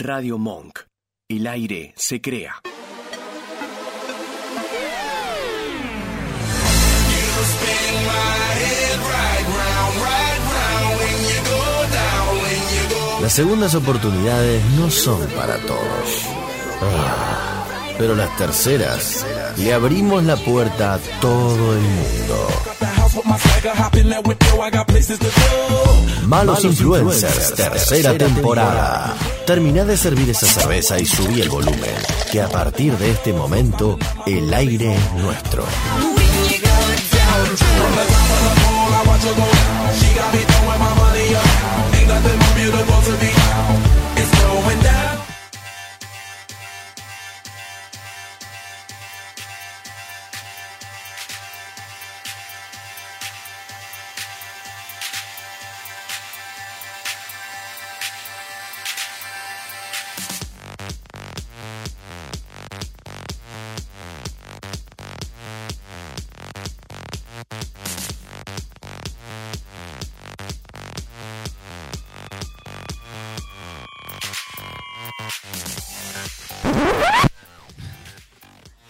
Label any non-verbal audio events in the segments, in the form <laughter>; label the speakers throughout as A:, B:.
A: Radio Monk. El aire se crea.
B: Las segundas oportunidades no son para todos. Ah, pero las terceras le abrimos la puerta a todo el mundo. Malos Influencers, tercera temporada. Terminá de servir esa cerveza y subí el volumen, que a partir de este momento el aire es nuestro.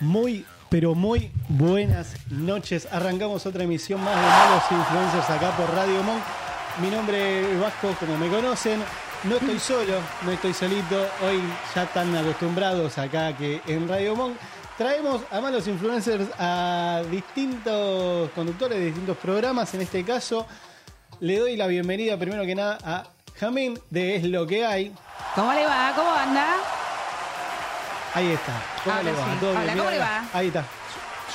C: Muy, pero muy buenas noches. Arrancamos otra emisión más de Malos Influencers acá por Radio Monk. Mi nombre es Vasco, como me conocen. No estoy solo, no estoy solito. Hoy ya están acostumbrados acá que en Radio Monk traemos a Malos Influencers a distintos conductores de distintos programas. En este caso, le doy la bienvenida primero que nada a Jamín de Es Lo que hay.
D: ¿Cómo le va? ¿Cómo anda?
C: Ahí está. ¿Cómo
D: Ahora
C: le va?
D: sí.
C: Todo bien.
D: Hola, ¿cómo
C: Mirá,
D: le va?
C: Ahí está.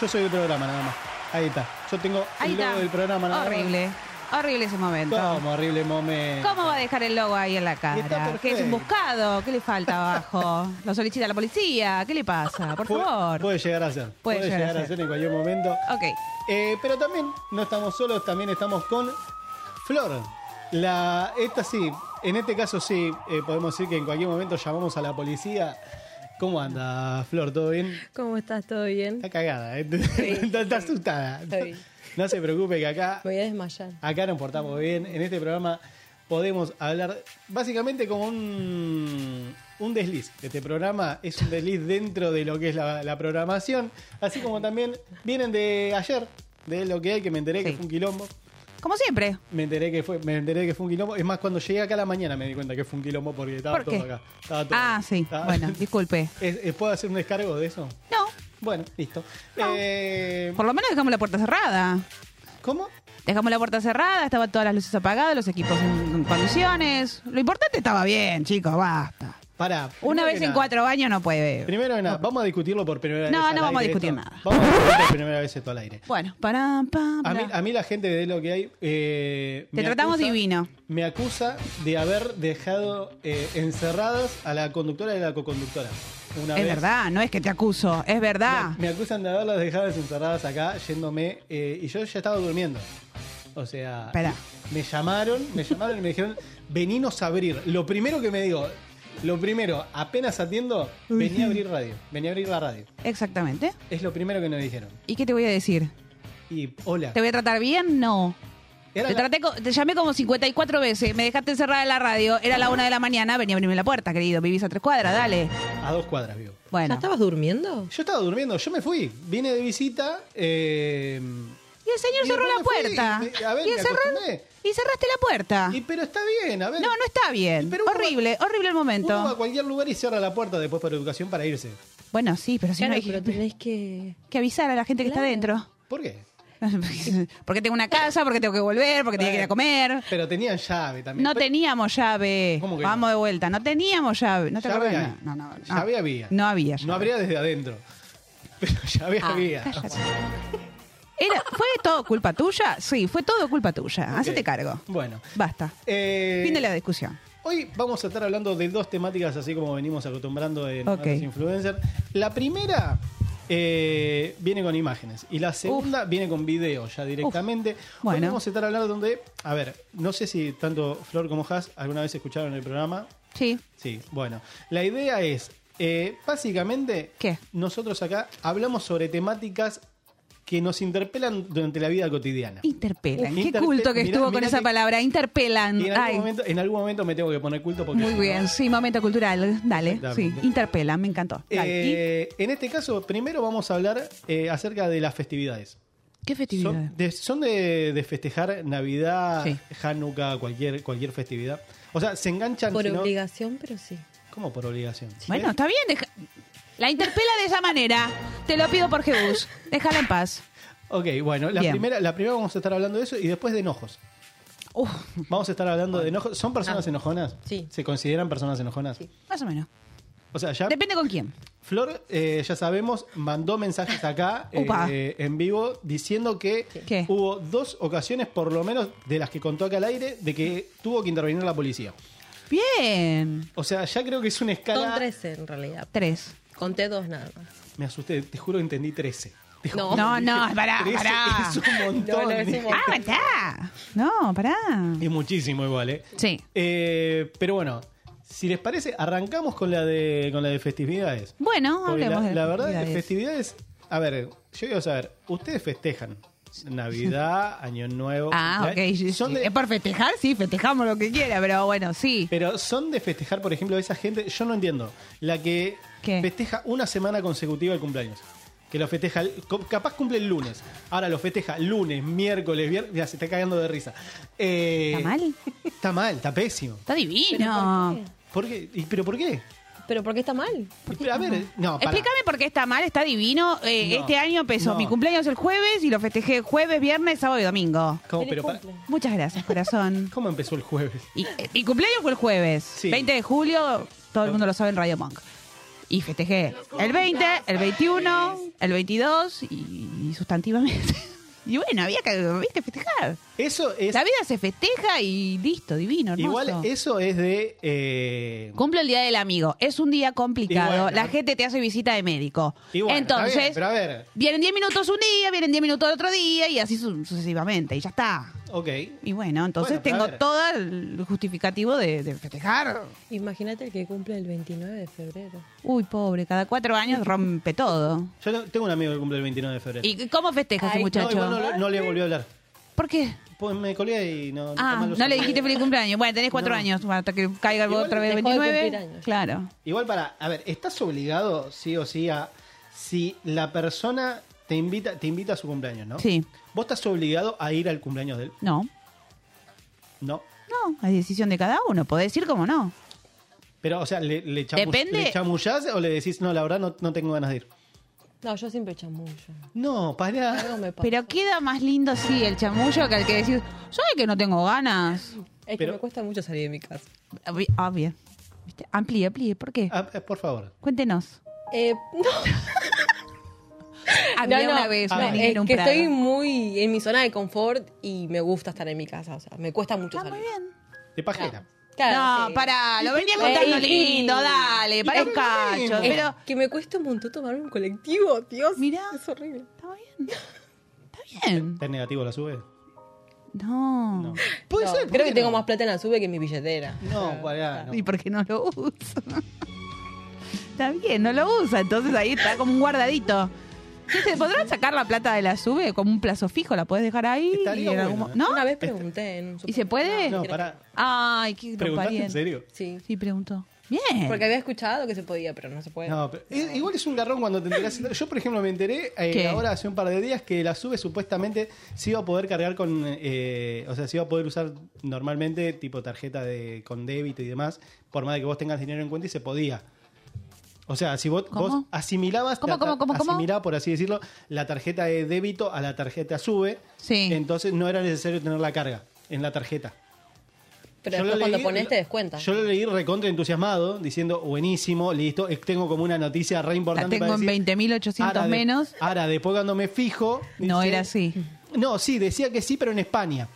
C: Yo soy el programa nada más. Ahí está. Yo tengo
D: Ahí
C: el logo
D: está.
C: del programa nada
D: Horrible. Horrible ese momento.
C: más. Vamos, horrible momento.
D: ¿Cómo va a dejar el logo ahí en la
C: Y está
D: cara?
C: perfecto.
D: Que es un buscado. ¿Qué le falta abajo? Lo solicita la policía. ¿Qué le pasa? Ah, Por
C: Pu-
D: favor.
C: Puede llegar a ser.
D: Puede llegar a
C: llegar a
D: ser.
C: ser en cualquier momento.
D: Ok.
C: Eh, pero también no estamos solos, también estamos con Flor. La, esta sí, en este caso sí, eh, podemos decir que en cualquier momento llamamos a la policía. ¿Cómo anda, Flor? ¿Todo bien?
E: ¿Cómo estás? ¿Todo bien?
C: Está cagada, ¿eh? <laughs> está, está asustada.
E: bien.
C: No se preocupe que acá
E: Me voy a desmayar.
C: Acá nos portamos bien. En este programa podemos hablar básicamente como un, un desliz. Este programa es un desliz dentro de lo que es la, la programación. Así como también vienen de ayer, de lo que hay, que me enteré que
D: Sí.
C: fue un quilombo.
D: Como siempre.
C: Me enteré que fue, me enteré que fue un quilombo. Es más, cuando llegué acá a la mañana me di cuenta que fue un quilombo porque estaba
D: ¿Por
C: todo
D: qué?
C: acá. Estaba todo-
D: Ah, sí.
C: estaba- <laughs>
D: Bueno, disculpe.
C: ¿Es- es- ¿Puedo hacer un descargo de eso?
D: No.
C: Bueno, listo.
D: No.
C: Eh,
D: Por lo menos dejamos la puerta cerrada.
C: ¿Cómo?
D: Dejamos la puerta cerrada, estaban todas las luces apagadas, los equipos en en condiciones. Lo importante estaba bien, chicos, basta.
C: Pará.
D: Una
C: primero
D: vez
C: que
D: en
C: nada.
D: cuatro años no puede.
C: Primero que nada, vamos a discutirlo por primera
D: No,
C: vez. al
D: no vamos a
C: aire
D: discutir
C: esto.
D: nada.
C: Vamos a discutir por primera vez esto al aire.
D: Bueno, para,
C: A mí, a mí la gente de lo que hay. eh,
D: Te tratamos divino.
C: Me acusa de haber dejado eh, encerradas a la conductora y a la coconductora. Una
D: Es
C: vez.
D: verdad, no es que te acuso, es verdad.
C: Me, me acusan de haberlas dejado encerradas acá, yéndome. eh, y yo ya estaba durmiendo. O sea.
D: Esperá.
C: Me llamaron, me llamaron y me dijeron, veninos a abrir. Lo primero que me digo, lo primero, apenas atiendo, vení a abrir radio. Vení a abrir la radio.
D: Exactamente.
C: Es lo primero que nos dijeron.
D: ¿Y qué te voy a decir?
C: Y hola.
D: ¿Te voy a tratar bien? No.
C: Era
D: Te,
C: la-
D: traté co- te llamé como 54 veces, me dejaste encerrada en la radio, era la una de la mañana, venía a abrirme la puerta, querido, vivís a tres cuadras, dale.
C: A dos cuadras vivo.
E: ¿Ya
D: Bueno.
E: estabas durmiendo?
C: Yo estaba durmiendo, yo me fui. Vine de visita. eh,
D: Y el señor
C: Y
D: cerró la
C: después me fui,
D: puerta.
C: y me- a ver,
D: Ah. y,
C: me
D: cerró-
C: acostumbré.
D: y cerraste la puerta.
C: y- pero está bien, a ver.
D: No, no está bien.
C: Pero uno
D: horrible, horrible el
C: Uno va a
D: momento.
C: cualquier lugar y cierra la puerta después por educación para irse.
D: Bueno, sí, pero si
E: Claro,
D: no hay
E: pero tenés que...
D: que avisar a la gente que
E: Claro.
D: está adentro. <laughs>
C: ¿Por qué?
D: Porque tengo una casa, porque tengo que volver, porque tenía que ir a comer.
C: Pero tenían llave también.
D: No
C: Pero-
D: teníamos llave.
C: ¿Cómo que
D: Vamos
C: no?
D: de vuelta. No teníamos llave. <laughs> No te
C: Llave
D: acordás?
C: hay.
D: No, no, no.
C: Llave había.
D: No había llave.
C: No habría desde adentro. <laughs> Pero llave
D: Ah,
C: había.
D: cállate. Era- ¿Fue todo culpa tuya? Sí, fue todo culpa tuya. Hacete
C: Ok.
D: cargo.
C: Bueno.
D: Basta.
C: Eh,
D: Fin de la discusión.
C: Hoy vamos a estar hablando de dos temáticas, así como venimos acostumbrando en
D: Ok.
C: los influencers. La primera eh, viene con imágenes y la segunda viene con video ya directamente. Hoy
D: Bueno.
C: vamos a estar hablando donde, a ver, no sé si tanto Flor como Has alguna vez escucharon el programa.
D: Sí.
C: Sí, bueno. La idea es, eh, básicamente,
D: ¿Qué?
C: nosotros acá hablamos sobre temáticas que nos interpelan durante la vida cotidiana.
D: Interpelan. Qué
C: Interpe-
D: culto que
C: mirá-
D: estuvo con
C: mirá
D: esa
C: que-
D: palabra. Interpelan.
C: Y en
D: Ay,
C: algún, momento, en algún momento me tengo que poner culto porque...
D: muy
C: si no-
D: bien. Sí, momento cultural. Dale. Sí,
C: Exactamente.
D: interpelan. Me encantó. Dale. ¿Y
C: Eh, en este caso, primero vamos a hablar eh, acerca de las festividades.
D: ¿Qué festividad?
C: Son, de, son de- de festejar Navidad,
D: Sí.
C: Hanukkah, cualquier, cualquier festividad. O sea, se enganchan...
E: Por
C: si no-
E: obligación, pero sí.
C: ¿Cómo por obligación?
D: Bueno, está bien. deja- La interpela de esa manera. Te lo pido por Jebus. Déjala en paz.
C: Ok, bueno, la
D: Bien.
C: primera, la primera vamos a estar hablando de eso y después de enojos.
D: Uf, Ah.
C: Vamos a estar hablando de enojos. ¿Son personas enojonas?
E: Sí.
C: ¿Se consideran personas enojonas?
D: más o menos.
C: O sea, ya
D: Depende con quién.
C: Flor, eh, ya sabemos, mandó mensajes acá
D: <laughs>
C: eh,
D: Upa.
C: en vivo diciendo que
D: ¿Qué?
C: hubo dos ocasiones, por lo menos, de las que contó acá al aire, de que tuvo que intervenir la policía.
D: Bien.
C: O sea, ya creo que es una
E: Son
C: escala...
E: 13 en realidad.
D: Tres.
E: Conté dos nada más.
C: Me asusté, te juro que entendí 13. Te
E: No.
C: juro,
D: No,
C: dije,
D: no, pará,
C: 13
D: pará.
C: Es un montón.
E: No, no, es un
C: dije.
E: montón.
D: ¡Ah, está! No, pará.
C: Es muchísimo igual, ¿eh?
D: Sí.
C: Eh, pero bueno, si les parece, arrancamos con la de, con la de festividades.
D: Bueno,
C: Porque
D: hablemos
C: la,
D: de
C: la verdad es que
D: festividades.
C: festividades. A ver, yo quiero saber, ustedes festejan
D: <laughs>
C: Navidad, Año Nuevo.
D: Ah, ok.
C: cumpleaños?
D: sí,
C: ¿Eh? Son
D: sí.
C: de-
D: Es por festejar, sí, festejamos lo que quiera, pero bueno, sí.
C: pero son de festejar, por ejemplo, esa gente, yo no entiendo, la que
D: ¿Qué?
C: festeja una semana consecutiva el cumpleaños. Que lo festeja, el- co- capaz cumple el lunes. Ahora lo festeja lunes, miércoles, viernes. Ya se está cagando de risa. Eh,
D: ¿Está mal?
C: Está mal, está pésimo.
D: Está
E: ¿Pero
D: divino.
E: por qué?
C: ¿Por qué? ¿Y- ¿Pero por qué?
E: ¿Pero por qué está mal?
C: Pero, a ver, no, pará.
D: Explícame por qué está mal, está divino. Eh,
C: No,
D: este año empezó
C: no.
D: mi cumpleaños el jueves y lo festejé jueves, viernes, sábado y domingo.
C: ¿Cómo,
E: Feliz
C: pero pará?
E: cumple.
D: Muchas gracias, corazón.
C: <laughs> ¿Cómo empezó el jueves?
D: Y, mi cumpleaños fue el jueves,
C: Sí.
D: 20 de julio, todo el mundo lo sabe en Radio Monk. Y festejé el 20, el 21, el 22 y, y sustantivamente. <laughs> Y bueno, había que, había que festejar.
C: Eso es.
D: La vida se festeja y listo, divino, hermoso.
C: Igual eso es de. eh,
D: Cumple el día del amigo. Es un día complicado.
C: Y bueno.
D: la gente te hace visita de médico.
C: y bueno, está
D: Entonces,
C: bien, pero a ver,
D: vienen 10 minutos un día, vienen 10 minutos el otro día y así su- sucesivamente. Y ya está.
C: ok.
D: Y bueno, entonces
C: Bueno, pero a
D: tengo
C: ver.
D: todo el justificativo de, de festejar.
E: Imagínate el que cumple el 29 de febrero.
D: Uy, pobre, cada cuatro años rompe todo.
C: Yo no- tengo un amigo que cumple el 29 de febrero.
D: ¿Y cómo festeja ese
E: Ay, no,
C: no,
D: muchacho?
C: igual no, lo- no le volvió a hablar.
D: ¿Por qué?
C: Pues me colé y no.
D: Ah,
C: jamás lo
D: no le
C: saludé.
D: dijiste feliz cumpleaños. Bueno, tenés cuatro
C: No.
D: años bueno, hasta que caiga
C: Igual
D: otra vez el
E: dejó de cumplir
D: 29.
E: años.
D: Claro.
C: Igual para. A ver, estás obligado, sí o sí, a. Si la persona te invita, te invita a su cumpleaños, ¿no?
D: Sí.
C: ¿Vos estás obligado a ir al cumpleaños de él?
D: No,
C: No.
D: no, es decisión de cada uno. Podés decir como no.
C: Pero, o sea, ¿le, le, chamu-
D: Depende.
C: le chamullás o le decís, no, la verdad no, no tengo ganas de ir?
E: No, yo siempre chamullo.
C: No, pará.
E: Algo me pasa.
D: Pero queda más lindo, sí, el chamullo que al que decís, ¿sabes que no tengo ganas?
E: es
C: pero-
E: que me cuesta mucho salir de mi casa.
D: Obvi- Ah, bien. ¿Viste? Amplíe, amplíe. ¿Por qué?
C: Ah, eh, por favor.
D: Cuéntenos.
E: Eh, <laughs> no,
D: Había
E: no, no.
D: una vez
E: No,
D: una
C: Ah.
D: niña
E: es
D: en un
E: que
D: prado.
E: estoy muy en mi zona de confort y me gusta estar en mi casa. O sea, me cuesta mucho
D: Ah,
E: salir.
D: muy bien.
C: De pajera.
E: Claro,
D: no,
E: sí.
D: pará, lo venía
E: Sí.
D: contando
E: Sí.
D: lindo, dale, para un cacho.
E: Es
D: Pero,
E: que me cuesta un montón tomar un colectivo, Dios.
D: Mirá.
E: Es horrible.
D: está bien. Está bien.
C: ¿Está en negativo la sube?
D: No.
C: Puede
E: No,
C: ser. ¿por
E: creo
C: qué
E: que tengo
C: no?
E: más plata en la sube que en mi billetera.
C: No, pará. no.
D: ¿Y por qué no lo uso? <laughs> Está bien, no lo usa, entonces ahí está como un guardadito. ¿Qué se podrán sacar la plata de la sube como un plazo fijo? ¿La puedes dejar ahí?
C: Estaría
D: y en algún
C: bueno,
D: mo-
E: Una
D: ¿No?
E: vez pregunté en un
D: ¿Y se puede?
C: No, pará.
D: Ay, qué
C: ¿Preguntaste en
D: pariente.
C: serio?
E: Sí.
D: Sí, preguntó. Bien.
E: Porque había escuchado que se podía, pero no se puede.
C: No, pero- eh, igual es un garrón cuando te
D: <laughs>
C: enterás. Yo, por ejemplo, me enteré eh,
D: ¿Qué?
C: ahora hace un par de días que la sube supuestamente se iba a poder cargar con. eh, o sea, se iba a poder usar normalmente tipo tarjeta de con débito y demás, por más de que vos tengas dinero en cuenta y se podía. O sea, si vos,
D: ¿Cómo?
C: vos asimilabas,
D: ¿Cómo,
C: la tar-
D: cómo, cómo, cómo?
C: asimilaba, por así decirlo, la tarjeta de débito a la tarjeta sube,
D: Sí.
C: entonces no era necesario tener la carga en la tarjeta.
E: pero
C: Yo
E: después
C: lo
E: cuando
C: leí-
E: pones te des cuenta.
C: Yo lo leí recontra entusiasmado, diciendo, buenísimo, listo, eh, tengo como una noticia re
D: La
C: importante.
D: tengo
C: para
D: en
C: decir. ah,
D: 20.800
C: Ahora de-
D: menos.
C: ahora, después cuando me fijo...
D: No
C: dice-
D: era así.
C: No, sí, decía que sí, pero en España.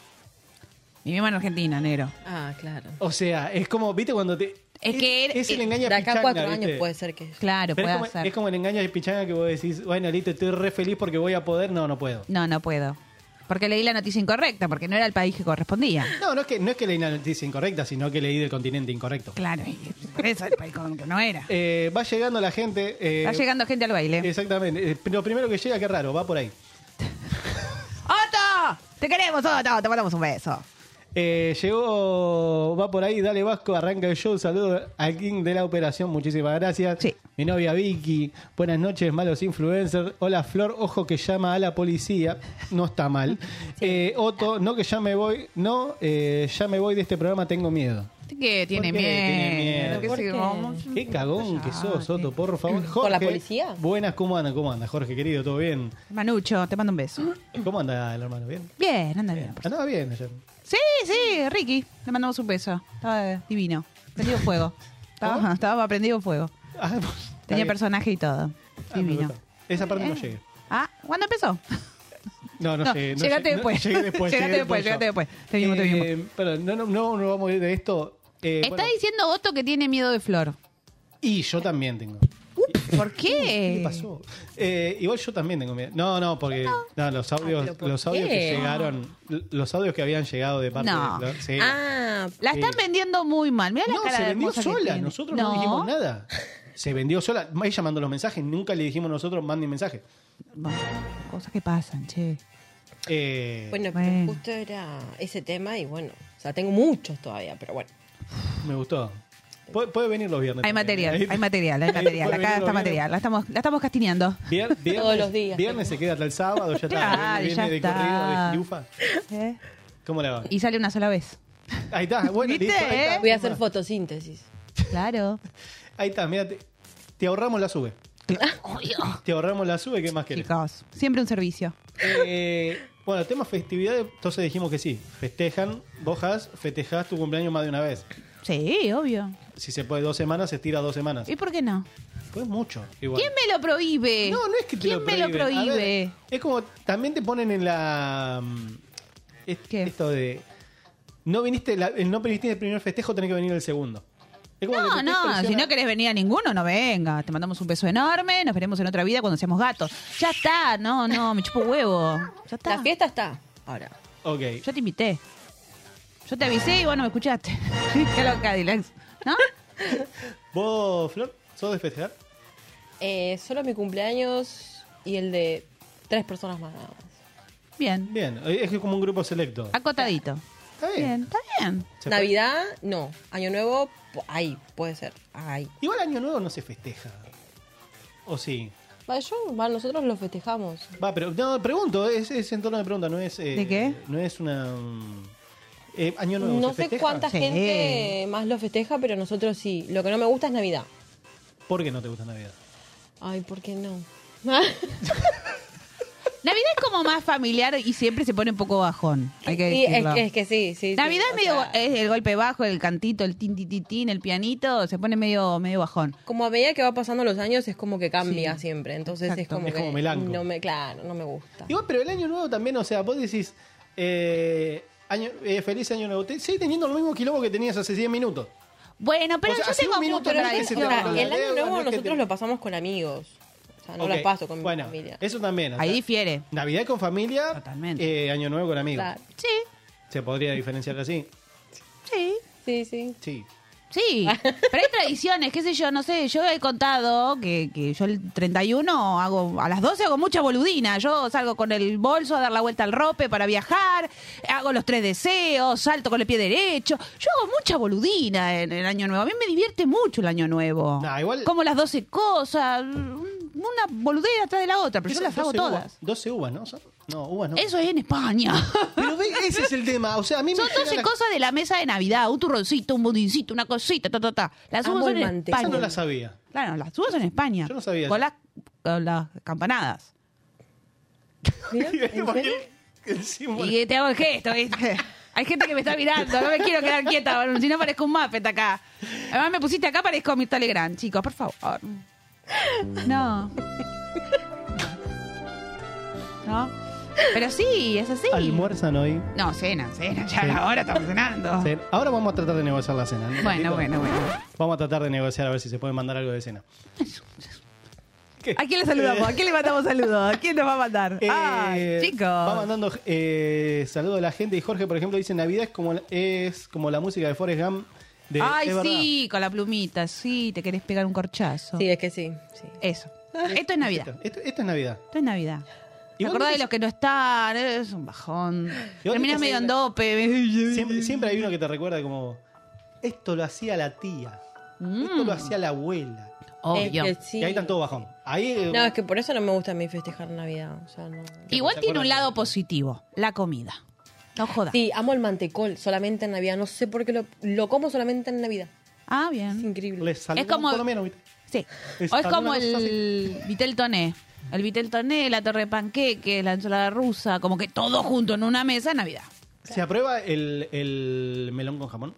D: Vivimos en Argentina, negro.
E: Ah, claro.
C: O sea, es como, viste, cuando te...
D: Es que er-
C: es el
D: eh,
C: engaño
E: De acá a
C: pichanga,
E: cuatro años
C: ¿viste?
E: puede ser que.
D: Claro,
C: Pero es,
D: puede
C: como,
D: ser.
C: es como el engaño de pichanga que vos decís, bueno, listo, estoy re feliz porque voy a poder. No, no puedo.
D: No, no puedo. Porque leí la noticia incorrecta, porque no era el país que correspondía.
C: No, no es que, no es que leí la noticia incorrecta, sino que leí del continente incorrecto.
D: Claro, y por eso el país con que no era.
C: Eh, va llegando la gente... eh,
D: Está llegando gente al baile.
C: Exactamente. Eh, Lo primero que llega, qué raro, va por ahí.
D: Te queremos, Otto. Te mandamos un beso.
C: Eh, llegó, va por ahí, dale Vasco, arranca el show. Saludos al King de la operación, muchísimas gracias.
D: Sí.
C: Mi novia Vicky, buenas noches, malos influencers. Hola Flor, ojo que llama a la policía, no
E: <laughs>
C: está mal. Eh, Otto, no que ya me voy, no, eh, ya me voy de este programa, tengo miedo.
D: ¿Qué? Tiene
C: ¿Por
D: miedo.
C: qué tiene miedo?
D: ¿Qué
E: Eh, ¿Por
D: sé
E: qué?
D: yo?
C: Qué cagón que sos, Otto, por favor. Jorge,
E: la policía?
C: Buenas, ¿cómo andan? ¿Cómo andan, Jorge querido? ¿Todo bien?
D: Manucho, te mando un beso.
C: ¿Cómo anda el hermano? ¿Bien?
D: Bien, anda bien. por-
C: Andaba bien ayer.
D: Sí, sí, Ricky. Le mandamos un beso. Estaba divino. Prendido
C: <laughs>
D: fuego. Estaba,
C: ¿Cómo?
D: estaba prendido fuego.
C: Ah, está
D: Tenía
C: bien.
D: personaje y todo.
C: Ah, me
D: Divino.
C: gusta. Esa parte no llegué.
D: Ah, ¿cuándo empezó?
C: No, no, llegué.
D: llegate
C: no llegué, no,
D: después.
C: llegué después.
D: Llegate después,
C: yo.
D: llegate después. Te vimos, te
C: Eh, pero no, no, no, no vamos a ir de esto. Eh,
D: Está
C: bueno,
D: diciendo Otto que tiene miedo de flor.
C: y yo también tengo.
D: ¿Por qué?
C: Uh, ¿Qué pasó? Eh, igual yo también tengo miedo. No, no, porque no, los audios,
E: pero ¿por
C: los audios
E: qué?
C: que llegaron, l- los audios que habían llegado de parte
D: No.
C: de Flor, sí.
E: Ah,
D: La están
C: Sí.
D: vendiendo muy mal. Mira la
C: No,
D: cara
C: se
D: de
C: vendió
D: hermosa que
C: sola.
D: tiene.
C: Nosotros no. dijimos nada. Se vendió sola. Ahí llamando los mensajes. Nunca le dijimos nosotros, manden mensajes.
D: Bueno, cosas que pasan, che.
C: Eh,
E: bueno,
D: Bueno.
E: pero justo era ese tema y bueno, o sea, tengo muchos todavía, pero bueno.
C: Me gustó. Puede, puede venir los viernes.
D: Hay
C: también. ¿eh?
D: material,
C: Ahí-
D: hay
C: <laughs>
D: material, hay
C: ahí
D: material.
C: puede
D: Acá
C: venir
D: está
C: los
D: material. La estamos, la estamos castineando. <laughs>
C: Vier- viernes-
E: Todos los días.
C: Viernes se queda hasta el sábado, ya está.
D: Claro,
C: viene
D: ya
C: de
D: está.
C: corrido, de jiufa.
D: ¿Eh?
C: ¿Cómo la va?
D: Y sale una sola vez.
C: Ahí está, bueno,
D: ¿Viste,
C: listo, ahí
D: eh?
C: está.
E: Voy a hacer fotosíntesis.
D: Claro.
C: Ahí está, mira, te, te ahorramos la sube. <laughs> Te ahorramos la sube, ¿qué más querés?
D: Chicos, siempre un servicio.
C: Eh, bueno, tema festividades, entonces dijimos que sí. Festejan, bojas, festejás tu cumpleaños más de una vez.
D: Sí, obvio.
C: Si se puede dos semanas, se estira dos semanas.
D: ¿Y por qué no?
C: Pues mucho, igual.
D: ¿Quién me lo prohíbe?
C: No, no es que te
D: ¿Quién
C: lo
D: me lo
C: prohíben. A ver,
D: prohíbe?
C: es como, también te ponen en la... mm, es-
D: ¿Qué?
C: Esto de... No viniste, la- el no viniste el primer festejo, tenés que venir el segundo. Es como lo
D: No,
C: que te
D: no, si
C: presiona-
D: no querés venir a ninguno, no venga. Te mandamos un beso enorme, nos veremos en otra vida cuando seamos gatos. Ya está, no, no, me chupo huevo. Ya está.
E: La fiesta está. Ahora.
C: Ok.
D: Yo te invité. Yo te avisé y vos no me escuchaste. <laughs> Qué loca, Dilex. ¿No?
C: ¿Vos, Flor, sos de festejar?
E: Eh, solo mi cumpleaños y el de tres personas más nada más.
D: Bien.
C: Bien, es que es como un grupo selecto.
D: Acotadito.
C: Está bien.
D: Bien, está bien.
C: Se puede-
E: Navidad, no. Año Nuevo, po- ahí, puede ser. Ahí.
C: Igual Año Nuevo no se festeja. ¿O sí?
E: Va, yo, va, nosotros lo festejamos.
C: Va, pero no, pregunto, es, es en torno de pregunta, no es... eh,
D: ¿De qué?
C: No es una... mm, eh, año Nuevo.
E: No
C: ¿se
E: sé
C: festeja?
E: cuánta
D: Sí.
E: gente más lo festeja, pero nosotros sí. Lo que no me gusta es Navidad.
C: ¿Por qué no te gusta Navidad?
E: Ay, ¿por qué no?
D: Navidad es como más familiar y siempre se pone un poco bajón. Hay que
E: Sí, es,
D: decirlo.
E: que- es que <laughs> sí, sí. sí.
D: Navidad
E: O
D: es medio
E: sea,
D: es el golpe bajo, el cantito, el tin tin, tin, tin, el pianito, se pone medio medio bajón.
E: Como a medida que va pasando los años es como que cambia siempre, entonces es
D: Exacto.
E: como
C: Es
E: que
C: como melanco.
E: no me, claro, no me gusta.
C: Igual, pero el Año Nuevo también, o sea, vos decís... eh, año, eh, feliz Año Nuevo. Te, seguís teniendo lo mismo quilombo que tenías hace 10 minutos.
D: Bueno, pero
C: O sea,
D: yo
C: hace
D: tengo
C: un minuto
D: mucha
C: que
E: Pero
C: ahí se te
E: o sea,
C: va la
D: tradición.
E: el año
C: deuda, no
E: nuevo
C: es que
E: nosotros
C: te-
E: lo pasamos con amigos. O sea, no
C: Ok.
E: la paso con
C: bueno,
E: mi familia.
C: eso también. o
D: Ahí
C: sea,
D: difiere.
C: Navidad con familia,
D: Totalmente.
C: eh, Año Nuevo con amigos.
E: Claro.
D: Sí,
C: Se podría diferenciar así.
D: sí.
E: Sí, sí.
C: Sí.
D: Sí, pero hay tradiciones, qué sé yo, no sé, yo he contado que, que yo el 31 hago, a las 12 hago mucha boludina, yo salgo con el bolso a dar la vuelta al rope para viajar, hago los tres deseos, salto con el pie derecho, yo hago mucha boludina en el año nuevo, a mí me divierte mucho el año nuevo,
C: Nah, igual-
D: como las 12 cosas, un- una boludera atrás de la otra, pero yo
C: Son
D: las hago
C: 12 uvas-
D: todas.
C: 12 uvas, ¿no? Son- No, uvas no.
D: Eso es en España.
C: <laughs> Pero ve, ese es el tema. O sea, a mí
D: Son
C: me genera
D: 12
C: la-
D: cosas de la mesa de Navidad, un turroncito, un budincito, una cosita, ta, ta, ta. Las
E: Amo
D: uvas
E: el
D: son en
E: mantecado.
D: España.
C: Esa no la sabía.
D: Claro, las uvas son en España.
C: Yo no sabía
D: Con las,
C: eso.
D: con las campanadas.
E: Mirá,
C: <laughs>
E: ¿en serio?
C: El símbolo.
D: Y te hago el
E: <laughs>
D: gesto, ¿viste? Hay gente que me está mirando, no me quiero quedar quieta, boludo, si no parezco un Muppet acá. Además me pusiste acá, parezco mi Legrand, chicos, por favor. No. <laughs> No. Pero sí, es así.
C: Almuerzan hoy.
D: No, cena, cena, ya la hora estamos cenando.
C: Cen- Ahora vamos a tratar de negociar la cena. ¿no? Un
D: Bueno,
C: ratito.
D: bueno, bueno.
C: Vamos a tratar de negociar a ver si se puede mandar algo de cena. ¿Qué?
D: ¿A quién le saludamos? ¿A quién le mandamos saludos? ¿A quién nos va a mandar?
C: Eh,
D: ah, chicos.
C: Va mandando eh, saludos a la gente. Y Jorge, por ejemplo, dice: Navidad es como, la- es como la música de Forrest Gump. De,
D: Ay,
C: es verdad.
D: sí, con la plumita, sí, te querés pegar un corchazo.
E: Sí, es que sí. sí.
D: Eso. Esto es Navidad.
C: Esto, esto es Navidad.
D: Esto es Navidad. ¿Te
C: Igual
D: acordás
C: nunca
D: de los que no están? Es un bajón.
C: nunca
D: Terminás medio
C: se-
D: en dope.
C: Siempre, siempre hay uno que te recuerda como, esto lo hacía la tía, esto lo hacía la abuela.
D: Mm. Obvio.
E: Es que sí.
C: Y ahí están todos bajón. Ahí, eh,
E: No, es que por eso no me gusta a mí festejar Navidad. O sea, no.
D: Igual
C: ¿Se
D: tiene un
C: acuerdan?
D: lado positivo, la comida. No jodas.
E: Sí, amo el mantecol solamente en Navidad. No sé por qué lo, lo como solamente en Navidad.
D: Ah,
E: Es
D: bien.
E: increíble.
C: les salió
D: Es como-
C: un colombiano, ¿viste?
D: Sí.
C: Es
D: o es
C: alguna
D: como
C: cosa
D: el vitel toné. El vitel toné, la torre de panqueque, la ensalada rusa, como que todo junto en una mesa en Navidad.
C: ¿Se aprueba el, el melón con jamón?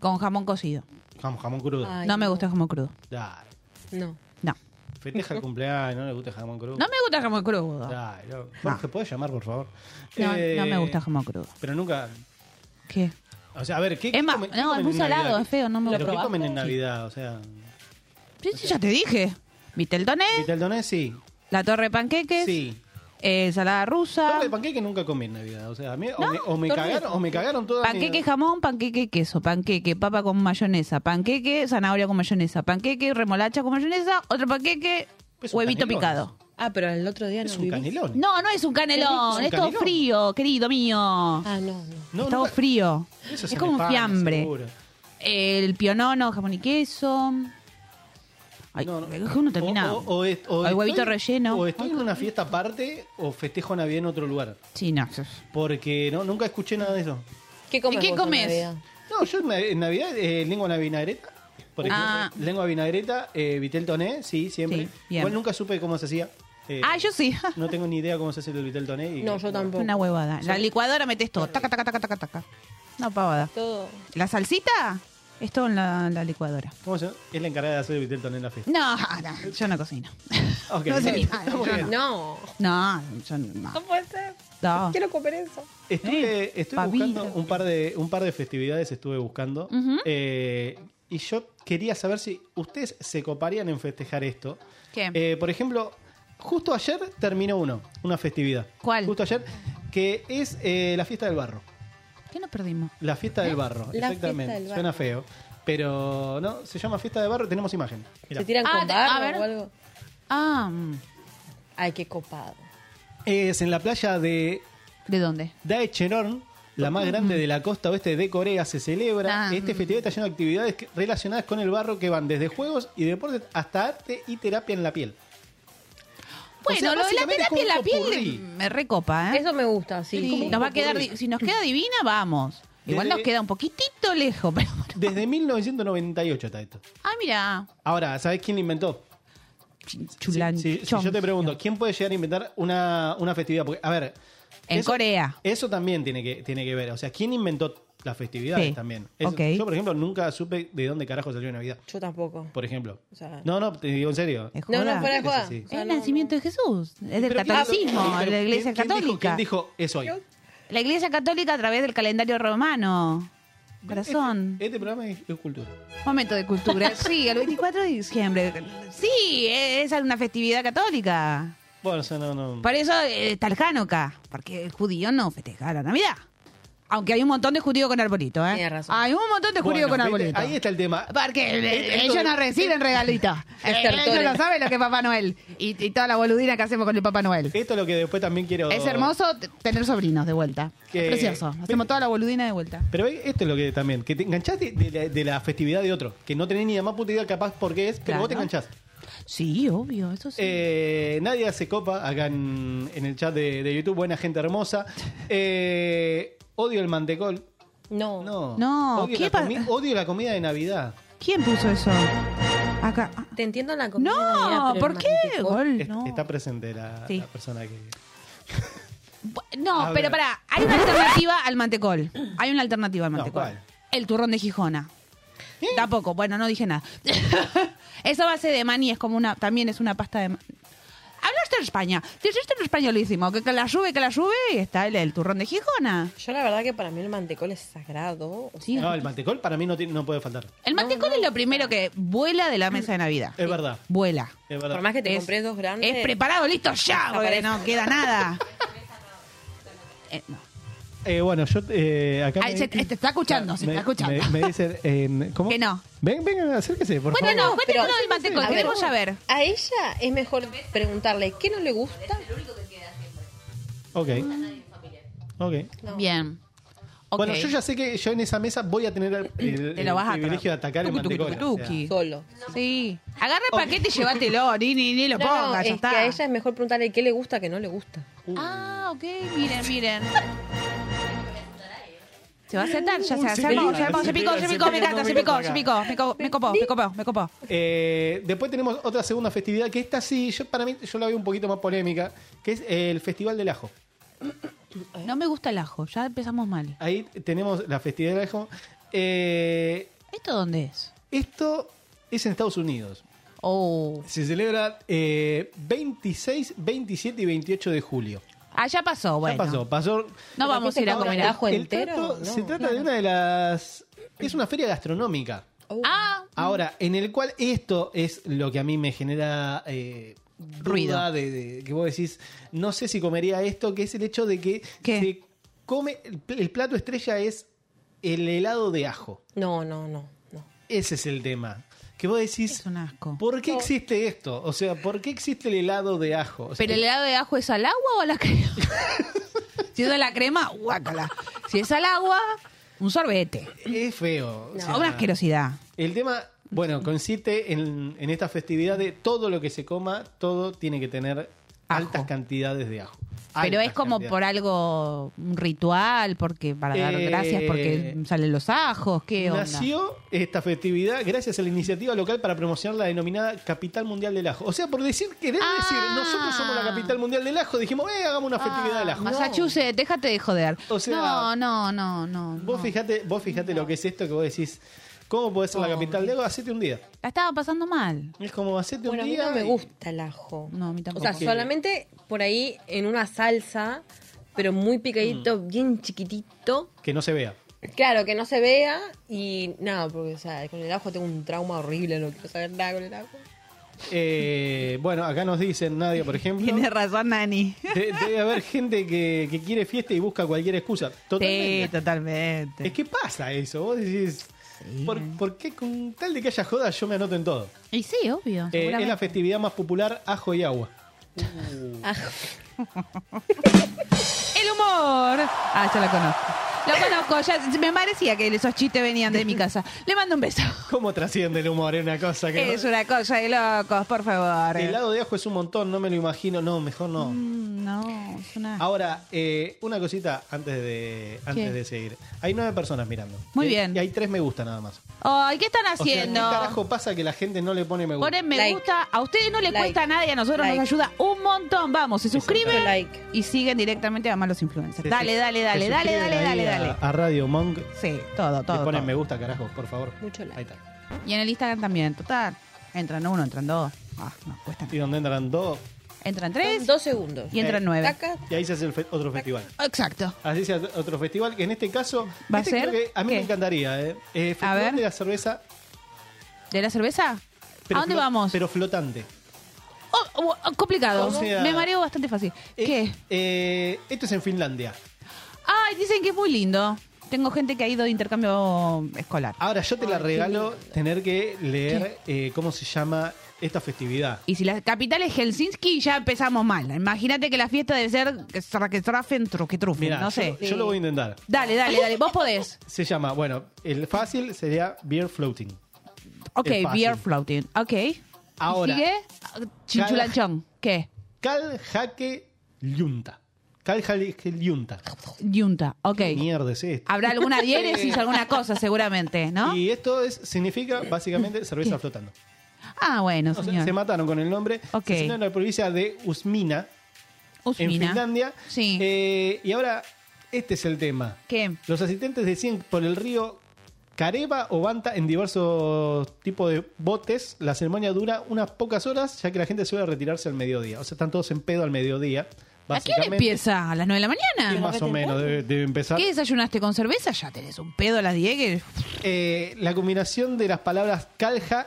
D: Con jamón cocido.
C: Jamón, jamón crudo.
E: Ay,
D: no me gusta el jamón crudo.
C: Dale.
E: No.
D: No.
C: Festeja el cumpleaños, no le gusta el jamón crudo.
D: No me gusta el jamón crudo. No,
C: Dale, no. Jorge, ¿puedes llamar, por favor?
D: no
C: Eh,
D: me gusta el jamón crudo.
C: Pero nunca...
D: ¿Qué?
C: O sea, a ver, ¿qué
D: Es más,
C: comen- qué
D: no,
C: comen
D: es muy
C: en Navidad?
D: salado, es feo, no me lo
C: ¿Pero ¿Qué
D: probaste?
C: comen en Navidad? O sea,
D: Sí, sí, ya te dije. Vitel toné,
C: Vitaldoné sí,
D: la torre de panqueques,
C: sí.
D: eh, ensalada rusa.
C: Torre de panqueque nunca comí en Navidad. O sea, a mí o, me, o me
E: torre de
C: cagaron, o me cagaron todas mis-
D: Panqueque jamón, panqueque queso, panqueque papa con mayonesa, panqueque zanahoria con mayonesa, panqueque remolacha con mayonesa, otro panqueque
C: Es un
D: huevito
C: canelón.
D: picado.
E: Ah, pero el otro día
C: Es
E: no
C: un
E: vivís.
C: canelón.
D: No, no es un
C: ¿Es
D: canelón,
C: un
D: es, todo
C: canelón?
D: frío, querido mío.
E: Ah, no, no.
C: No,
D: es todo
C: nunca-
D: frío.
C: Eso
D: Es
C: en
D: como un
C: España,
D: fiambre.
C: seguro.
D: El pionono, jamón y queso. Ay,
C: No, no.
D: es que uno termina.
C: O, o- o es- o
D: o el huevito
C: estoy-
D: relleno.
C: O estoy en una fiesta aparte o festejo Navidad en otro lugar.
D: Sí, no.
C: Porque no, nunca escuché nada de eso.
E: ¿Qué comes?
D: ¿Y qué
E: vos en
D: comes?
E: Navidad?
C: No, yo en Nav- en Navidad, eh, lengua a la vinagreta. Por ejemplo,
D: Ah.
C: lengua a vinagreta, eh, vitel toné, sí, siempre.
D: Sí, bien.
C: Igual nunca supe cómo se hacía. Eh,
D: Ah, yo sí.
C: <laughs> No tengo ni idea cómo se hace el vitel toné. y-
E: No, yo tampoco.
D: Una huevada. La licuadora metes todo. Taca, taca, taca, taca, taca. Una pavada.
E: Todo.
D: ¿La salsita? Es todo en la, la licuadora.
C: ¿Cómo se llama? Es la encargada de hacer el vitel toné en la fiesta.
D: No, no, yo no cocino.
C: Ok,
D: <laughs> No sé ni
C: está
D: nada,
C: muy
D: yo
C: bien.
E: No.
D: No, yo no.
E: No puede ser.
D: No.
E: Quiero comer eso.
C: Estuve,
D: Eh,
C: estuve
D: pavita.
C: buscando un par de un par de festividades estuve buscando Eh, y yo quería saber si ustedes se coparían en festejar esto.
D: ¿Qué?
C: Eh, por ejemplo, justo ayer terminó uno, una festividad.
D: ¿Cuál?
C: Justo ayer, que es eh, la fiesta del barro.
D: ¿Qué nos perdimos?
C: La fiesta
D: ¿Eh?
C: del barro,
E: La
C: exactamente.
E: fiesta del barro.
C: Suena feo. Pero no, se llama fiesta de barro, tenemos imagen. Mirá.
E: ¿Se tiran
D: Ah,
E: con
D: te- a ver.
E: barro o algo?
D: Ah, mm.
E: Ay, qué copado.
C: Es en la playa de
D: ¿de dónde? Mm.
C: Daecheon, la más grande de la costa oeste de Corea, se celebra.
D: Ah.
C: Este festival está lleno de actividades que- relacionadas con el barro que van desde juegos y deportes hasta arte y terapia en la piel.
D: Bueno,
C: sea,
D: lo de la
C: básicamente es
D: terapia en la
C: como un
D: piel
C: popurrí.
D: me recopa, ¿eh?
E: Eso me gusta, sí.
D: Sí,
E: No,
D: nos va a quedar,
C: popurrí.
D: di- si nos queda divina, vamos. Igual
C: Desde-
D: nos queda un poquitito lejos, pero bueno.
C: Desde 1998 está esto.
D: Ah, mira,
C: Ahora, ¿sabés quién lo inventó?
D: chulán.
C: Si, si yo te pregunto, ¿quién puede llegar a inventar una, una festividad? Porque, a ver.
D: En Corea.
C: Eso también tiene que, tiene que ver. O sea, ¿quién inventó las festividades
D: Sí.
C: también? Eso-
D: Ok.
C: Yo, por ejemplo, nunca supe de dónde carajo salió Navidad.
E: Yo tampoco.
C: Por ejemplo.
E: O sea-
C: No, no, te digo en serio.
D: Es
E: No,
D: joda.
E: no, fuera de joda.
C: Eso sí.
E: O sea,
D: el
E: no,
D: nacimiento de Jesús, es del
C: Pero ¿quién-
D: catolicismo,
C: pero
D: de la iglesia
C: ¿quién- quién dijo-
D: católica.
C: ¿Quién dijo es hoy?
D: La iglesia católica a través del calendario romano. Corazón.
C: Este, este programa es, es cultura.
D: Momento de
C: <laughs>
D: cultura. Sí, el 24 de diciembre. Sí, es una festividad católica.
C: Bueno, o sea, no, no.
D: Por eso eh, está el Hanukkah, porque el judío no festeja la Navidad. Aunque hay un montón de judíos con arbolito, ¿eh?
E: Tienes razón.
D: Hay un montón de judíos
C: Bueno,
D: con
C: ¿viste?
D: arbolito.
C: Ahí está el tema.
D: Porque eh,
C: esto
D: ellos
C: de-
D: no reciben
C: <laughs>
D: regalitos. Eh, ellos
E: tertores.
D: no saben lo que es Papá Noel y, y toda la boludina que hacemos con el Papá Noel.
C: Esto es lo que después también quiero.
D: Es hermoso t- tener sobrinos de vuelta.
C: Oh. Que-
D: Es precioso. Hacemos toda la boludina de vuelta.
C: Pero ve, esto es lo que también, que te enganchaste de la, de la festividad de otro, que no tenés ni la más puta idea capaz por qué es, pero vos te
D: Claro.
C: enganchás.
D: Sí, obvio, eso sí.
C: Eh, Nadia se copa acá en, en el chat de, de YouTube, buena gente hermosa. Eh, odio el mantecol.
E: No.
C: No.
D: No,
C: odio,
D: ¿qué
C: la
D: pa-
C: comi- odio la comida de Navidad.
D: ¿Quién puso eso? Acá. Ah,
E: Te entiendo la comida.
D: No,
E: mira, pero
D: ¿por
E: el
D: qué?
E: mantecol-
D: Gol,
C: Es-
D: no.
C: Está presente la,
D: Sí.
C: la persona que.
D: Bu- No,
C: A
D: pero
C: ver.
D: pará, hay una alternativa al mantecol. Hay una alternativa al
C: No,
D: mantecol.
C: ¿cuál? ¿Eh?
D: El turrón de Gijona. Tampoco, bueno, no dije
C: <laughs>
D: nada. Esa base de maní es como una, también es una pasta de ma- Hablaste en España, dijiste en españolísimo, que, que la sube, que la sube y está el, el turrón de Gijona.
E: Yo la verdad que para mí el mantecol es sagrado. O
D: Sí.
C: No, el mantecol para mí no, tiene- no puede faltar.
D: El mantecol es lo primero que vuela de la mesa de Navidad.
C: Es verdad.
D: Vuela.
C: Es
E: sea,
C: verdad.
E: por más que te
D: Es-
E: compres dos grandes.
D: Es preparado, listo, ya, porque
E: Aparece.
D: no queda
E: <laughs>
D: nada. Eh, no.
C: Eh, bueno, yo eh, acá.
D: Ay,
C: me-
D: se- te está escuchando, se
C: Ah, me-
D: está escuchando.
C: Me, me dicen, eh, ¿cómo?
D: Que no.
C: Ven, vengan, acérquese, por
D: Bueno,
C: favor.
D: no, cuéntenos del mantecol,
E: A ver,
D: queremos saber.
E: A ella es mejor preguntarle qué no le gusta
C: Ok. Ok.
D: Bien. Ok.
C: Bueno, yo ya sé que yo en esa mesa voy a tener el, el-
D: Te lo vas a
C: el privilegio de
D: atracar.
C: atacar el
D: Tuki, tuki,
C: mantecola.
D: tuki,
C: o sea.
D: tuki.
E: Solo.
D: Sí. Agarra el paquete y
E: <laughs>
D: llévatelo, ni, ni, ni lo
E: No,
D: pongas,
E: no,
D: ya
E: es
D: está.
E: que a ella es mejor preguntarle qué le gusta que no le gusta.
D: Ah, ok, miren, miren. Se va a sentar, ya se
C: sí,
D: armó, se
C: sí,
D: armó,
C: sí,
D: se picó,
C: sí,
D: se
C: sí,
D: picó,
C: sí,
D: me
C: sí,
D: encanta,
C: sí,
D: se
C: sí,
D: picó,
C: sí,
D: se
C: sí,
D: picó, me copó, me copó, me copó, me copó.
C: Eh, después tenemos otra segunda festividad que esta sí, yo para mí yo la veo un poquito más polémica, que es el Festival del Ajo.
D: No me gusta el ajo, ya empezamos mal.
C: Ahí tenemos la festividad del ajo. Eh,
D: ¿Esto dónde es?
C: esto es en Estados Unidos.
D: Oh.
C: Se celebra eh, 26, 27 y 28 de julio.
D: Ah, ya pasó, bueno.
C: Ya pasó, pasó.
D: No vamos a ir a
E: Ahora
D: comer
E: el
D: ajo.
E: ajo
C: El
E: entero?
C: trato-
E: No,
C: se trata de
E: claro.
C: una de las... Es una feria gastronómica.
E: Oh.
D: Ah,
C: Ahora, en el cual esto es lo que a mí me genera eh, duda
D: Ruido.
C: De, de- que vos decís, no sé si comería esto, que es el hecho de que
D: ¿Qué?
C: se come, el pl- el plato estrella es el helado de ajo.
E: No, no, no, no.
C: Ese es el tema. Que vos decís,
D: es un asco.
C: ¿por qué existe esto? O sea, ¿por qué existe el helado de ajo? O sea,
D: ¿Pero el helado de ajo es al agua o a la crema? <laughs> si es a la crema, guácala. Si es al agua, un sorbete.
C: es feo. O sea,
D: Una asquerosidad.
C: El tema, bueno, consiste en, en esta festividad de todo lo que se coma, todo tiene que tener altas cantidades de ajo.
D: Pero
C: Altas
D: es como
C: cantidades.
D: por algo, un ritual, porque para dar
C: Eh,
D: gracias porque salen los ajos, ¿qué onda?
C: Nació esta festividad gracias a la iniciativa local para promocionar la denominada Capital Mundial del Ajo. O sea, por decir, querer
D: Ah.
C: decir, nosotros somos la Capital Mundial del Ajo, dijimos, eh, hagamos una festividad del ajo.
D: Massachusetts, déjate de joder.
C: O sea,
D: no, no, no, no.
C: Vos
D: no.
C: fijate, vos fijate lo que es esto que vos decís, ¿cómo podés
D: Oh,
C: ser la capital del ajo? Hacete un día.
D: La estaba pasando mal.
C: Es como hacete
E: Bueno, a
C: un
E: mí
C: día.
E: no me
C: y-
E: gusta el ajo.
D: No, a mí
E: O
D: tampoco.
E: sea, solamente por ahí en una salsa, pero muy picadito,
C: Mm.
E: bien chiquitito.
C: Que no se vea.
E: Claro, que no se vea y nada, porque o sea, con el ajo tengo un trauma horrible, no quiero saber nada con el ajo.
C: Eh, bueno, acá nos dicen Nadia, por ejemplo.
D: Tienes razón, Nani.
C: de- debe haber gente que, que quiere fiesta y busca cualquier excusa. Totalmente.
D: Sí, totalmente.
C: Es que pasa eso. Vos decís, ¿por, por qué con tal de que haya joda yo me anoto en todo?
D: Y sí, obvio.
C: Eh, es la
D: seguramente.
C: festividad más popular, ajo y
D: <laughs>
C: agua.
E: Ajo.
D: El humor. Ah, ya la conozco. Lo conozco, ya me parecía que esos chistes venían de mi casa. Le mando un beso.
C: ¿Cómo trasciende el humor? Es una cosa que...
D: Es una cosa de locos, por favor.
C: El lado de ajo es un montón, no me lo imagino. No, mejor no.
D: Mm, No, es una...
C: Ahora, eh, una cosita antes de antes
D: ¿Qué?
C: de seguir. Hay nueve personas mirando.
D: Muy
C: Y-
D: bien.
C: Y hay tres me gusta nada más.
D: Ay, ¿qué están
C: O sea, ¿qué
D: haciendo?
C: carajo pasa que la gente no le pone me gusta?
D: Ponen me
E: Like.
D: gusta. A ustedes no les
E: Like.
D: cuesta nada y a nosotros
E: Like.
D: nos ayuda un montón. Vamos, se suscriben
E: Like.
D: y siguen directamente a Malos Influencers.
C: Se-
D: Dale,
C: se-
D: dale,
C: se
D: dale, dale,
C: suscriben
D: dale, dale,
C: ahí
D: dale.
C: a- A Radio Monk.
D: Sí, todo,
C: Le
D: todo.
C: ponen
D: todo.
C: me gusta, carajo, por favor.
E: Mucho like.
C: Ahí está.
D: Y en el Instagram también, total. Entran uno, entran dos. Ah, no, cuesta nada.
C: Y donde entran dos.
D: Entran tres
E: Dos segundos.
D: y
C: Eh.
D: entran nueve.
E: Taca.
C: Y ahí se hace el fe- otro festival.
D: Exacto.
C: Así se hace otro festival que en este caso.
D: ¿Va a
C: este
D: ser?
C: creo que a mí
D: ¿Qué?
C: me encantaría, ¿eh? Eh, festival
D: ver.
C: de la cerveza.
D: ¿De la cerveza?
C: pero
D: ¿A dónde
C: flo-
D: vamos?
C: Pero flotante.
D: Oh, oh, oh, complicado.
C: O sea-
D: Me mareo bastante fácil.
C: Eh,
D: ¿Qué?
C: eh, esto es en Finlandia.
D: Ay, dicen que es muy lindo. Tengo gente que ha ido de intercambio eh, escolar.
C: Ahora yo te la regalo tener que leer eh, cómo se llama esta festividad.
D: Y si la capital es Helsinki, ya empezamos mal. Imagínate que la fiesta debe ser que tra- que trafen, tru- que trufen,
C: Mira,
D: no sé.
C: yo, yo lo voy a intentar.
D: Dale, dale, dale. Vos podés.
C: Se llama, bueno, el fácil sería beer floating.
D: Ok,
C: Es fácil.
D: beer floating. Ok. ¿Y
C: Ahora.
D: ¿Sigue? Chinchulanchón. ¿Qué?
C: Caljaque Liunta. Caljaque Liunta.
D: Yunta. Ok.
C: ¿Qué mierda es esto?
D: Habrá
C: <laughs>
D: alguna <laughs> diéresis, alguna cosa seguramente, ¿no?
C: Y esto es, significa básicamente cerveza flotando.
D: Ah, bueno,
C: O sea,
D: señor.
C: se mataron con el nombre.
D: Ok.
C: Se hicieron en la provincia de Usmina, en
D: Usmina.
C: Finlandia.
D: Sí.
C: Eh, y ahora, este es el tema.
D: ¿Qué?
C: Los asistentes decían por el río Careva o Banta en diversos tipos de botes. La ceremonia dura unas pocas horas, ya que la gente suele retirarse al mediodía. O sea, están todos en pedo al mediodía.
D: ¿A qué hora
C: básicamente.
D: empieza? ¿A las 9 de la
C: Y
D: mañana?
C: más o menos debe, debe empezar.
D: ¿Qué desayunaste con cerveza? Ya tenés un pedo a las 10 que...
C: Eh, la combinación de las palabras calja,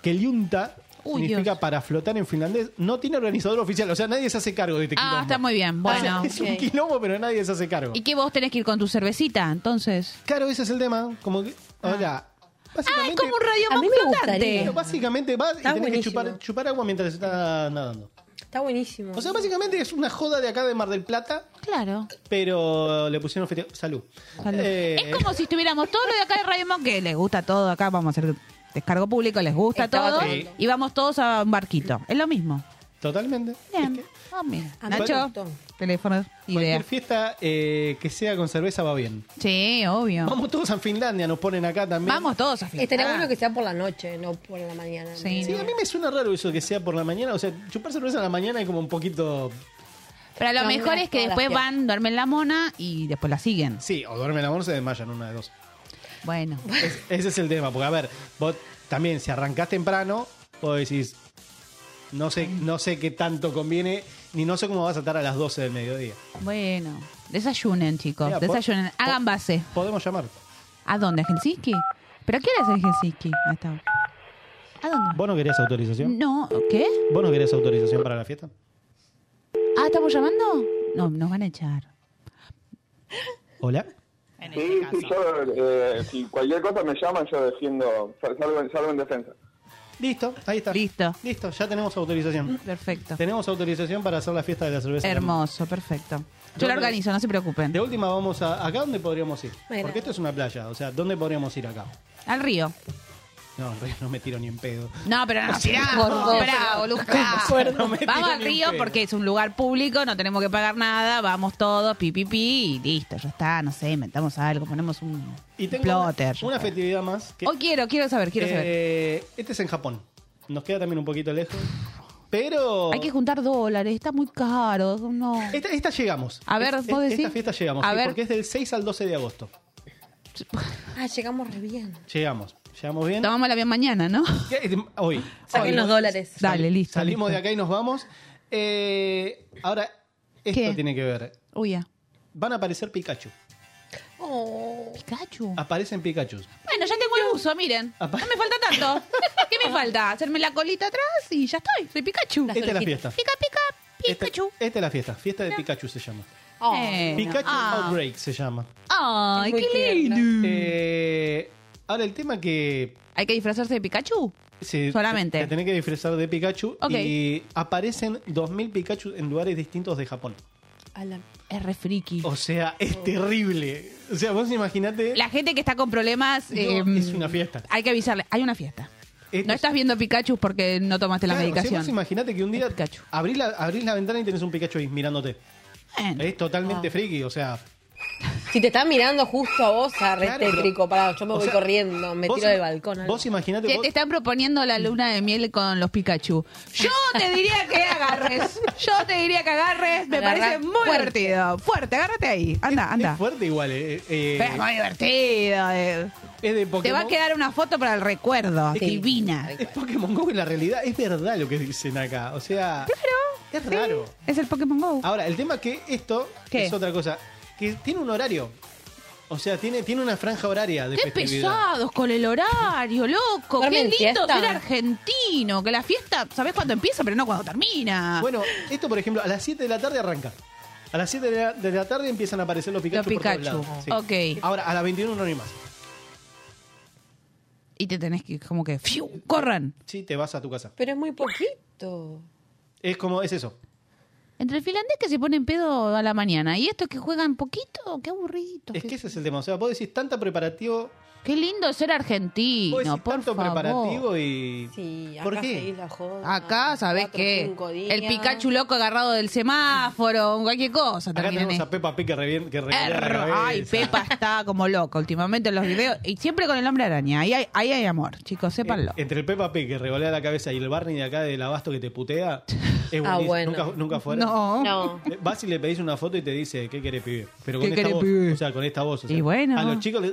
C: keliunta,
D: Uy,
C: significa
D: Dios.
C: para flotar en finlandés. No tiene organizador oficial, o sea, nadie se hace cargo de este quilombo.
D: Ah, está muy bien. Bueno.
C: <laughs> Es un
E: Ok.
C: quilombo, pero nadie se hace cargo.
D: ¿Y qué vos tenés que ir con tu cervecita, entonces?
C: Claro, ese es el tema. Como que, ahora,
D: Ah,
C: básicamente,
D: es como un radio
E: A mí
D: más
E: me
D: flotante.
E: gustaría.
C: Básicamente vas y
E: Está
C: tenés que
E: buenísimo.
C: chupar, chupar agua mientras estás nadando.
E: Está buenísimo.
C: O sea, básicamente es una joda de acá de Mar del Plata,
D: Claro.
C: pero le pusieron fete- Salud.
D: Salud.
C: Eh,
D: es como si estuviéramos todos los de acá de Radio Monk, que les gusta todo, acá vamos a hacer descargo público, les gusta
E: Estaba
D: todo,
E: tomando.
D: y vamos todos a un barquito. Es lo mismo.
C: Totalmente.
D: Bien. Ah, mira.
E: A mí me
D: Nacho,
E: gustó.
D: teléfono, idea.
C: Cualquier fiesta eh, que sea con cerveza va bien.
D: Sí, obvio. Vamos,
C: Vamos todos a Finlandia, nos ponen acá también.
D: todos a fiesta.
E: Estaría bueno que sea por la noche, no por la mañana.
D: Sí.
C: Sí, a mí me suena raro eso que sea por la mañana. O sea, chupar cerveza en la mañana es como un poquito.
D: Pero lo
E: No,
D: mejor
E: no,
D: es que
E: todas las
D: después
E: fiestas.
D: van, duermen la mona y después la siguen.
C: Sí, o duermen a 11 de mayo en una de dos.
D: Bueno.
C: Es- ese es el tema, porque a ver, vos también, si arrancás temprano, vos decís, no sé, no sé qué tanto conviene, ni no sé cómo vas a estar a las 12 del mediodía.
D: Bueno, desayunen, chicos.
C: Mira, po-
D: desayunen.
C: po-
D: Hagan base.
C: Podemos llamar.
D: ¿A dónde? ¿A Helsinki? ¿Pero qué hora es el Helsinki? a esta hora? ¿A dónde?
C: ¿Vos no querías autorización?
D: No, ¿qué?
C: ¿Vos no querías autorización para la fiesta?
D: Ah, ¿estamos llamando? No, nos van a echar.
C: ¿Hola?
F: Sí, sí, yo, eh, si cualquier cosa me llaman, yo defiendo, sal- salgo, en- salgo en defensa.
C: Listo, ahí está.
D: Listo.
C: Listo, ya tenemos autorización.
D: Perfecto.
C: Tenemos autorización para hacer la fiesta de la cerveza.
D: Hermoso, perfecto. Yo
C: ¿Dónde?
D: lo organizo, no se preocupen.
C: De última vamos a... ¿Acá dónde podríamos ir?
E: Mira.
C: Porque esto es una playa, o sea, ¿dónde podríamos ir acá?
D: Al río.
C: No, en realidad no me tiro ni en pedo.
D: No, pero
C: <laughs>
D: no, tirá,
E: favor.
D: bravo, Lucas.
C: No me tiro
D: Vamos al
C: ni un
D: río
C: pedo.
D: porque es un lugar público, no tenemos que pagar nada, vamos todos, pi, pi, pi, y listo, ya está, no sé, inventamos algo, ponemos un
C: Y tengo una-
D: plotter. ya
C: una,
D: está.
C: festividad más. Que,
D: Hoy quiero, quiero saber, quiero saber.
C: Eh, Este es en Japón. Nos queda también un poquito lejos. Pero.
D: Hay que juntar dólares, está muy caro, no.
C: esta, esta llegamos.
D: A ver,
C: Es-
D: ¿vos
C: es- Esta
D: decís?
C: fiesta llegamos.
D: A
C: sí,
D: ver.
C: Porque es del 6 al 12 de agosto.
E: Ah, llegamos re bien.
C: Llegamos. Llegamos bien.
D: Tomamos el avión mañana, ¿no?
C: ¿Qué? Eh, Hoy.
E: Saquen los dólares.
D: Dale, listo.
C: Salimos
D: listo.
C: de acá y nos vamos. Eh, ahora, esto
D: ¿Qué?
C: tiene que ver.
D: Uy, ah. ya.
C: Van a aparecer Pikachu.
E: Oh.
D: Pikachu.
C: Aparecen Pikachu.
D: Bueno, ya tengo el uso, miren. No
C: Apa-
D: me falta tanto.
C: <laughs>
D: ¿Qué me falta? Hacerme la colita atrás y ya estoy. Soy Pikachu. Eh.
E: Las
C: Esta es la
E: orejitas.
C: fiesta.
D: Pica, pica,
C: Esta,
D: Pikachu.
C: esta es la fiesta. Fiesta de Pikachu se llama.
E: Oh.
D: Eh,
C: Pikachu
D: ah. Mm.
C: Outbreak se llama.
D: Ay,
E: Es muy
D: qué
E: tierna.
D: lindo.
C: Eh, ahora, el tema que
D: ¿Hay que disfrazarse de Pikachu?
C: Sí,
D: Solamente.
C: Te, te tenés que disfrazar de Pikachu.
D: Ok.
C: Y aparecen 2.000 Pikachu en lugares distintos de Japón.
E: A la-
D: Es re friki.
C: O sea, es terrible. O sea, vos imaginate.
D: La gente que está con problemas...
C: No,
D: eh,
C: es una fiesta.
D: Hay que avisarle. Hay una fiesta.
C: Esto
D: No
C: es-
D: estás viendo Pikachu porque no tomaste la
C: Claro, o sea,
D: medicación.
C: vos imaginate que un día
D: Es Pikachu.
C: abrís la, abrís la ventana y tenés un Pikachu ahí mirándote.
D: Bueno.
C: Es totalmente friki, o sea.
E: Si te están mirando justo a vos, a re
C: claro, pero-
E: tétrico. Pará, yo me
C: o
E: voy
C: sea,
E: corriendo, me
C: vos
E: tiro
C: ima-
E: del balcón. algo.
C: Vos imaginate.
D: Te,
C: vos-
D: te están proponiendo la luna de miel con los Pikachu. Yo te diría que agarres. Yo te diría que agarres. Me
E: Agarrá
D: parece muy
E: fuerte.
D: divertido. Fuerte, agárrate ahí. Anda, anda.
C: Es fuerte igual. eh, eh,
D: Pero es muy divertido. eh.
C: es de Pokémon.
D: Te va a quedar una foto para el recuerdo.
E: Sí.
D: Divina.
C: Es Pokémon Go en la realidad. Es verdad lo que dicen acá. O sea. Es
D: Sí,
C: raro.
D: Es el Pokémon Go.
C: Ahora, el tema que esto
D: ¿Qué?
C: es otra cosa, que tiene un horario. O sea, tiene, tiene una franja horaria de
D: Qué
C: festividad.
D: pesados con el horario, loco.
E: ¿Duermen
D: Qué lindo
E: siesta?
D: ser argentino. Que la fiesta, sabés cuándo empieza, pero no cuándo termina.
C: Bueno, esto, por ejemplo, a las 7 de la tarde arranca. A las 7 de la, de la tarde empiezan a aparecer los Pikachu.
D: Los
C: por todos
D: Pikachu,
C: lados.
D: ok.
C: Ahora, a las 21 no hay más.
D: Y te tenés que, como que, ¡fiu! corran.
C: Sí, te vas a tu casa.
E: Pero es muy poquito.
C: Es como, es eso.
D: Entre el finlandés que se pone en pedo a la mañana y estos que juegan poquito, qué aburrido.
C: Es que ese es el tema. O sea, vos decís tanta preparativo,
D: Qué lindo ser argentino,
C: vos decís
D: por
C: tanto
D: favor.
C: preparativo y...
E: Sí, acá
C: ¿Por
E: seguís
C: qué?
E: la joda.
D: Acá, ¿sabés
E: Cuatro,
D: qué?
E: cinco días.
D: El Pikachu loco agarrado del semáforo, cualquier cosa.
C: Acá
D: terminan
C: tenemos
D: ahí.
C: a Peppa Pig que revier- que revienta la
D: Err, Ay,
C: cabeza.
D: Pepa está como loca últimamente en los videos. Y siempre con el hombre araña. Ahí hay, ahí hay amor, chicos, sépanlo.
C: Entre el Peppa Pig que revolea la cabeza y el Barney de acá del abasto que
D: <laughs>
C: te putea, es buenísimo.
E: Ah, bueno.
C: Nunca, nunca fuera.
D: No.
E: No.
C: Eh, Vas y le pedís una foto y te dice, ¿qué querés, pibe? Pero con
D: ¿Qué
C: esta
D: querés,
C: voz.
D: pibe?
C: O sea, con esta voz. o sea,
D: Y bueno.
C: A los chicos le.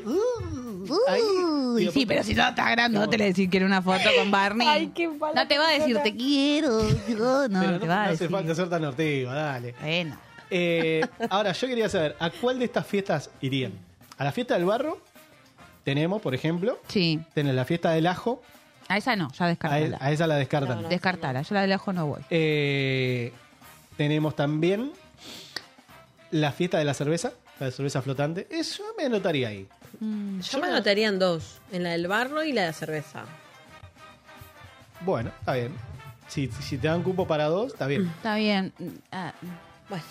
C: "Uh, ahí".
D: Uy,
C: Y
D: sí,
C: después-
D: pero si no está grande, no te le decís que era una foto con Barney.
E: Ay, qué mala
D: no te va a decir te quiero. yo", no,
C: pero
D: no te va a
C: hace
D: decir.
C: falta ser tan ortiva, dale.
D: Bueno. <laughs>
C: Eh, ahora, yo quería saber, ¿a cuál de estas fiestas irían? ¿A la fiesta del barro? Tenemos, por ejemplo.
D: Sí.
C: Tenés la fiesta del ajo.
D: A esa no, ya
C: A, e-,
D: descartala.
C: a esa la descartan.
E: No, no.
D: Descartala, yo la del ajo no voy.
C: Eh, tenemos también la fiesta de la cerveza, la de cerveza flotante. Eso me anotaría ahí.
D: Mm,
E: Yo me anotaría en dos: en la del barro y la de la cerveza.
C: Bueno, está bien. Si, si te dan cupo para dos, está bien.
D: Está bien. Ah,
E: Bueno,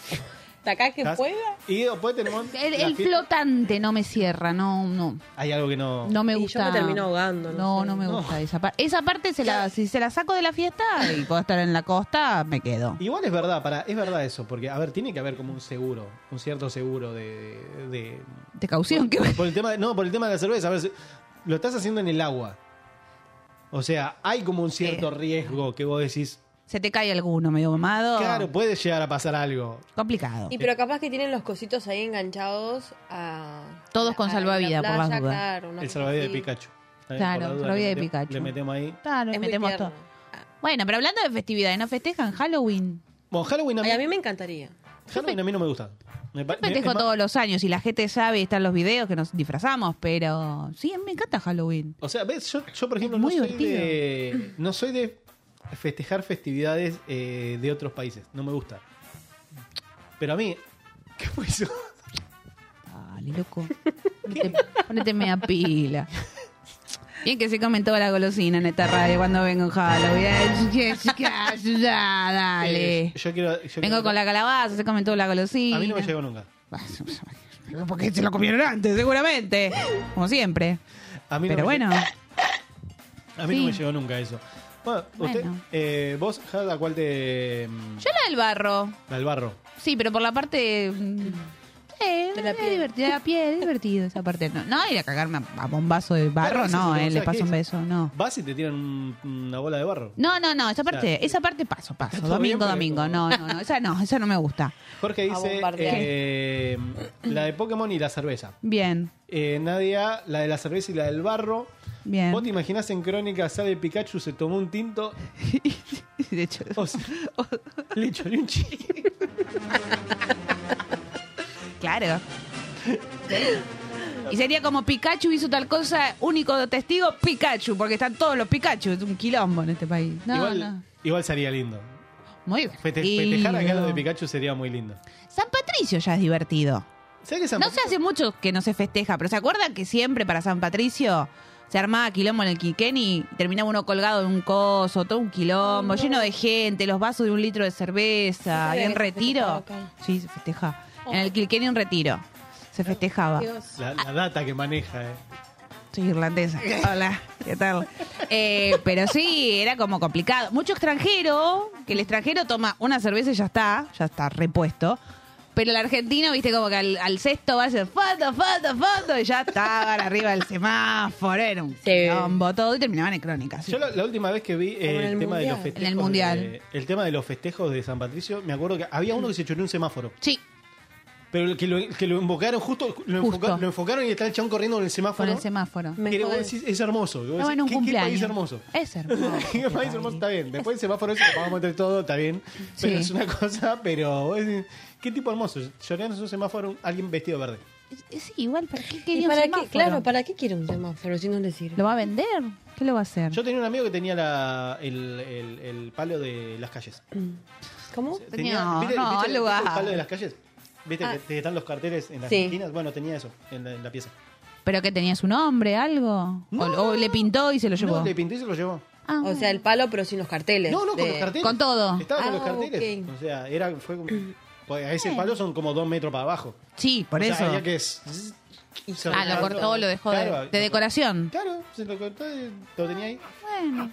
E: de acá que
C: ¿Estás?
E: pueda.
C: Y después tenemos.
D: El,
C: la
D: el
C: fiesta.
D: flotante no me cierra, no, no.
C: Hay algo que no.
D: No me
E: Y yo
D: gusta.
E: me termino ahogando, no
D: No, no,
E: sé.
D: me
C: No.
D: gusta esa parte. Esa parte, se la, si se la saco de la fiesta y puedo estar en la costa, me quedo.
C: Igual es verdad, para, es verdad eso, porque, a ver, tiene que haber como un seguro, un cierto seguro de. de-
D: De caución, que
C: por el tema de- no, por el tema de la cerveza, a ver, si- lo estás haciendo en el agua. O sea, hay como un cierto riesgo que vos decís,
D: se te cae alguno medio mamado.
C: claro, puede llegar a pasar algo.
D: Complicado.
E: Y pero capaz que tienen los cositos ahí enganchados a.
D: Todos con
E: a la
D: salvavidas, por las
E: playa,
D: dudas.
E: claro, una
C: El
E: cosa
C: salvavidas de
E: así.
C: Pikachu. Por
D: Claro,
C: la duda,
D: salvavidas de
C: le metem-
D: Pikachu.
C: Le metemos ahí.
D: Claro,
E: Es muy
D: metemos todo.
E: tierno.
D: Bueno, pero hablando de festividades, no festejan Halloween.
C: Bueno, Halloween a mí,
E: Ay, a mí me encantaría.
C: Halloween a mí no me gusta. Me pa- me-
D: Festejo
C: es más-
D: todos los años y la gente sabe, están los videos que nos disfrazamos, pero sí, a mí me encanta Halloween.
C: O sea, ves, yo, yo, por ejemplo
D: Es
C: no
D: muy
C: soy, de, no soy de festejar festividades eh, de otros países, no me gusta. Pero a mí, <laughs> ¿qué fue eso? Eh,
D: Dale, loco. Ponete, ponete media pila. Bien que se comen toda la golosina en esta radio cuando vengo en Halloween. Ay, Jessica, ya,
C: Eh,
D: dale.
C: yo quiero,
D: Vengo
C: yo quiero-
D: con la calabaza, se comen toda la golosina.
C: A mí no me llegó nunca.
D: <laughs> Porque se lo comieron antes, seguramente. Como siempre.
C: A mí no
D: Pero
C: me
D: bueno,
C: llegó- a mí no
D: sí.
C: me llegó nunca eso. Bueno, usted,
D: Bueno.
C: eh, vos, Jada, ¿a cuál te... mm,
D: yo la del barro.
C: Al barro.
D: Sí, pero por la parte. mm, Sí,
E: De la
D: es
E: piel.
D: divertido, de la piel, es divertido esa parte. No, no ir a cagarme a a bombazo de barro,
C: Claro,
D: no,
C: sí,
D: eh,
C: o
D: le
C: sea,
D: paso
C: ¿qué
D: un
C: es?
D: beso, no.
C: Vas y te tiran un- una bola de barro.
D: No, no, no, esa
C: Claro.
D: parte, esa parte paso, paso.
C: Está todo
D: Domingo,
C: bien, pero
D: domingo,
C: como-
D: no, no, no, esa no, esa no me gusta.
C: Jorge
E: A
C: dice
E: bombardear.
C: eh, la de Pokémon y la cerveza.
D: Bien,
C: Eh, Nadia, la de la cerveza y la del barro.
D: bien.
C: ¿Vos te imaginás en Crónica sale Pikachu, se tomó un tinto?
D: <laughs> De hecho,
C: O sea, le choré un chiste. <laughs>
D: claro. Y sería como Pikachu hizo tal cosa, único testigo, Pikachu, porque están todos los Pikachu, es un quilombo en este país. No,
C: igual,
D: no.
C: igual sería lindo.
D: Muy
C: Fete-
D: divertido.
C: Festejar acá lo de Pikachu sería muy lindo.
D: San Patricio ya es divertido.
C: ¿Sabés que San
D: No se
C: Patricio-
D: hace mucho que no se festeja, pero ¿se acuerdan que siempre para San Patricio se armaba quilombo en el Quiqueni? Terminaba uno colgado en un coso, todo un quilombo, lleno de gente, los vasos de un litro de
E: No
D: cerveza, y
E: sabía
D: en
E: que se festejaba
D: retiro.
E: acá.
D: Sí, se festeja.
E: Oh.
D: En el Quiqueni en retiro. Se festejaba.
E: Dios.
C: la, la data que maneja, eh.
D: Soy irlandesa. Hola, ¿qué tal? Eh, pero sí, era como complicado. Mucho extranjero, que el extranjero toma una cerveza y ya está, ya está repuesto. Pero el argentino, viste, como que al, al sexto va a ser foto, foto, foto, y ya estaban arriba del semáforo, era un quilombo todo, y terminaban en crónicas. sí.
C: Yo la, la última vez que vi eh,
E: Como en
C: el,
E: el Mundial.
C: tema de los
D: En
C: festejos.
D: el Mundial.
C: de- el tema de los festejos de San Patricio, me acuerdo que había uno que se choró un semáforo.
D: Sí,
C: Pero el que lo, que lo invocaron justo, lo,
D: Justo.
C: enfoca- lo enfocaron y está el chabón corriendo en el
D: con
C: semáforo.
D: el semáforo.
E: Me
C: Que vos
E: jodés.
C: decís, es hermoso. que vos
D: Estaba en
C: decís,
D: un
C: ¿qué-
D: cumpleaños.
C: ¿Qué país
D: <laughs>
C: hermoso? <laughs>
D: Es hermoso.
C: ¿Qué país hermoso está bien. Después el semáforo ese lo pagamos entre todos, está bien. Pero
D: Sí.
C: es una cosa, pero vos decís, qué tipo hermoso. Llorando en un semáforo alguien vestido de verde.
D: Sí, igual, ¿para qué
E: ¿Y
D: quería un
E: para qué?
D: semáforo?
E: Claro, ¿para qué quiere un semáforo si no le sirve?
D: ¿Lo va a vender? ¿Qué lo va a hacer?
C: Yo tenía un amigo que tenía la, el, el- el palo de las calles.
D: Mm.
E: ¿Cómo?
D: No, no,
C: el-
D: lugar.
C: el palo de las calles? ¿Viste
E: Ah.
C: que te están los carteles en las
E: Sí.
C: esquinas? Bueno, tenía eso en la, en la pieza.
D: ¿Pero que tenía su nombre, algo? ¿O, o le pintó y se lo llevó?
C: No, le pintó y se lo llevó.
D: Ah,
E: O sea, el palo, pero sin los carteles.
C: No, no, con
E: de-
C: los carteles.
D: Con todo.
C: Estaba con
E: Ah,
C: los carteles.
E: ok.
C: O sea, era,
D: <clears throat>
C: fue como- pues, a ese palo son como dos metros para abajo.
D: Sí, por
C: O sea,
D: eso.
C: había que s-
D: Ah, lo
C: cerrarlo.
D: cortó, lo dejó de-
C: Claro,
D: de, decoración.
C: Claro, se lo cortó y lo tenía ahí.
D: Bueno,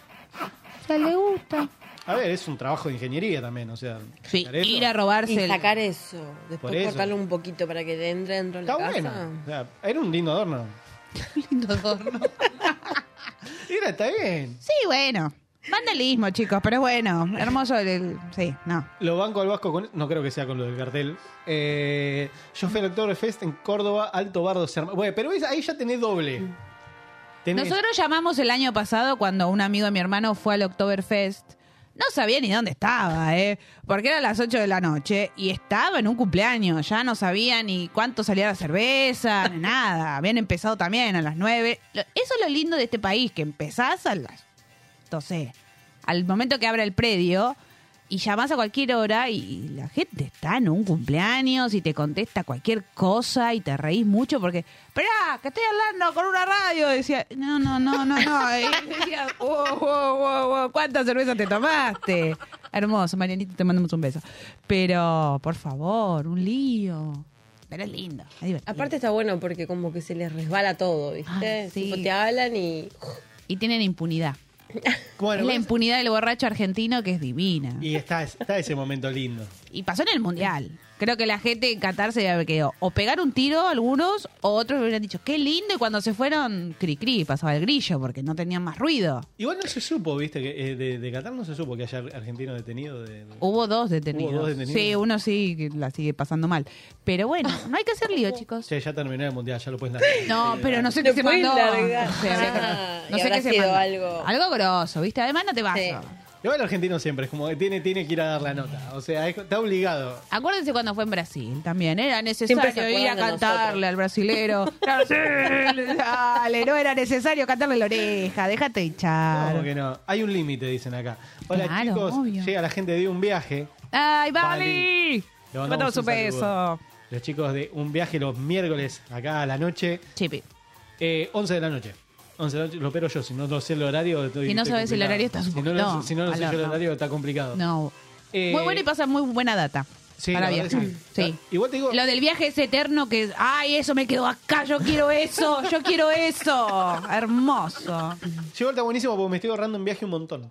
D: o sea, le gusta.
C: A ver, es un trabajo de ingeniería también, o sea.
D: Sí,
C: sacar eso.
D: ir a robarse.
E: Y
D: el-
E: sacar eso. Después
C: Por eso.
E: cortarlo un poquito para que te entre dentro de la
C: Está
E: casa.
C: bueno. O sea, era un lindo adorno.
D: Lindo adorno.
C: Era, está bien.
D: Sí, bueno. Vandalismo, chicos, pero bueno. Hermoso el. el- sí, no.
C: Lo banco al Vasco con. No creo que sea con lo del cartel. Eh, yo fui al Oktoberfest en Córdoba, Alto Bardo, se arma- Bueno, pero ves, ahí ya tenés doble. Tenés-
D: Nosotros llamamos el año pasado cuando un amigo de mi hermano fue al Oktoberfest. No sabía ni dónde estaba, ¿eh? Porque era las 8 de la noche y estaba en un cumpleaños. Ya no sabía ni cuánto salía la cerveza, ni nada. Habían empezado también a las 9. Lo- Eso es lo lindo de este país, que empezás a las. Entonces, al momento que abra el predio, y llamás a cualquier hora y, y la gente está en un cumpleaños y te contesta cualquier cosa y te reís mucho porque, ¡Esperá, que estoy hablando con una radio! Decía, no, no, no, no, no. <laughs> Y decía, wow, wow, wow, wow, ¿cuántas cervezas te tomaste? Hermoso, Marianita, te mandamos un beso. Pero, por favor, un lío. Pero es lindo, es divertido.
E: Aparte está bueno porque como que se les resbala todo, ¿viste?
D: Ah, sí.
E: Tipo, te hablan y...
D: Y tienen impunidad.
C: Bueno,
D: es la
C: vamos-
D: impunidad del borracho argentino que es divina.
C: y está, está ese momento lindo.
D: Y pasó en el Mundial. Creo que la gente en Qatar se había quedado o pegar un tiro algunos, o otros le hubieran dicho, qué lindo, y cuando se fueron, cri cri, pasaba el grillo, porque no tenían más ruido.
C: Igual no se supo, viste, que eh, de, de Qatar no se supo que haya argentinos detenidos. De, de-
D: Hubo dos detenidos.
C: Hubo dos detenidos.
D: Sí, uno sí que la sigue pasando mal. Pero bueno, no hay que hacer lío, chicos.
C: Che, ya terminó el mundial, ya lo pueden largar.
D: <laughs> No, pero no sé qué
E: Lo
D: se
E: pueden
D: mandó.
E: largar.
D: <laughs> No sé,
E: Ah,
D: no
E: y
D: sé
E: habrá
D: qué se
E: sido
D: mandó.
E: algo.
D: Algo grosso, ¿viste? Además no te vas.
E: Sí.
C: Igual el argentino siempre es como que tiene, tiene que ir a dar la nota. O sea, es- está obligado.
D: Acuérdense cuando fue en Brasil también, era necesario
E: Siempre se
D: ir a
E: acuerdan de
D: cantarle
E: nosotros. <laughs>
D: al brasilero. Brasil, dale, no era necesario cantarle la oreja, déjate echar.
C: Como que no. Hay un límite, dicen acá. Hola
D: Claro,
C: chicos,
D: obvio.
C: llega la gente de un viaje.
D: ¡Ay,
C: Bali.
D: Bali!
C: Le
D: Le
C: mandamos
D: mandamos
C: un
D: un beso.
C: saludo. Los chicos de un viaje los miércoles acá a la noche,
D: Chipi,
C: eh, 11 de la noche. 11 de la noche, lo pero yo, si no lo sé el horario. estoy-
D: Si no
C: estoy
D: sabes el
C: complicado.
D: horario, estás un
C: Si no, lo-
D: poquito
C: si no lo sé yo el
D: al horno.
C: horario, está complicado.
D: no.
C: Eh,
D: muy bueno y pasa muy buena data.
C: sí,
D: para
C: la verdad
D: viajar.
C: que sí.
D: Sí.
C: Igual te digo-
D: Lo del viaje es eterno que. ¡Ay, eso me quedó acá! Yo quiero eso, yo quiero eso. Hermoso.
C: Sí, igual está buenísimo porque me estoy ahorrando en viaje un montón.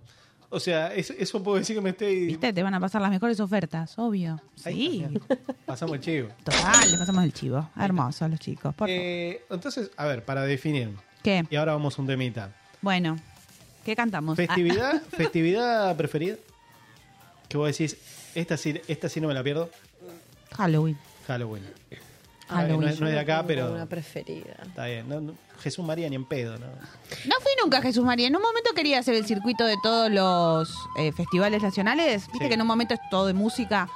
C: O sea, es- eso puedo decir que me estoy.
D: ¿Viste? Te van a pasar las mejores ofertas, obvio.
C: Ahí
D: Sí.
C: está, mira. Pasamos el chivo.
D: Total, le pasamos el chivo. Hermosos los chicos, por favor.
C: Eh, entonces, a ver, para definir.
D: ¿Qué?
C: Y ahora vamos a un temita.
D: Bueno, ¿qué cantamos? Ah.
C: ¿Festividad? ¿Festividad preferida? Que vos decís, esta sí, esta sí no me la pierdo.
D: Ah, Halloween.
C: Halloween. Ah,
D: Halloween.
C: no es- no es de acá,
E: Tengo
C: pero.
E: Una preferida.
C: Está bien. no- no- Jesús María ni en pedo,
D: <laughs>
C: ¿no?
D: No fui nunca a Jesús María. En un momento quería hacer el circuito de todos los eh, festivales nacionales. Viste
C: Sí.
D: que en un momento es todo de música.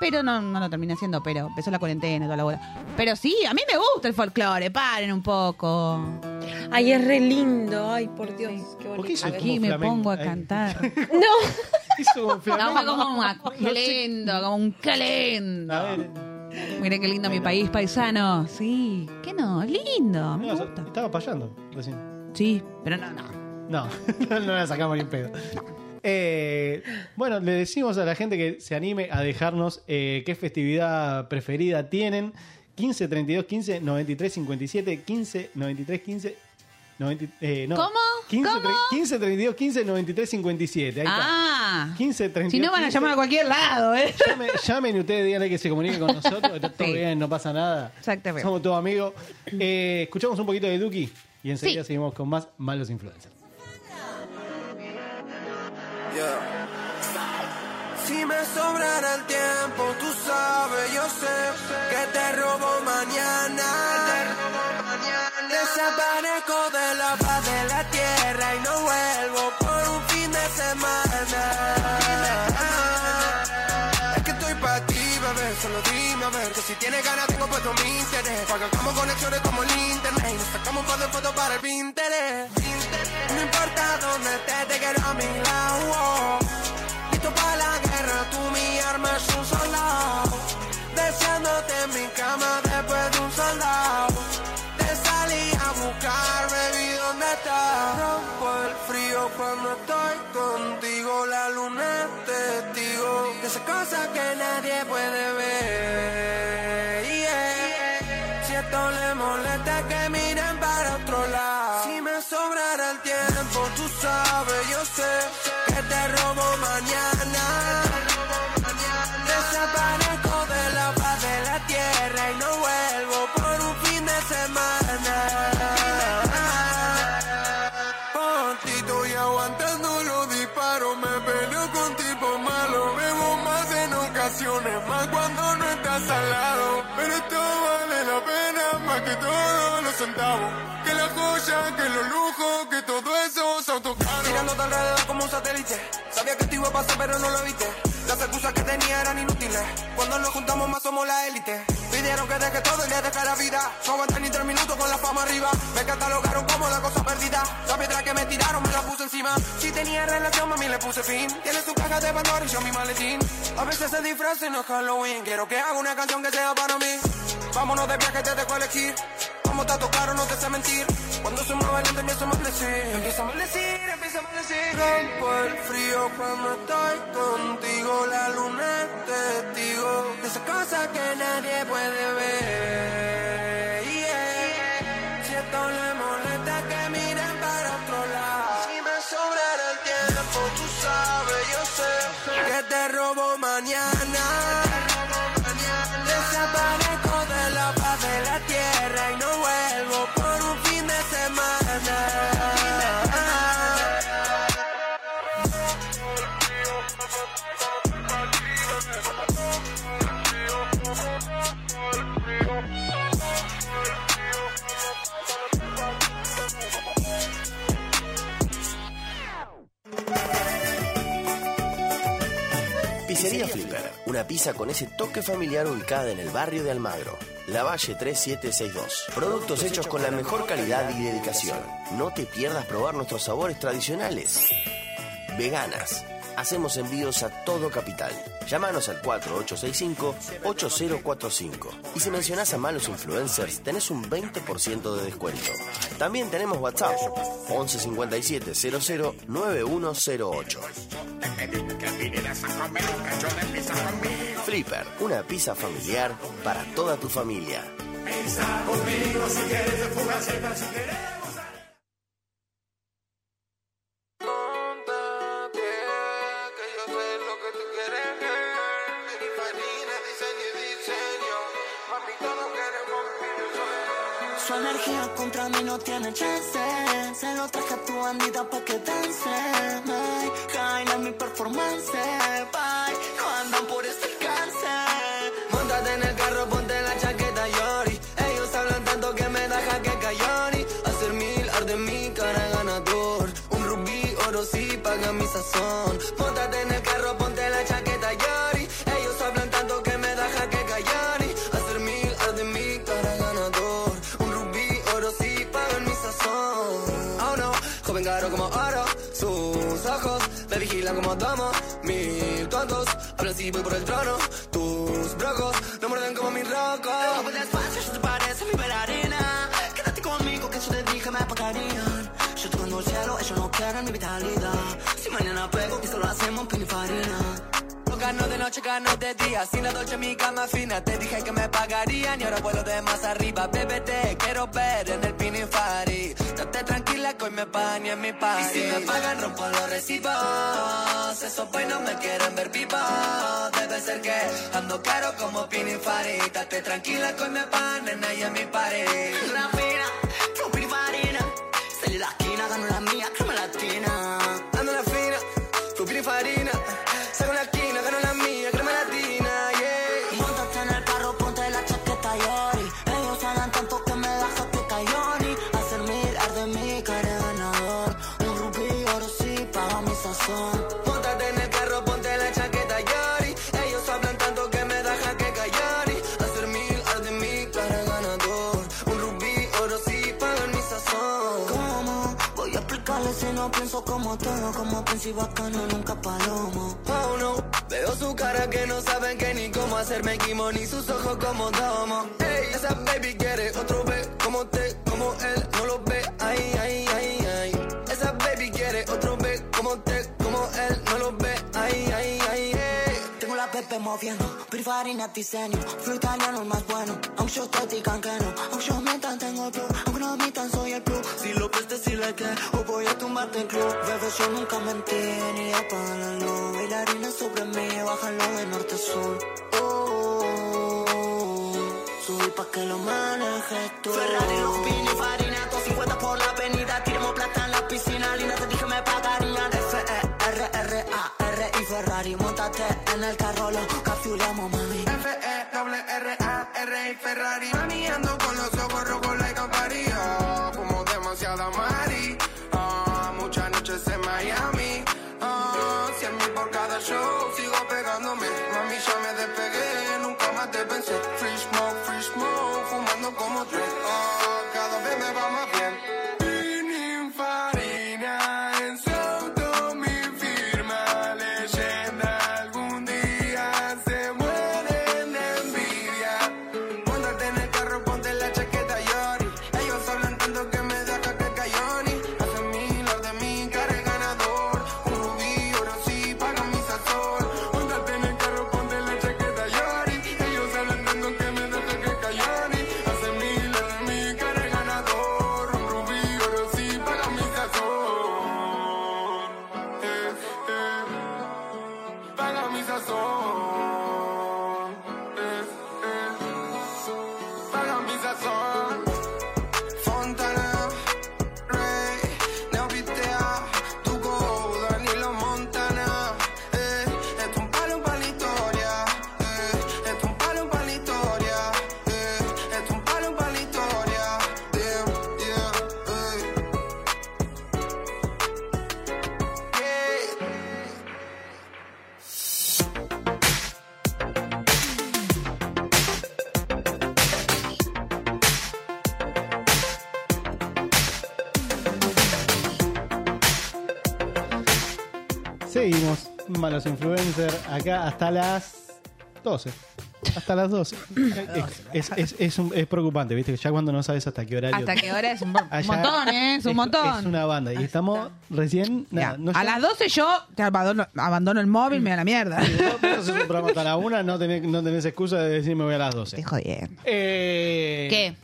D: Pero no, no lo terminé haciendo, pero empezó la cuarentena, toda la bola. Pero sí, a mí me gusta el folclore, paren un poco.
E: Ay, es re lindo. Ay, por Dios. Qué
C: ¿Por qué
E: bonito.
C: hizo
E: A ver.
D: Aquí me
C: flamenco,
D: pongo a
C: ahí.
D: cantar.
E: No.
C: Hizo como
D: No, fue
C: <laughs> flamenco.
D: como un
C: <laughs>
D: calendo, como un calendo.
C: A ver.
D: Miren qué lindo mi país paisano. Sí, que no, es lindo, me
C: no,
D: gusta.
C: estaba payando recién.
D: Sí, pero no, no.
C: No, <laughs> no la sacamos ni en pedo. Eh, bueno, le decimos a la gente que se anime a dejarnos eh, qué festividad preferida tienen. 15 32 15 93 57 15 93 15 90, eh, no.
D: ¿Cómo?
C: 15,
D: ¿Cómo?
C: 15 32 15 93 57. Ahí está.
D: Ah,
C: 15 32
D: si no van a
C: 15,
D: llamar a cualquier lado, ¿eh?
C: Llamen, llamen y ustedes díganle que se comunique con nosotros,
D: <laughs>
C: está todo
D: Sí.
C: bien, no pasa nada.
D: Exactamente.
C: Somos todos amigos. Eh, escuchamos un poquito de Duki y enseguida
D: Sí.
C: seguimos con más malos influencers.
G: Si me sobrara el tiempo, tú sabes, yo sé que te robo mañana. Desaparezco de la paz de la tierra y no vuelvo por un fin de semana. Es que estoy para ti, bebé, solo dime a ver que si tienes ganas tengo puesto mi interés. Porque como conexiones como el internet y nos sacamos un par de fotos para el Pinterest. No importa dónde estés, te quiero a mi lado. Listo para la guerra, tú mi arma es un soldado. Deseándote en mi cama después de un soldado. Te salí a buscar, baby, ¿dónde estás? Rompo el frío cuando estoy contigo. La luna es testigo de esas cosas que nadie puede ver. Yeah. Si esto le molesta, que miren para otro lado. Si me sobrara el tiempo, tú sabes, yo sé que te robo mañana. Desaparezco de la paz de la tierra y no vuelvo por un fin de semana. Cortito y aguantando los disparos, me peleo con tipos malos. Bebo más en ocasiones, más cuando no estás al lado. Pero esto vale la pena más que todos los centavos. Que la joya, que los lujos, que todo eso se autocaros. Mirando tan alrededor como un satélite. Sabía que te iba a pasar, pero no lo viste. Las excusas que tenía eran inútiles. Cuando nos juntamos más somos la élite. Pidieron que deje todo y le deje la vida. No aguanté ni tres minutos con la fama arriba. Me catalogaron como la cosa perdida. La piedra que me tiraron me la puse encima. encima. Si tenía relación, mami, le puse fin. Tiene su caja de Pandora y yo mi maletín. A veces se disfraza y no es Halloween. Quiero que haga una canción que sea para mí. Vámonos de viaje, te dejo elegir. Vamos a tocar, no te sé mentir. Cuando se mueve lento empieza a maldecir. Empieza a maldecir, empieza a maldecir. Rompo el frío cuando estoy contigo. La luna es testigo de esas cosas que nadie puede ver. Yeah. Si esto le molesta que miren para otro lado. Si me sobrara el tiempo, tú sabes, yo sé que te robo mañana. Desaparezco de la paz de la tierra y no vuelvo por un fin de semana.
B: Pizzería Flipper, una pizza con ese toque familiar ubicada en el barrio de Almagro. La Valle 3762. Productos hechos con la mejor calidad y dedicación. No te pierdas probar nuestros sabores tradicionales. Veganas. Hacemos envíos a todo capital. Llámanos al 4865-8045. Y si mencionás a malos influencers, tenés un 20% de descuento. También tenemos WhatsApp 1157 00 9108. Flipper, una pizza familiar para toda tu familia.
G: Montate, que yo sé lo que tú quieres ver. Farina, diseño y diseño. Mami, todos queremos vivir
H: Su energía contra mí no tiene chance. Se lo traje a tu bandita pa' que dance. Ay, Jaina, mi performance. Bye, no andan por este ese alcance.
G: Montate en el carro, ponte la chaqueta, Yori. Ellos hablan tanto que me da jaque cayori. Hacer mil, arde mi cara ganador. Un rubí, oro sí, paga mi sazón. Montate en el carro, ponte la chaqueta, Yori. Ellos hablan tanto que me da jaque cayori. Hacer mil, arde mi cara ganador. Un rubí, oro sí, paga mi sazón. Oh no, joven caro como oro. Sus ojos me vigilan como domo. Mil tontos, hablan si voy por el trono. Tus brocos no muerden como mi roco.
H: Voy despacio, yo te parece mi bailarina. Quédate conmigo que yo te dije me pagarían. Yo tocando el cielo, ellos no quieren mi vitalidad. Si mañana pego, quizá lo hacemos pin y farina.
G: No gano de noche, gano de día. Sin la dolce mi cama fina. Te dije que me pagarían y ahora vuelo de más arriba. Bébete, quiero ver en el pinifari. Date tranquila que hoy me pagan y en mi party. Y si me pagan, rompo los recibos. Esos pues no me quieren ver vivo. Debe ser que ando caro como pinifari. Date tranquila que hoy me pagan nena, y en mi party.
H: <laughs> La mina, rompe mi farina. Salí de la esquina, gano la mía, crema latina.
G: Ando la fina, tu pinifariina. Saco la esquina, gano la mía, crema latina, yeah.
H: Montate en el carro, ponte la chaqueta Yori. Ellos hablan tanto que me da jaqueca Yori. Hacer mirar de mi cara de ganador. Un rubí, oro sí, paga mi sazón.
G: Póntate en el carro, ponte la chaqueta, Yori. Ellos hablan tanto que me da jaqueca, Yori. Hacer mil, arde mi cara ganador. Un rubí, oro sí, pagan mi sazón.
H: ¿Cómo? Voy a explicarle si no pienso como todo. Como príncipe bacano, nunca palomo.
G: Oh no, veo su cara que no saben que ni cómo hacerme kimo, ni sus ojos como domo. Ey, esa baby quiere otro B, como te, como él, no lo ve, ay, ay, ay, ay. Esa baby quiere otro B, como te, como él, no lo ve, ay, ay, ay, ey.
H: Tengo la pepe moviendo, privarina diseño, flu italiano el más bueno, aunque yo te digan que no, aunque yo mientan tengo el club, aunque no mientan soy el club, si lo ves decirle que, o voy a tumbarte en club, bebé yo nunca mentí, ni apaga e la luz, bailarina sobre mí, bájalo de norte a sur, oh, oh, oh, oh. subí pa' que lo manejes tú,
G: Ferrari, los pini, farina, 250 por la avenida, tiremos plata en la piscina, linda te dije me pagarían.
H: E F-E-R-R-A-R y Ferrari, montate en el carro, lo cafiulamos mami.
G: E F-E-R-R-A-R y E, Ferrari. Mami ando con los ojos rojos like a party. Ah, fumo demasiada mari. Ah, muchas noches en Miami. Ah, 100 mil por cada show, sigo pegándome. Mami, ya me despegué, nunca más te pensé. Free smoke, free smoke, fumando como tres. Ah, cada vez me va más bien. Pininfarina en sol. Eh, sazón. Eh, eh. Paga mi sazón. Fontana, Rey, Neuvitea, Tuco, Danilo Montana. Eh, esto es un palo para la historia. Eh, esto es un palo para la historia. Eh, esto es un palo para la historia. Damn, yeah, eh.
C: Seguimos, malos influencers, acá hasta las 12. Hasta
D: <laughs>
C: las 12. Es, es- es un- es preocupante, ¿viste? Ya cuando no sabes hasta qué horario.
D: Hasta qué hora es un, mo- un
C: Allá-
D: montón, ¿eh? Es un
C: Es
D: montón.
C: una banda. Y estamos recién. nada,
D: Ya,
C: no
D: a
C: llega-
D: las 12 yo te abandono, abandono el móvil, me da la mierda.
C: No, pero es un programa hasta la una, no tenés, no tenés excusa de decir me voy a las 12.
D: Estoy jodiendo.
C: <laughs> Eh,
D: ¿Qué?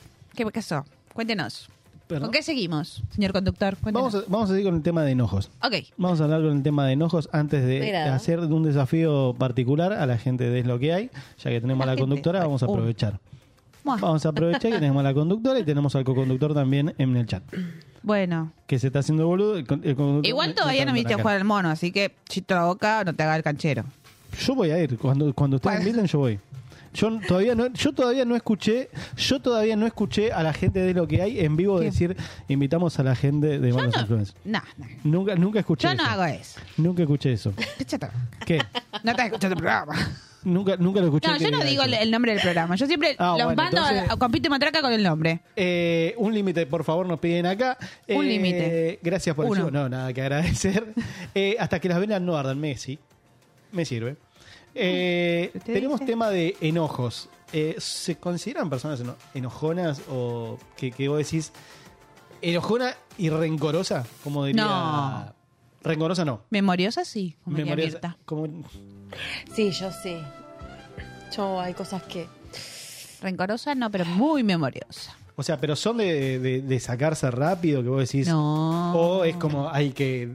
D: ¿Qué pasó? Cuéntenos.
C: perdón.
D: ¿Con qué seguimos, señor conductor? Cuéntenos.
C: Vamos a, vamos a seguir con el tema de enojos.
D: Ok.
C: Vamos a hablar con el tema de enojos antes de
E: Mira.
C: hacer un desafío particular a la gente de Es lo que hay. Ya que tenemos
D: La
C: a la
D: gente. uh.
C: conductora,
D: Ay,
C: vamos a
D: uy.
C: aprovechar.
D: Mua.
C: Vamos a aprovechar que tenemos a la conductora y tenemos al coconductor también en el chat.
D: Bueno.
C: Que se está haciendo boludo. el con- el conductor
D: Igual
C: me-
D: todavía
C: me
D: no
C: está
D: viniste a
C: dando la
D: jugar al mono, así que chito la boca, no te haga el canchero.
C: cara. Yo voy a ir. Cuando, cuando ustedes
D: Bueno.
C: me inviten, yo voy. Yo n- todavía no, yo todavía no escuché, yo todavía no escuché a la gente de lo que hay en vivo
D: ¿Qué?
C: decir invitamos a la gente de Manos
D: no-
C: Influencers.
D: No, no.
C: Nunca, nunca escuché
D: Yo
C: eso.
D: no hago eso.
C: Nunca escuché eso.
D: Chata.
C: ¿Qué?
D: <laughs> No estás escuchando el programa.
C: Nunca, nunca lo escuché.
D: No,
C: que
D: yo no
C: diga
D: digo el,
C: eso.
D: el nombre del programa. Yo siempre
C: Ah,
D: los
C: bueno,
D: mando a-
C: entonces-
D: a Compito y Matraca con el nombre.
C: Eh, un límite, por favor, nos piden acá.
D: Un
C: Eh,
D: límite.
C: Gracias por el
D: Uno.
C: chivo. No, nada que agradecer. <laughs> Eh, hasta que las velas no ardan, Messi. Me sirve. Eh,
D: ¿Usted
C: tenemos
D: dice?
C: tema de enojos. Eh, ¿Se consideran personas eno- enojonas o que, que vos decís enojona y rencorosa? Como diría.
D: No.
C: Rencorosa no.
D: Memoriosa sí, como diría
C: Memoriosa-
D: Mirta.
C: como-
E: Sí, yo sí. Yo hay cosas que.
D: Rencorosa no, pero muy memoriosa.
C: o sea, pero son de, de- de sacarse rápido, que vos decís.
D: No.
C: O es como hay que.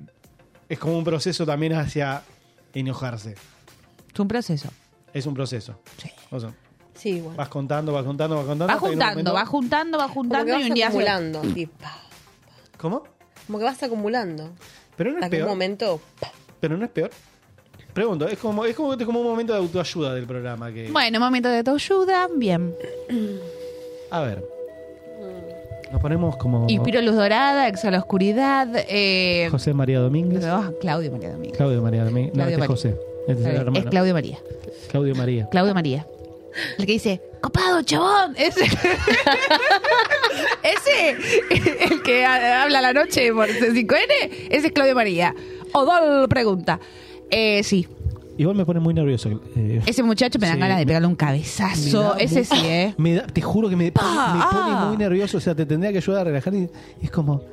C: Es como un proceso también hacia enojarse.
D: Es un proceso.
C: Es un proceso.
D: Sí.
C: O sea,
E: Sí, bueno.
C: vas contando, vas contando, vas contando.
D: Va
C: hasta que en un
D: juntando,
C: momento-
D: va juntando, va
E: Como que
D: juntando y
E: vas
D: un día hace-
E: acumulando.
C: Mm.
E: así, pa.
C: ¿Cómo?
E: Como que vas acumulando.
C: Pero no es
E: Hasta que un
C: peor.
E: momento. pa.
C: Pero no es peor. Pregunto, es como, es como, es como un momento de autoayuda del programa. Que,
D: Bueno, momento de tu ayuda. Bien.
C: A ver. Nos ponemos como
D: Inspiro luz dorada, exhala oscuridad. Eh,
C: Oh. José María Domínguez.
D: ah, Claudio María Domingo.
C: Claudio María Domínguez. No,
D: Claudio
C: este es
D: María.
C: José. Este es el
D: Está bien,
C: hermano.
D: Es Claudio María.
C: Claudio María.
D: Claudio María. El que dice, copado, chabón.
E: <laughs>
D: Ese. Ese, el que ha- habla a la noche por C5N, ese es Claudio María. Odol pregunta. Eh, sí,
C: Igual me pone muy nervioso. eh,
D: ese muchacho me dan
C: Sí.
D: ganas de pegarle un
C: Me
D: cabezazo.
C: da
D: Ese
C: mu-
D: sí, ¿eh?
C: <laughs> Me da- te juro que me,
D: Pa,
C: me pone
D: ah.
C: muy nervioso. O sea, te tendría que ayudar a relajar. Y es como,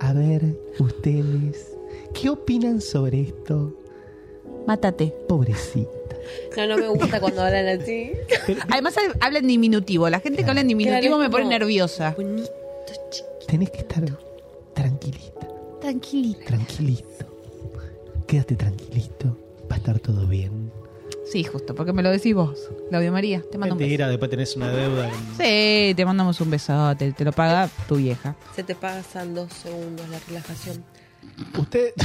C: a ver, ustedes, ¿qué opinan sobre esto?
D: Mátate.
C: Pobrecita.
E: No, no me gusta cuando hablan así.
C: Pero
D: <laughs> Además hab- habla en diminutivo. La gente que habla en diminutivo
E: Claro,
D: me
E: es
D: pone
E: como-
D: nerviosa.
E: Bonito.
C: tenés que estar tranquilita,
D: Tranquilita.
C: tranquilito. Quédate tranquilito. Va a estar todo bien.
D: Sí, justo, porque me lo decís vos, Claudio María. Te mando un beso.
C: Mentira, después tenés una
D: <laughs>
C: <laughs> deuda.
D: Sí, te mandamos un besote. Te lo paga tu vieja.
E: Se te pasan dos segundos la relajación.
C: Usted.
D: <laughs>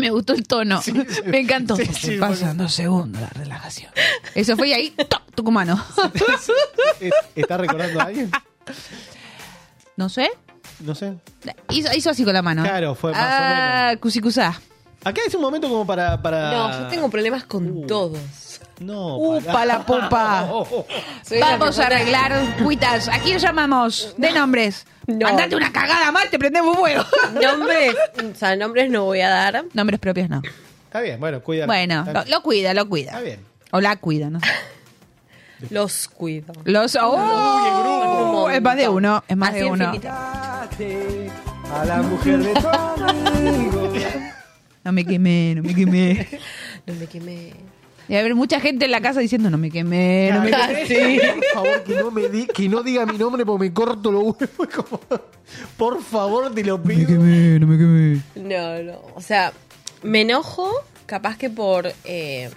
D: Me gustó el tono. <laughs> Me encantó.
C: Sí, sí,
D: Pasan dos segundos la relajación. Eso fue y ahí, <laughs> ¡toc! tucumano.
C: ¿Está recordando a alguien?
D: No sé.
C: No sé.
D: Hizo, hizo así con la mano.
C: Claro, fue más o
D: Ah, cusicusá.
C: Acá es un momento como para. para...
E: No, yo tengo problemas con
C: Uh.
E: todos.
C: No. Oh,
D: Upa la
C: <laughs>
D: popa.
E: Soy una
D: Vamos a
E: persona-
D: arreglar cuitas. ¿A quién llamamos? De nombres.
E: No.
D: Andate una cagada más, te prendemos fuego.
E: <laughs> Nombres, o sea, nombres no voy a dar.
D: Nombres propios no.
C: Está bien, bueno, cuida.
D: Bueno,
C: Está
D: lo, lo cuida, lo cuida.
C: Está bien.
D: O la cuida, no sé.
E: Los cuido.
D: Los. ¡Oh! es más de uno, es más
E: Así
D: de
E: en
D: uno.
E: finita.
C: A la mujer de
D: <laughs>
C: tu amigo.
D: No me quemé, no
E: <laughs>
D: me quemé.
E: No me quemé.
D: Debe haber mucha gente en la casa diciendo, no me quemé, Eh, no me
E: Ah, <laughs>
D: quemé.
C: Por favor, que no, me di- que no diga mi nombre porque me corto los <laughs> huevos. Como, por favor, te lo pido.
E: No, no. O sea, me enojo capaz que por eh,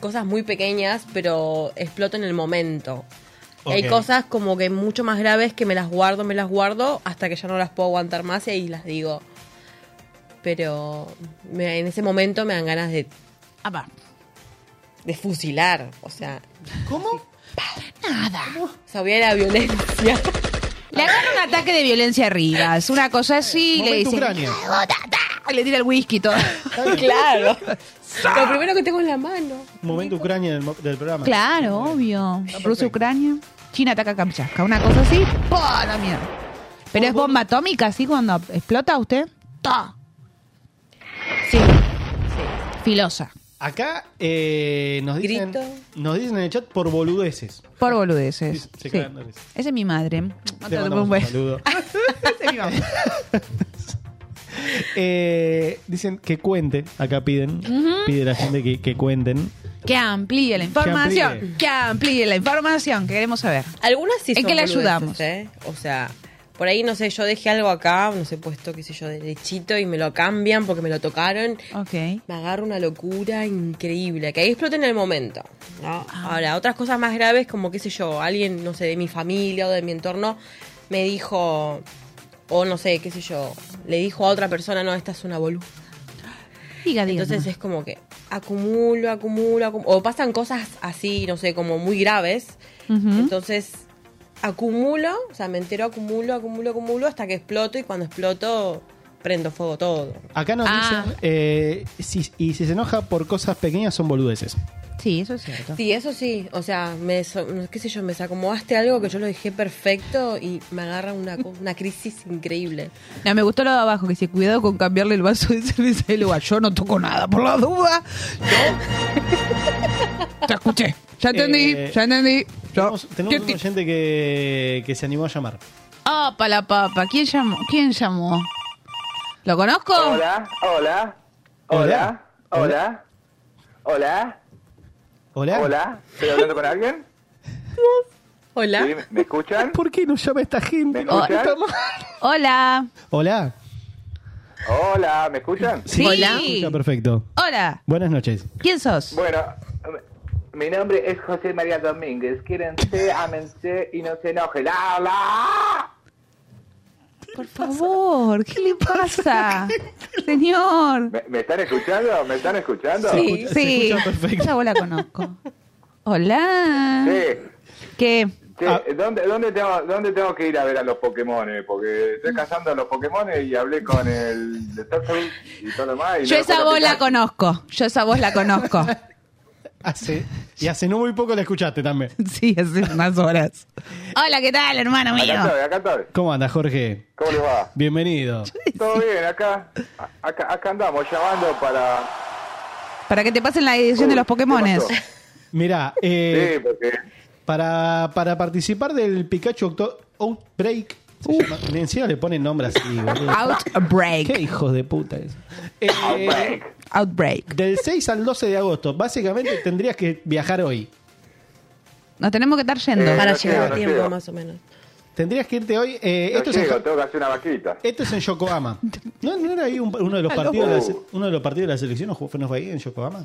E: cosas muy pequeñas, pero exploto en el momento. Hay
C: Ok.
E: cosas como que mucho más graves que me las guardo, me las guardo, hasta que ya no las puedo aguantar más y ahí las digo. Pero me- en ese momento me dan ganas de,
D: Apa.
E: de fusilar. O sea, <laughs>
C: ¿Cómo?
D: Nada.
E: o sea, voy a la violencia.
D: Le agarra un ataque de violencia a Rivas, una cosa así, le
C: Momento
D: dice.
C: Ucrania.
D: "Hijo de ta-". Y Le tira el whisky y todo.
E: <laughs> claro. Lo primero que tengo en la mano.
C: Momento Ucrania del, mo- del programa.
D: Claro, obvio. Rusia, Ucrania. China ataca a Kamchatka. Una cosa así. ¡Pah! La mierda. Pero es bomba atómica, así cuando explota usted. ¡Ta!
E: Sí.
D: Filosa.
C: Acá eh, nos, dicen,
E: Grito.
C: nos dicen en el chat por boludeces.
D: Por
C: Sí,
D: boludeces. Sí.
C: se cagan de risa.
D: Esa es mi madre. No
C: Te
D: te
C: mandamos
D: doy un <laughs>
C: un
D: beso.
C: saludo.
D: Esa es mi mamá.
C: Eh, dicen que cuente, acá piden, pide la gente que, que cuenten.
D: Que amplíe la información.
C: amplíe.
D: Que amplíe la información. Que queremos saber.
E: Algunas sí
D: ¿En
E: son
D: qué le
E: boludeces,
D: ayudamos?
E: ¿eh? O sea, por ahí, no sé, yo dejé algo acá, no sé, puesto, qué sé yo, derechito y me lo cambian porque me lo tocaron.
D: Ok.
E: Me agarra una locura increíble, que ahí explota en el momento. ¿no?
D: Ah.
E: Ahora, otras cosas más graves, como qué sé yo, alguien, no sé, de mi familia o de mi entorno, me dijo, o no sé, qué sé yo, le dijo a otra persona, no, esta es una boluda.
D: Diga, diga.
E: Entonces
D: nomás.
E: es como que acumulo, acumulo, acumulo. O pasan cosas así, no sé, como muy graves. Entonces acumulo, o sea, me entero, acumulo, acumulo, acumulo, hasta que exploto y cuando exploto prendo fuego todo.
C: Acá nos
D: Ah.
C: dicen, eh, si- y si se enoja por cosas pequeñas son boludeces.
D: Sí, eso es cierto.
E: Sí, eso sí, o sea, me, so- qué sé yo, me desacomodaste algo que yo lo dejé perfecto y me agarra una, co- una crisis increíble.
D: No, me gustó lo de abajo, que se cuidado con cambiarle el vaso de <laughs> cerveza del lugar. Yo no toco nada, por la duda. Yo- Te escuché. Ya entendí,
C: Eh,
D: ya entendí. Yo-
C: Tenemos, tenemos un oyente que, que se animó a llamar.
D: Apa la papa, ¿quién llamó? ¿Quién llamó? ¿Lo conozco?
F: Hola, hola, hola,
C: Hola.
F: hola, hola,
C: ¿Hola?
F: hola. ¿Estoy hablando con alguien?
E: Hola.
F: ¿Sí? ¿Me escuchan?
C: ¿Por qué nos llama esta
F: ¿Me
C: gente?
F: escuchan?
D: Hola.
C: Hola.
F: Hola, ¿me escuchan?
D: Sí.
E: Hola.
C: Escucha, perfecto.
D: Hola.
C: Buenas noches.
D: ¿Quién sos?
F: Bueno, mi nombre es José María Domínguez. Quédense, ámense y no se enojen. ¡La, la!
D: Por favor, ¿qué le
C: <laughs>
D: pasa? Señor.
F: ¿Me, me están escuchando? ¿Me están escuchando?
C: Se
D: Sí,
C: escucha- se
D: sí.
C: escucha perfecto.
D: Esa voz la conozco. Hola.
F: Sí.
D: ¿Qué?
F: sí.
C: Ah.
F: ¿Dónde, dónde, tengo, ¿Dónde tengo que ir a ver a los Pokémon? Porque estoy cazando a los Pokémon y hablé con el de Turtle y todo lo demás. y
D: Yo
F: no
D: esa
F: recuerdo
D: voz
F: qué
D: la
F: tal.
D: conozco. Yo esa voz
F: <laughs>
D: la conozco.
C: Hace, y hace no muy poco la escuchaste también.
D: <laughs> Sí, hace unas horas. Hola, ¿qué tal, hermano mío?
F: Acá estoy, acá estoy.
C: ¿Cómo anda, Jorge?
F: ¿Cómo les va?
C: Bienvenido.
F: Todo bien, acá, acá, acá andamos llamando para...
D: Para que te pasen la edición de los
F: Uy, ¿qué
D: Pokémones.
F: pasó?
C: Mirá, eh,
F: Sí, porque...
C: para, para participar del Pikachu Octo- Outbreak, se llama- ni encima le ponen nombre así, boludo. Qué
D: Outbreak.
C: hijos de puta eso. Eh,
D: Outbreak.
C: del 6 al 12 de agosto, básicamente tendrías que viajar hoy.
D: Nos tenemos que estar yendo.
F: Eh,
E: Para
F: no
E: llegar
F: llego,
E: a
F: no
E: tiempo,
F: llego.
E: más o menos.
C: Tendrías que irte hoy. eh,
F: No
C: esto, es en,
F: llego,
C: Jo-
F: tengo que hacer una vaquita.
C: esto es
D: <laughs>
C: en Yokohama. ¿No, no era ahí un- uno, de
D: Ah,
C: los partidos de la, se- uno de los partidos de la selección? ¿No jugó- fue- no fue ahí en Yokohama?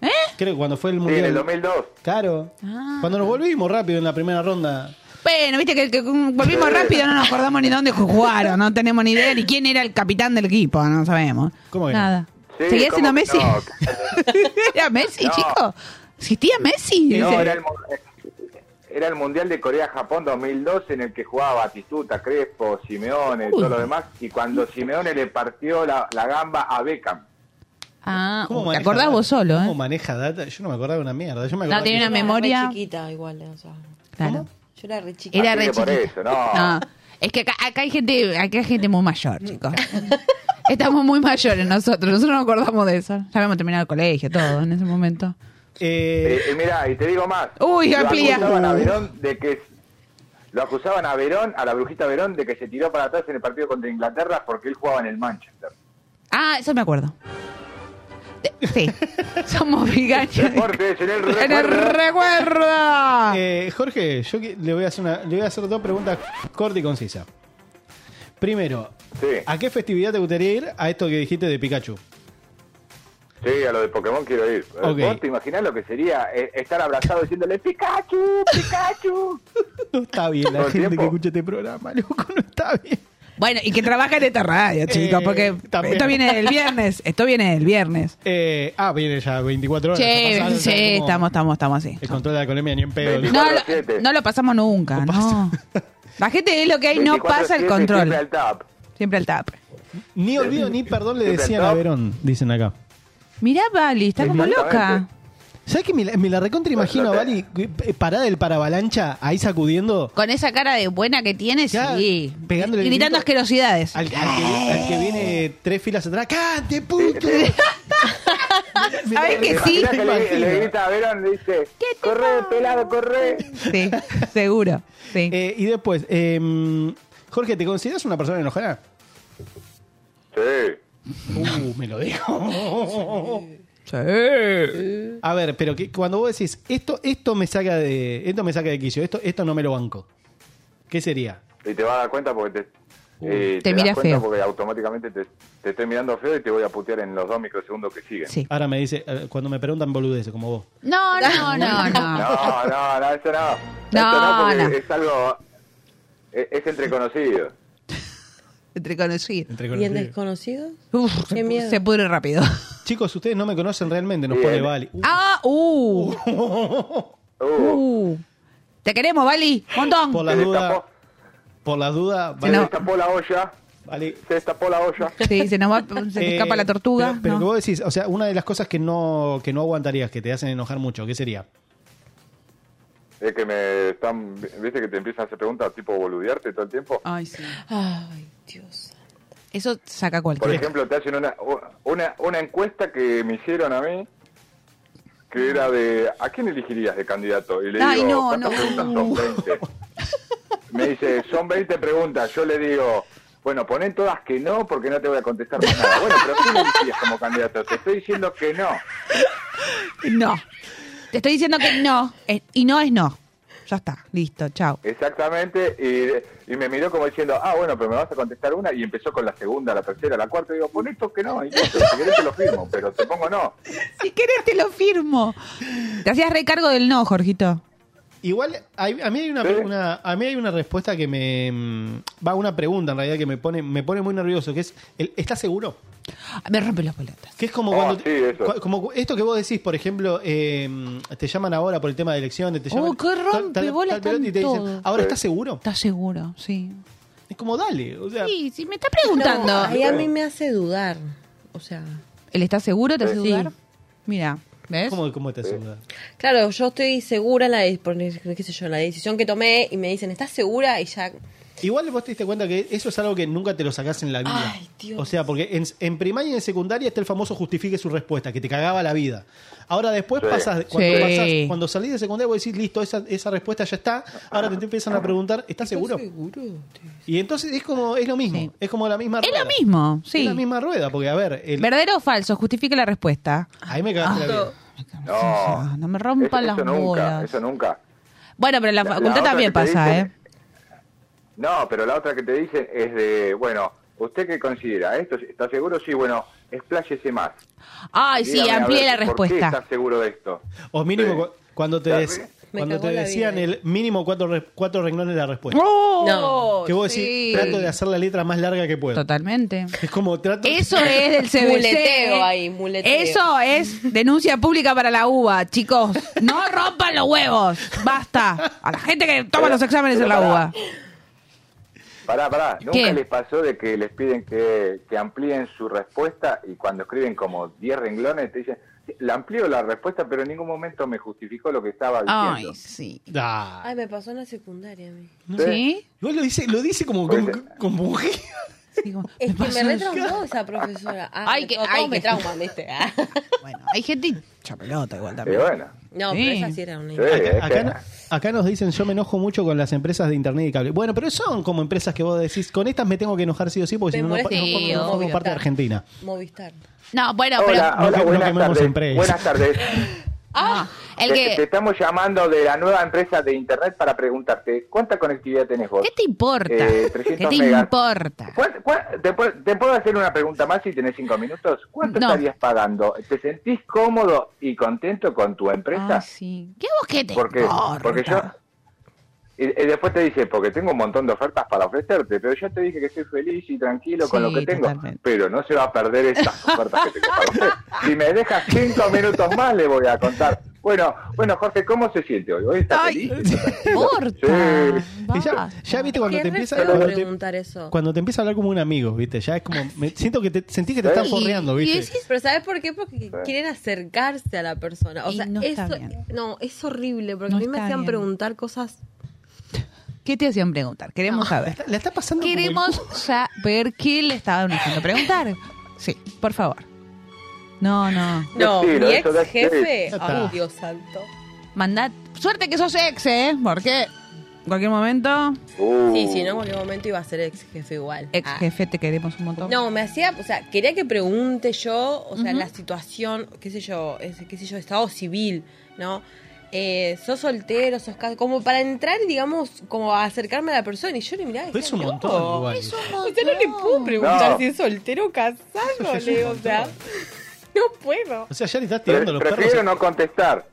D: ¿Eh?
C: Creo que cuando fue el
F: Sí, en
C: Mundial.
F: el 2002.
C: Claro. Cuando nos volvimos rápido en la primera ronda.
D: Ah. Bueno, viste que, que volvimos rápido, no nos acordamos ni dónde jugaron, no tenemos ni idea ni quién era el capitán del equipo, no sabemos.
C: ¿Cómo que no?
D: Nada.
F: Sí,
D: ¿Seguía siendo
F: ¿cómo que
D: Messi?
F: no?
D: <laughs> ¿Era Messi,
F: No.
D: chico? ¿Existía Messi?
F: No,
D: Dice.
F: era el, mu- era el Mundial de Corea-Japón 2002 en el que jugaba Batistuta, Crespo, Simeone, todo lo demás. Y cuando Simeone le partió la, la gamba a Beckham.
D: Ah, te
C: maneja
D: acordás
C: data?
D: vos solo,
C: ¿Cómo
D: ¿eh?
C: maneja data? Yo no me acordaba de una mierda. Yo me acordaba
D: tiene
C: que-
D: una memoria.
E: Era re chiquita igual, eh, o sea.
D: Claro.
E: Yo era re chiquita.
D: Era
F: Así
D: re
F: que por
D: chiquita.
F: eso, no.
D: Es que acá, acá hay gente, acá hay gente muy mayor,
E: <laughs>
D: chicos. Estamos muy mayores nosotros, nosotros nos acordamos de eso. Ya habíamos terminado el colegio, todo en ese momento.
C: Eh,
F: Eh, y mira, y te digo más.
D: Uy,
F: lo
D: amplía.
F: acusaban a Verón de que lo acusaban a Verón, a la brujita Verón, de que se tiró para atrás en el partido contra Inglaterra porque él jugaba en el Manchester.
D: Ah, eso me acuerdo. De-
E: <laughs>
D: Sí, somos veganos.
F: Deporte, <laughs> en el
D: ¡En el
F: recuerdo.
D: recuerdo!
C: eh, Jorge, yo que- le voy, a hacer una- le voy a hacer dos preguntas cortas y concisas. Primero,
F: Sí.
C: ¿a qué festividad te gustaría ir a esto que dijiste de Pikachu?
F: Sí, a lo de Pokémon quiero ir. Eh,
C: Ok.
F: ¿Vos te imaginás lo que sería eh, estar abrazado diciéndole Pikachu, Pikachu?
C: No está bien la
F: ¿Todo el
C: gente
F: tiempo?
C: que escucha este programa, loco, no está bien.
D: Bueno, y que trabaja en esta radio, chicos,
C: Eh,
D: porque
C: también.
D: esto viene
F: <laughs>
D: del viernes. Esto viene del viernes.
C: Eh, ah, viene ya 24 horas.
D: Che,
C: ya pasaron,
D: sí,
C: ya como
D: estamos, estamos, estamos así.
C: El control de la alcoholemia ni en pedo.
D: No lo,
F: 24/7.
D: no lo pasamos nunca,
C: No
D: no. La gente es lo que hay, no
F: 24/7
D: pasa el
F: siempre
D: control.
F: al tap.
D: Siempre al tap.
C: Ni olvido ni perdón le
F: ¿Siempre
C: decían
F: al
C: a
F: top?
C: Verón, dicen acá.
D: Mirá, Bali, está como loca.
F: Exactamente.
C: ¿Sabes que me la, me la recontra imagino a
F: Lo
C: Bali
F: que-
C: eh, parada del paravalancha ahí sacudiendo
D: Con esa cara de buena que tiene,
C: Ya,
D: sí.
C: pegándole el
D: Gritando
C: grito.
D: asquerosidades.
C: al, al que, al que viene tres filas atrás. ¡Cante, puto!
D: <laughs> ¿Sabés que sí?
F: Imagina que le, le grita a Verón, le dice,
D: ¿Qué te
F: corre,
D: pasa?
F: pelado, corre.
D: Sí, seguro. Sí.
C: Eh, y después, eh, Jorge, ¿te consideras una persona enojada?
G: eh.
F: Sí.
C: Uh, me lo dijo. A ver, pero que, cuando vos decís, esto, esto me saca de. Esto me saca de quicio, esto, esto no me lo banco. ¿Qué sería?
F: Y te vas a dar cuenta porque te... y
D: Te mira
F: das cuenta
D: feo.
F: porque automáticamente te, te estoy mirando feo y te voy a putear en los dos microsegundos que siguen.
D: Sí.
C: Ahora me dice, eh, cuando me preguntan boludeces, como vos.
D: <laughs> No, no, no,
C: <laughs>
D: no.
F: No, no, no, eso no. eso
D: No,
F: no, porque
D: no.
F: es algo... e-, Es, es entre conocidos.
D: Entre conocidos.
C: Entre
E: ¿Y en
C: conocidos.
E: desconocidos?
D: Uf,
E: Qué
D: se, pu-
E: miedo.
D: se pudre rápido.
C: Chicos, ustedes no me conocen realmente, nos
F: Bien.
C: pone Bali. Uh,
D: Ah,
C: <laughs>
D: uh,
F: Uh,
D: uh. Te queremos, Bali. Montón.
C: por
F: se
C: las
F: le
C: dudas,
F: tapó-
C: por las dudas,
F: se
C: Bali.
D: no.
F: destapó la olla.
C: Bali.
F: Se destapó la olla.
D: Sí, se nos va, se te
C: Eh,
D: escapa la tortuga.
C: Pero, pero
D: no.
C: que vos decís, o sea, una de las cosas que no, que no aguantarías, que te hacen enojar mucho, ¿qué sería?
F: Es que me están... ¿Viste que te empiezan a hacer preguntas tipo boludearte todo el tiempo?
D: Ay, sí.
E: Ay, Dios.
D: Eso saca
F: Por
D: cualquiera.
F: ejemplo, te hacen una, una, una encuesta que me hicieron a mí, que era de, ¿a quién elegirías de candidato? Y le
D: Ay,
F: digo,
D: no,
F: ¿cuántas
D: no.
F: preguntas son 20? Me dice, son 20 preguntas. Yo le digo, bueno, ponen todas que no, porque no te voy a contestar más nada. Bueno, pero ¿quién elegirías como candidato? Te estoy diciendo que no.
D: No. Te estoy diciendo que no. Es- y no es no. Ya está. Listo. Chao.
F: Exactamente, y, y me miró como diciendo, ah, bueno, pero me vas a contestar una, y empezó con la segunda, la tercera, la cuarta, y digo, pon esto que no, y listo, si querés te lo firmo, pero te pongo no.
D: Si querés, te lo firmo. Te hacías recargo del no, Jorgito.
C: Igual, hay- a, mí hay una,
F: Sí.
C: una- a mí hay una respuesta que me... mm, Va, una pregunta en realidad que me pone, me pone muy nervioso, que es, el, ¿estás seguro?
D: Me rompe las pelotas.
C: Que es como
F: Ah,
C: cuando...
F: sí, eso.
C: cua- Como esto que vos decís, por ejemplo, eh, te llaman ahora por el tema de elecciones, te
D: Oh,
C: llaman...
D: qué rompe bolas
C: pelota
D: están
C: y te dicen,
D: todos.
C: ahora estás seguro.
D: ¿Estás seguro? Sí.
C: Es como dale, o sea...
D: Sí, sí, me está
E: No,
D: preguntando.
E: ahí a mí me hace dudar. O sea,
D: ¿Él está seguro? ¿Te hace
E: Sí.
D: dudar? Mira, ¿ves?
C: ¿Cómo, cómo estás segura?
E: claro, yo estoy segura en la, de- por- qué sé yo, en la decisión que tomé y me dicen, ¿estás segura? Y ya,
C: Igual vos te diste cuenta que eso es algo que nunca te lo sacás en la vida.
E: Ay, Dios.
C: O sea, porque en, en primaria y en secundaria está el famoso justifique su respuesta, que te cagaba la vida. Ahora después
F: Sí.
C: pasas, cuando,
D: Sí.
C: pasás- cuando salís de secundaria vos decís, listo, esa, esa respuesta ya está. Ahora te, empiezan a preguntar, ¿estás seguro? Y entonces es como, es lo mismo,
D: Sí.
C: es como la misma
D: Es
C: rueda.
D: lo mismo, sí.
C: Es la misma rueda, porque a ver, el-
D: ¿Verdadero o falso? Justifique la respuesta.
C: ahí me cagaste la vida.
F: No,
D: No me rompan
F: Eso-
D: las
F: eso nunca,
D: bolas.
F: Eso nunca.
D: Bueno, pero en la
F: La- la
D: facultad
F: otra
D: también
F: que te
D: pasa,
F: dicen-
D: ¿eh?
F: No, pero la otra que te dicen es de, bueno, ¿usted qué considera? ¿Esto está seguro? Sí, bueno, expláyese más.
D: Ay, sí,
F: Dígame, a
D: amplíe
F: ver,
D: la
F: ¿Por qué
D: respuesta.
F: estás seguro de esto?
C: O mínimo,
F: Sí.
C: cu- cuando te,
F: Ya,
C: des-
F: me-
E: Me
C: cuando
E: cagó
C: te
E: la
C: decían
E: vida.
C: el mínimo cuatro, re- cuatro renglones de la respuesta.
D: ¡Oh!
C: que vos
D: sí.
C: decís, trato de hacer la letra más larga que puedo.
D: Totalmente.
C: Es como trato
D: Eso
C: <laughs>
D: es del CBC.
E: Muleteo ahí, muleteo.
D: Eso es denuncia pública para la UBA, chicos. No rompan los huevos. Basta. A la gente que toma
F: Pero-
D: los exámenes en
F: pero
D: la
F: pará.
D: UBA.
F: Pará, pará, ¿nunca
D: ¿Qué?
F: les pasó de que les piden que, que amplíen su respuesta y cuando escriben como 10 renglones te dicen, la amplío la respuesta, pero en ningún momento me justificó lo que estaba diciendo?
D: Ay, sí.
C: Ah.
E: Ay, me pasó en la secundaria a mí.
D: ¿Sí?
C: Igual lo dice, lo dice como
F: Puede
C: como,
F: ser.
C: como mujer.
D: Sí, como,
E: Es que
D: pasó
E: me
D: eso.
E: retraumó esa profesora. Ah,
D: Ay,
E: me-
D: que-
E: todos
D: ay,
E: me
D: que-
E: trauman, ¿viste? Ah.
D: <laughs> Bueno, hay gente hincha pelota igual
F: Y
D: también.
F: bueno,
E: No,
D: Sí.
E: pero esa sí era una
F: sí,
E: idea.
F: es que-
C: Acá, no- acá nos dicen, yo me enojo mucho con las empresas de internet y cable. Bueno, pero son como empresas que vos decís, con estas me tengo que enojar sí o sí, porque
E: Me
C: si no, no, no,
E: molesta
C: formo-
D: Sí,
C: no formo
E: obvio,
C: parte de
E: tal.
C: Argentina.
E: Movistar.
D: No, bueno,
F: Hola,
C: No
F: hola,
C: que- no
F: buenas
C: quememos
F: tardes.
D: <laughs>
C: empresas.
F: Buenas tardes.
D: pero. Ah, el
F: Te-
D: que,
F: Te estamos llamando de la nueva empresa de internet para preguntarte, ¿cuánta conectividad tenés vos?
D: ¿Qué te importa?
F: Eh,
D: ¿Qué
F: 300
D: te
F: megas.
D: importa?
F: ¿Cuál- cuál- te, puedo- te puedo hacer una pregunta más si tenés cinco minutos? ¿Cuánto
D: No.
F: estarías pagando? ¿Te sentís cómodo y contento con tu empresa?
D: Ah, sí. ¿Qué vos qué te
F: porque,
D: importa?
F: porque yo... Y, y después te dice, porque tengo un montón de ofertas para ofrecerte, pero yo te dije que soy feliz y tranquilo con
D: Sí,
F: lo que tengo.
D: totalmente.
F: Pero no se va a perder estas ofertas que tengo para usted. Si me dejas cinco minutos más, le voy a contar. Bueno, bueno, Jorge, ¿cómo se siente hoy? ¿Hoy está
C: Ay.
F: feliz? ¿Está tranquilo?
D: Importa.
F: Sí.
C: <laughs> Y ya,
D: Basta.
C: ya, viste cuando
E: Qué
C: te
E: re
C: empieza
E: feo
C: cuando te-
E: preguntar eso.
C: cuando te empieza a hablar como un amigo, ¿viste? Ya es como. me- siento que te, sentí que te están
F: Sí,
C: forreando,
D: Ah, y
C: ¿viste?
D: decís-
E: Pero ¿sabes por qué? Porque quieren acercarse a la persona. O
D: Y
E: sea,
D: no está
E: eso,
D: bien.
E: no, es horrible, porque
D: No
E: a mí me
D: está
E: hacían
D: bien.
E: preguntar cosas.
D: ¿Qué te hacían preguntar? Queremos
C: La
D: saber.
C: está, la está pasando como el
D: Queremos
C: culo.
D: saber qué le estaban haciendo preguntar. Sí, por favor. No, no.
E: No,
F: sí, lo
E: mi
F: de eso
E: ex
F: de-
E: jefe.
C: Ya está.
E: Ay, Dios santo.
D: Mandad. Suerte que sos ex, ¿eh? Porque en cualquier momento,
F: Uh.
E: Sí, sí, no, en cualquier momento iba a ser ex jefe igual.
D: ex
E: Ah.
D: jefe, te queremos un montón.
E: No, me hacía, o sea, quería que pregunte yo, o sea, la situación, qué sé yo, es- qué sé yo, estado civil, ¿no? Eh, sos soltero, sos casado, como para entrar, digamos, como a acercarme a la persona y yo le miraba. y
C: Pero es un
E: decía,
C: montón,
E: "No".
C: igual.
E: O sea, no le puedo preguntar
F: No.
E: si es soltero o casado,
C: Eso ya <laughs> es un
E: Leo, o sea, no puedo.
C: O sea, ya le estás tirando
F: Pre-
C: los perros.
F: Prefiero no contestar.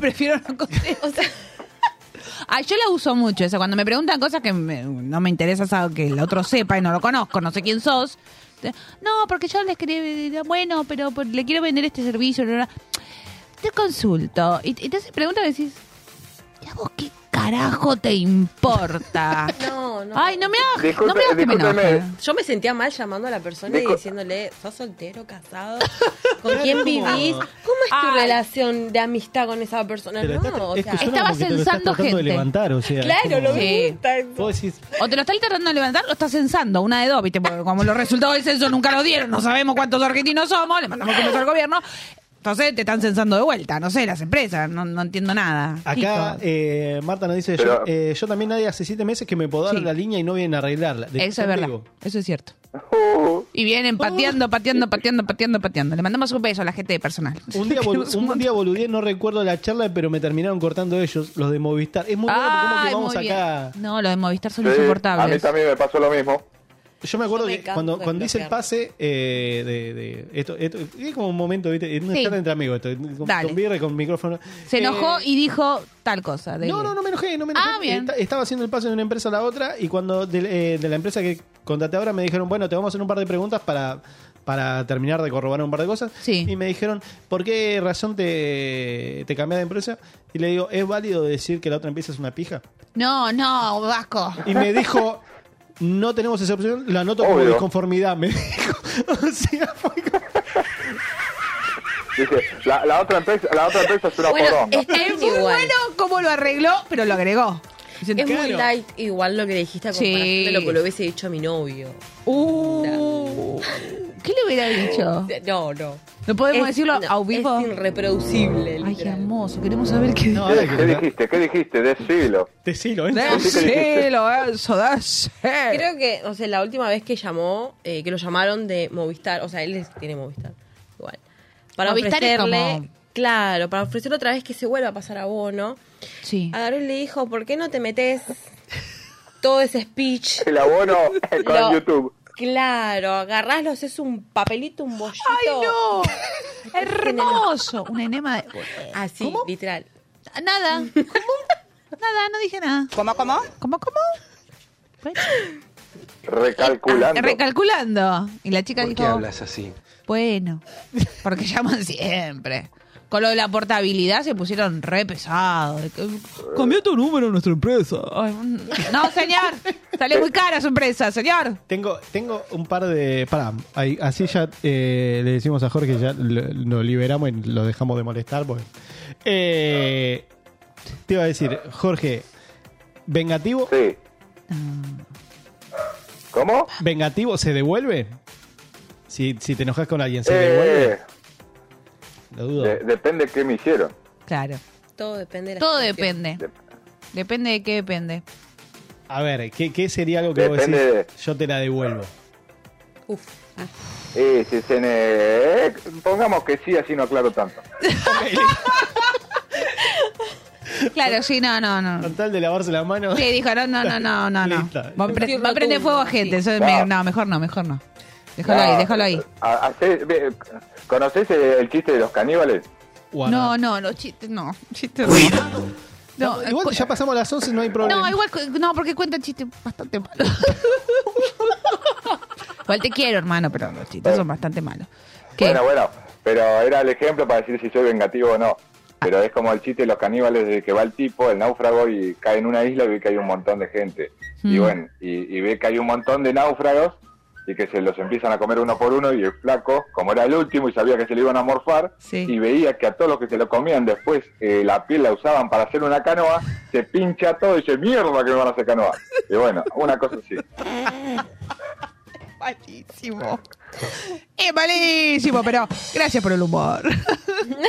D: Prefiero no contestar. Ay, yo la uso mucho esa. Cuando me preguntan cosas que me- no me interesa saber que el otro sepa y no lo conozco, no sé quién sos. te- No, porque yo les quería. Bueno, pero por- le quiero vender este servicio. bla, bla. Te consulto. Y y te hacen preguntas y decís. ¿Y a vos qué carajo te importa?
E: No, no.
D: Ay, no me hagas.
F: Ah. Disculpe-
D: no me hagas que me
F: discúlpeme.
D: enoje.
E: Yo me sentía mal llamando a la persona y
F: Discul-
E: diciéndole, ¿sos soltero, casado? ¿Con quién
C: ¿cómo?
E: vivís? ¿Cómo es tu
D: Ay.
E: relación de amistad con esa persona?
C: Pero está-
E: No, o
C: es que
E: sea,
C: suena
D: estaba
C: como que te lo estás
D: censando
C: tratando de
D: gente.
C: levantar, o sea. es
E: claro,
C: como-
E: lo me
D: Sí.
E: gusta eso.
C: Vos decís,
D: O te lo está tratando de levantar, lo estás censando, una de dos, ¿viste? Porque como los resultados del censo nunca lo dieron, no sabemos cuántos argentinos somos, le mandamos comienzo al gobierno. Entonces te están censando de vuelta, no sé, las empresas, no, no entiendo nada.
C: Acá
D: Chicos.
C: eh, Marta nos dice,
F: Pero-
C: yo, eh, yo también nadie hace siete meses que me podó dar
D: Sí.
C: la línea y no vienen a arreglarla. ¿De qué
D: eso es
C: te
D: verdad, <laughs>
C: digo?
D: eso es cierto.
F: Uh.
D: Y vienen pateando, pateando, pateando, pateando, pateando. Le mandamos un beso a la gente de personal.
C: Un día, bolu-
D: Queremos
C: un
D: montón.
C: día boludeé, no recuerdo la charla, pero me terminaron cortando ellos, los de Movistar. Es muy bueno, porque como
D: Ay,
C: que vamos
D: muy bien.
C: acá...
D: No, los de Movistar son
F: Sí, a mí
D: insoportables.
F: también me pasó lo mismo.
C: Yo me acuerdo
E: Yo me
C: que
E: canso
C: cuando,
E: de
C: cuando hice el
E: bloquearlo.
C: pase eh, de, de esto, esto, es como un momento, ¿viste? No
D: Sí.
C: estar entre amigos, esto, con,
D: Dale.
C: con birra y con micrófono.
D: Se
C: Eh,
D: enojó y dijo tal cosa. de-
C: No, no, no me enojé, no me enojé.
D: Ah, bien.
C: Esta- estaba haciendo el pase de una empresa a la otra y cuando de, eh, de la empresa que contraté ahora me dijeron, bueno, te vamos a hacer un par de preguntas para, para terminar de corroborar un par de cosas.
D: Sí.
C: Y me dijeron, ¿por qué razón te, te cambias de empresa? Y le digo, ¿es válido decir que la otra empresa es una pija?
D: No, no, Vasco.
C: Y me dijo, no tenemos esa opción, la anoto como
F: Obvio.
C: disconformidad, me dijo. O sea, fue como-
F: Dice, la, la otra empresa, la otra empresa es una
E: Bueno,
F: poronga.
E: es tan
D: Es muy
E: igual.
D: bueno cómo lo arregló, pero lo agregó.
E: Es muy
C: Claro.
E: light igual lo que le dijiste a
D: Sí.
E: comparación de lo que le hubiese dicho a mi novio.
D: Uh, ¿Qué le hubiera dicho?
F: Eh,
E: No, no.
D: ¿No podemos
E: Es-
D: decirlo
E: no,
D: a vivo?
E: Es irreproducible.
D: Ay,
E: literal.
D: hermoso, queremos saber qué
C: No,
F: ¿Qué,
C: ahora
F: qué
C: que
F: dijiste? ¿Qué dijiste? Decilo.
C: Decilo, ¿eh?
F: <laughs> Sí, sí, sí.
D: Dáselo, eso,
F: Eh.
D: dáselo.
E: Creo que, o sea, la última vez que llamó, eh, que lo llamaron de Movistar, o sea, él es- tiene Movistar, igual. Para
D: Movistar es
E: ofrecerle,
D: como-
E: claro, para ofrecerle otra vez que se vuelva a pasar a Bono,
D: Sí.
E: agarró y le dijo, ¿por qué no te metes todo ese speech?
F: El abono con
E: Lo-
F: YouTube.
E: Claro, agarrás, lo haces un papelito, un bollito.
D: ¡Ay, no! Hermoso. Un enema de...
E: Así, literal.
D: Nada. ¿Cómo? Nada, no dije nada. ¿Cómo, cómo? ¿Cómo, cómo?
F: Recalculando.
D: Ah, Recalculando. Y la chica
I: ¿Por
D: dijo...
I: qué hablas así?
D: Bueno, porque llaman siempre. Con lo de la portabilidad se pusieron re pesados. De que, Cambiá tu número a nuestra empresa. Ay, mm. no, señor. Sale muy cara su empresa, señor.
C: Tengo, tengo un par de. Pará, ahí- así ya eh, le decimos a Jorge, ya lo, lo liberamos y lo dejamos de molestar. Porque, Eh, te iba a decir, Jorge, ¿vengativo?
F: Sí. ¿Cómo?
C: ¿Vengativo se devuelve? Si, si te enojas con alguien, ¿se devuelve?
F: Eh,
C: Lo dudo.
F: de- depende qué me hicieron.
D: Claro.
E: Todo depende de la
D: Todo
E: situación.
D: depende. Depende de qué depende.
C: A ver, ¿qué, qué sería algo que vos decís?
F: Depende
C: Yo te la devuelvo.
E: Uf.
F: Eh, si se ne- eh, Pongamos que sí, así no aclaro tanto.
D: Claro, sí, no, no, no.
C: Con tal de lavarse la mano.
D: Sí, dijo, no, no, no, no, no. no.
C: Lista.
D: Va a pre- va a prender fuego a gente. eso es
F: No.
D: me- no, mejor no, mejor no. Déjalo ahí, déjalo ahí.
F: A- hacé- ve, ¿Conocés el, el chiste de los caníbales?
C: Guarda.
D: No, no, los chistes, no. Chistes no. No,
C: No, igual
D: cu-
C: ya pasamos las 11, no hay problema.
D: no, igual, cu- no, porque cuentan chistes bastante
C: <laughs>
D: malos. igual te quiero, hermano, pero los chistes son bastante malos. ¿Qué?
F: Bueno, bueno, pero era el ejemplo para decir si soy vengativo o no. Pero
D: Ah.
F: es como el chiste de los caníbales de que va el tipo, el náufrago, y cae en una isla y ve que hay un montón de gente. Y
D: Mm.
F: bueno, y, y ve que hay un montón de náufragos y que se los empiezan a comer uno por uno y el flaco, como era el último y sabía que se le iban a morfar,
D: Sí.
F: y veía que a todos los que se lo comían después eh, la piel la usaban para hacer una canoa, se pincha todo y dice, mierda que me van a hacer canoa. Y bueno, una cosa
C: <laughs>
F: así.
D: Malísimo. Es malísimo, pero gracias por el humor.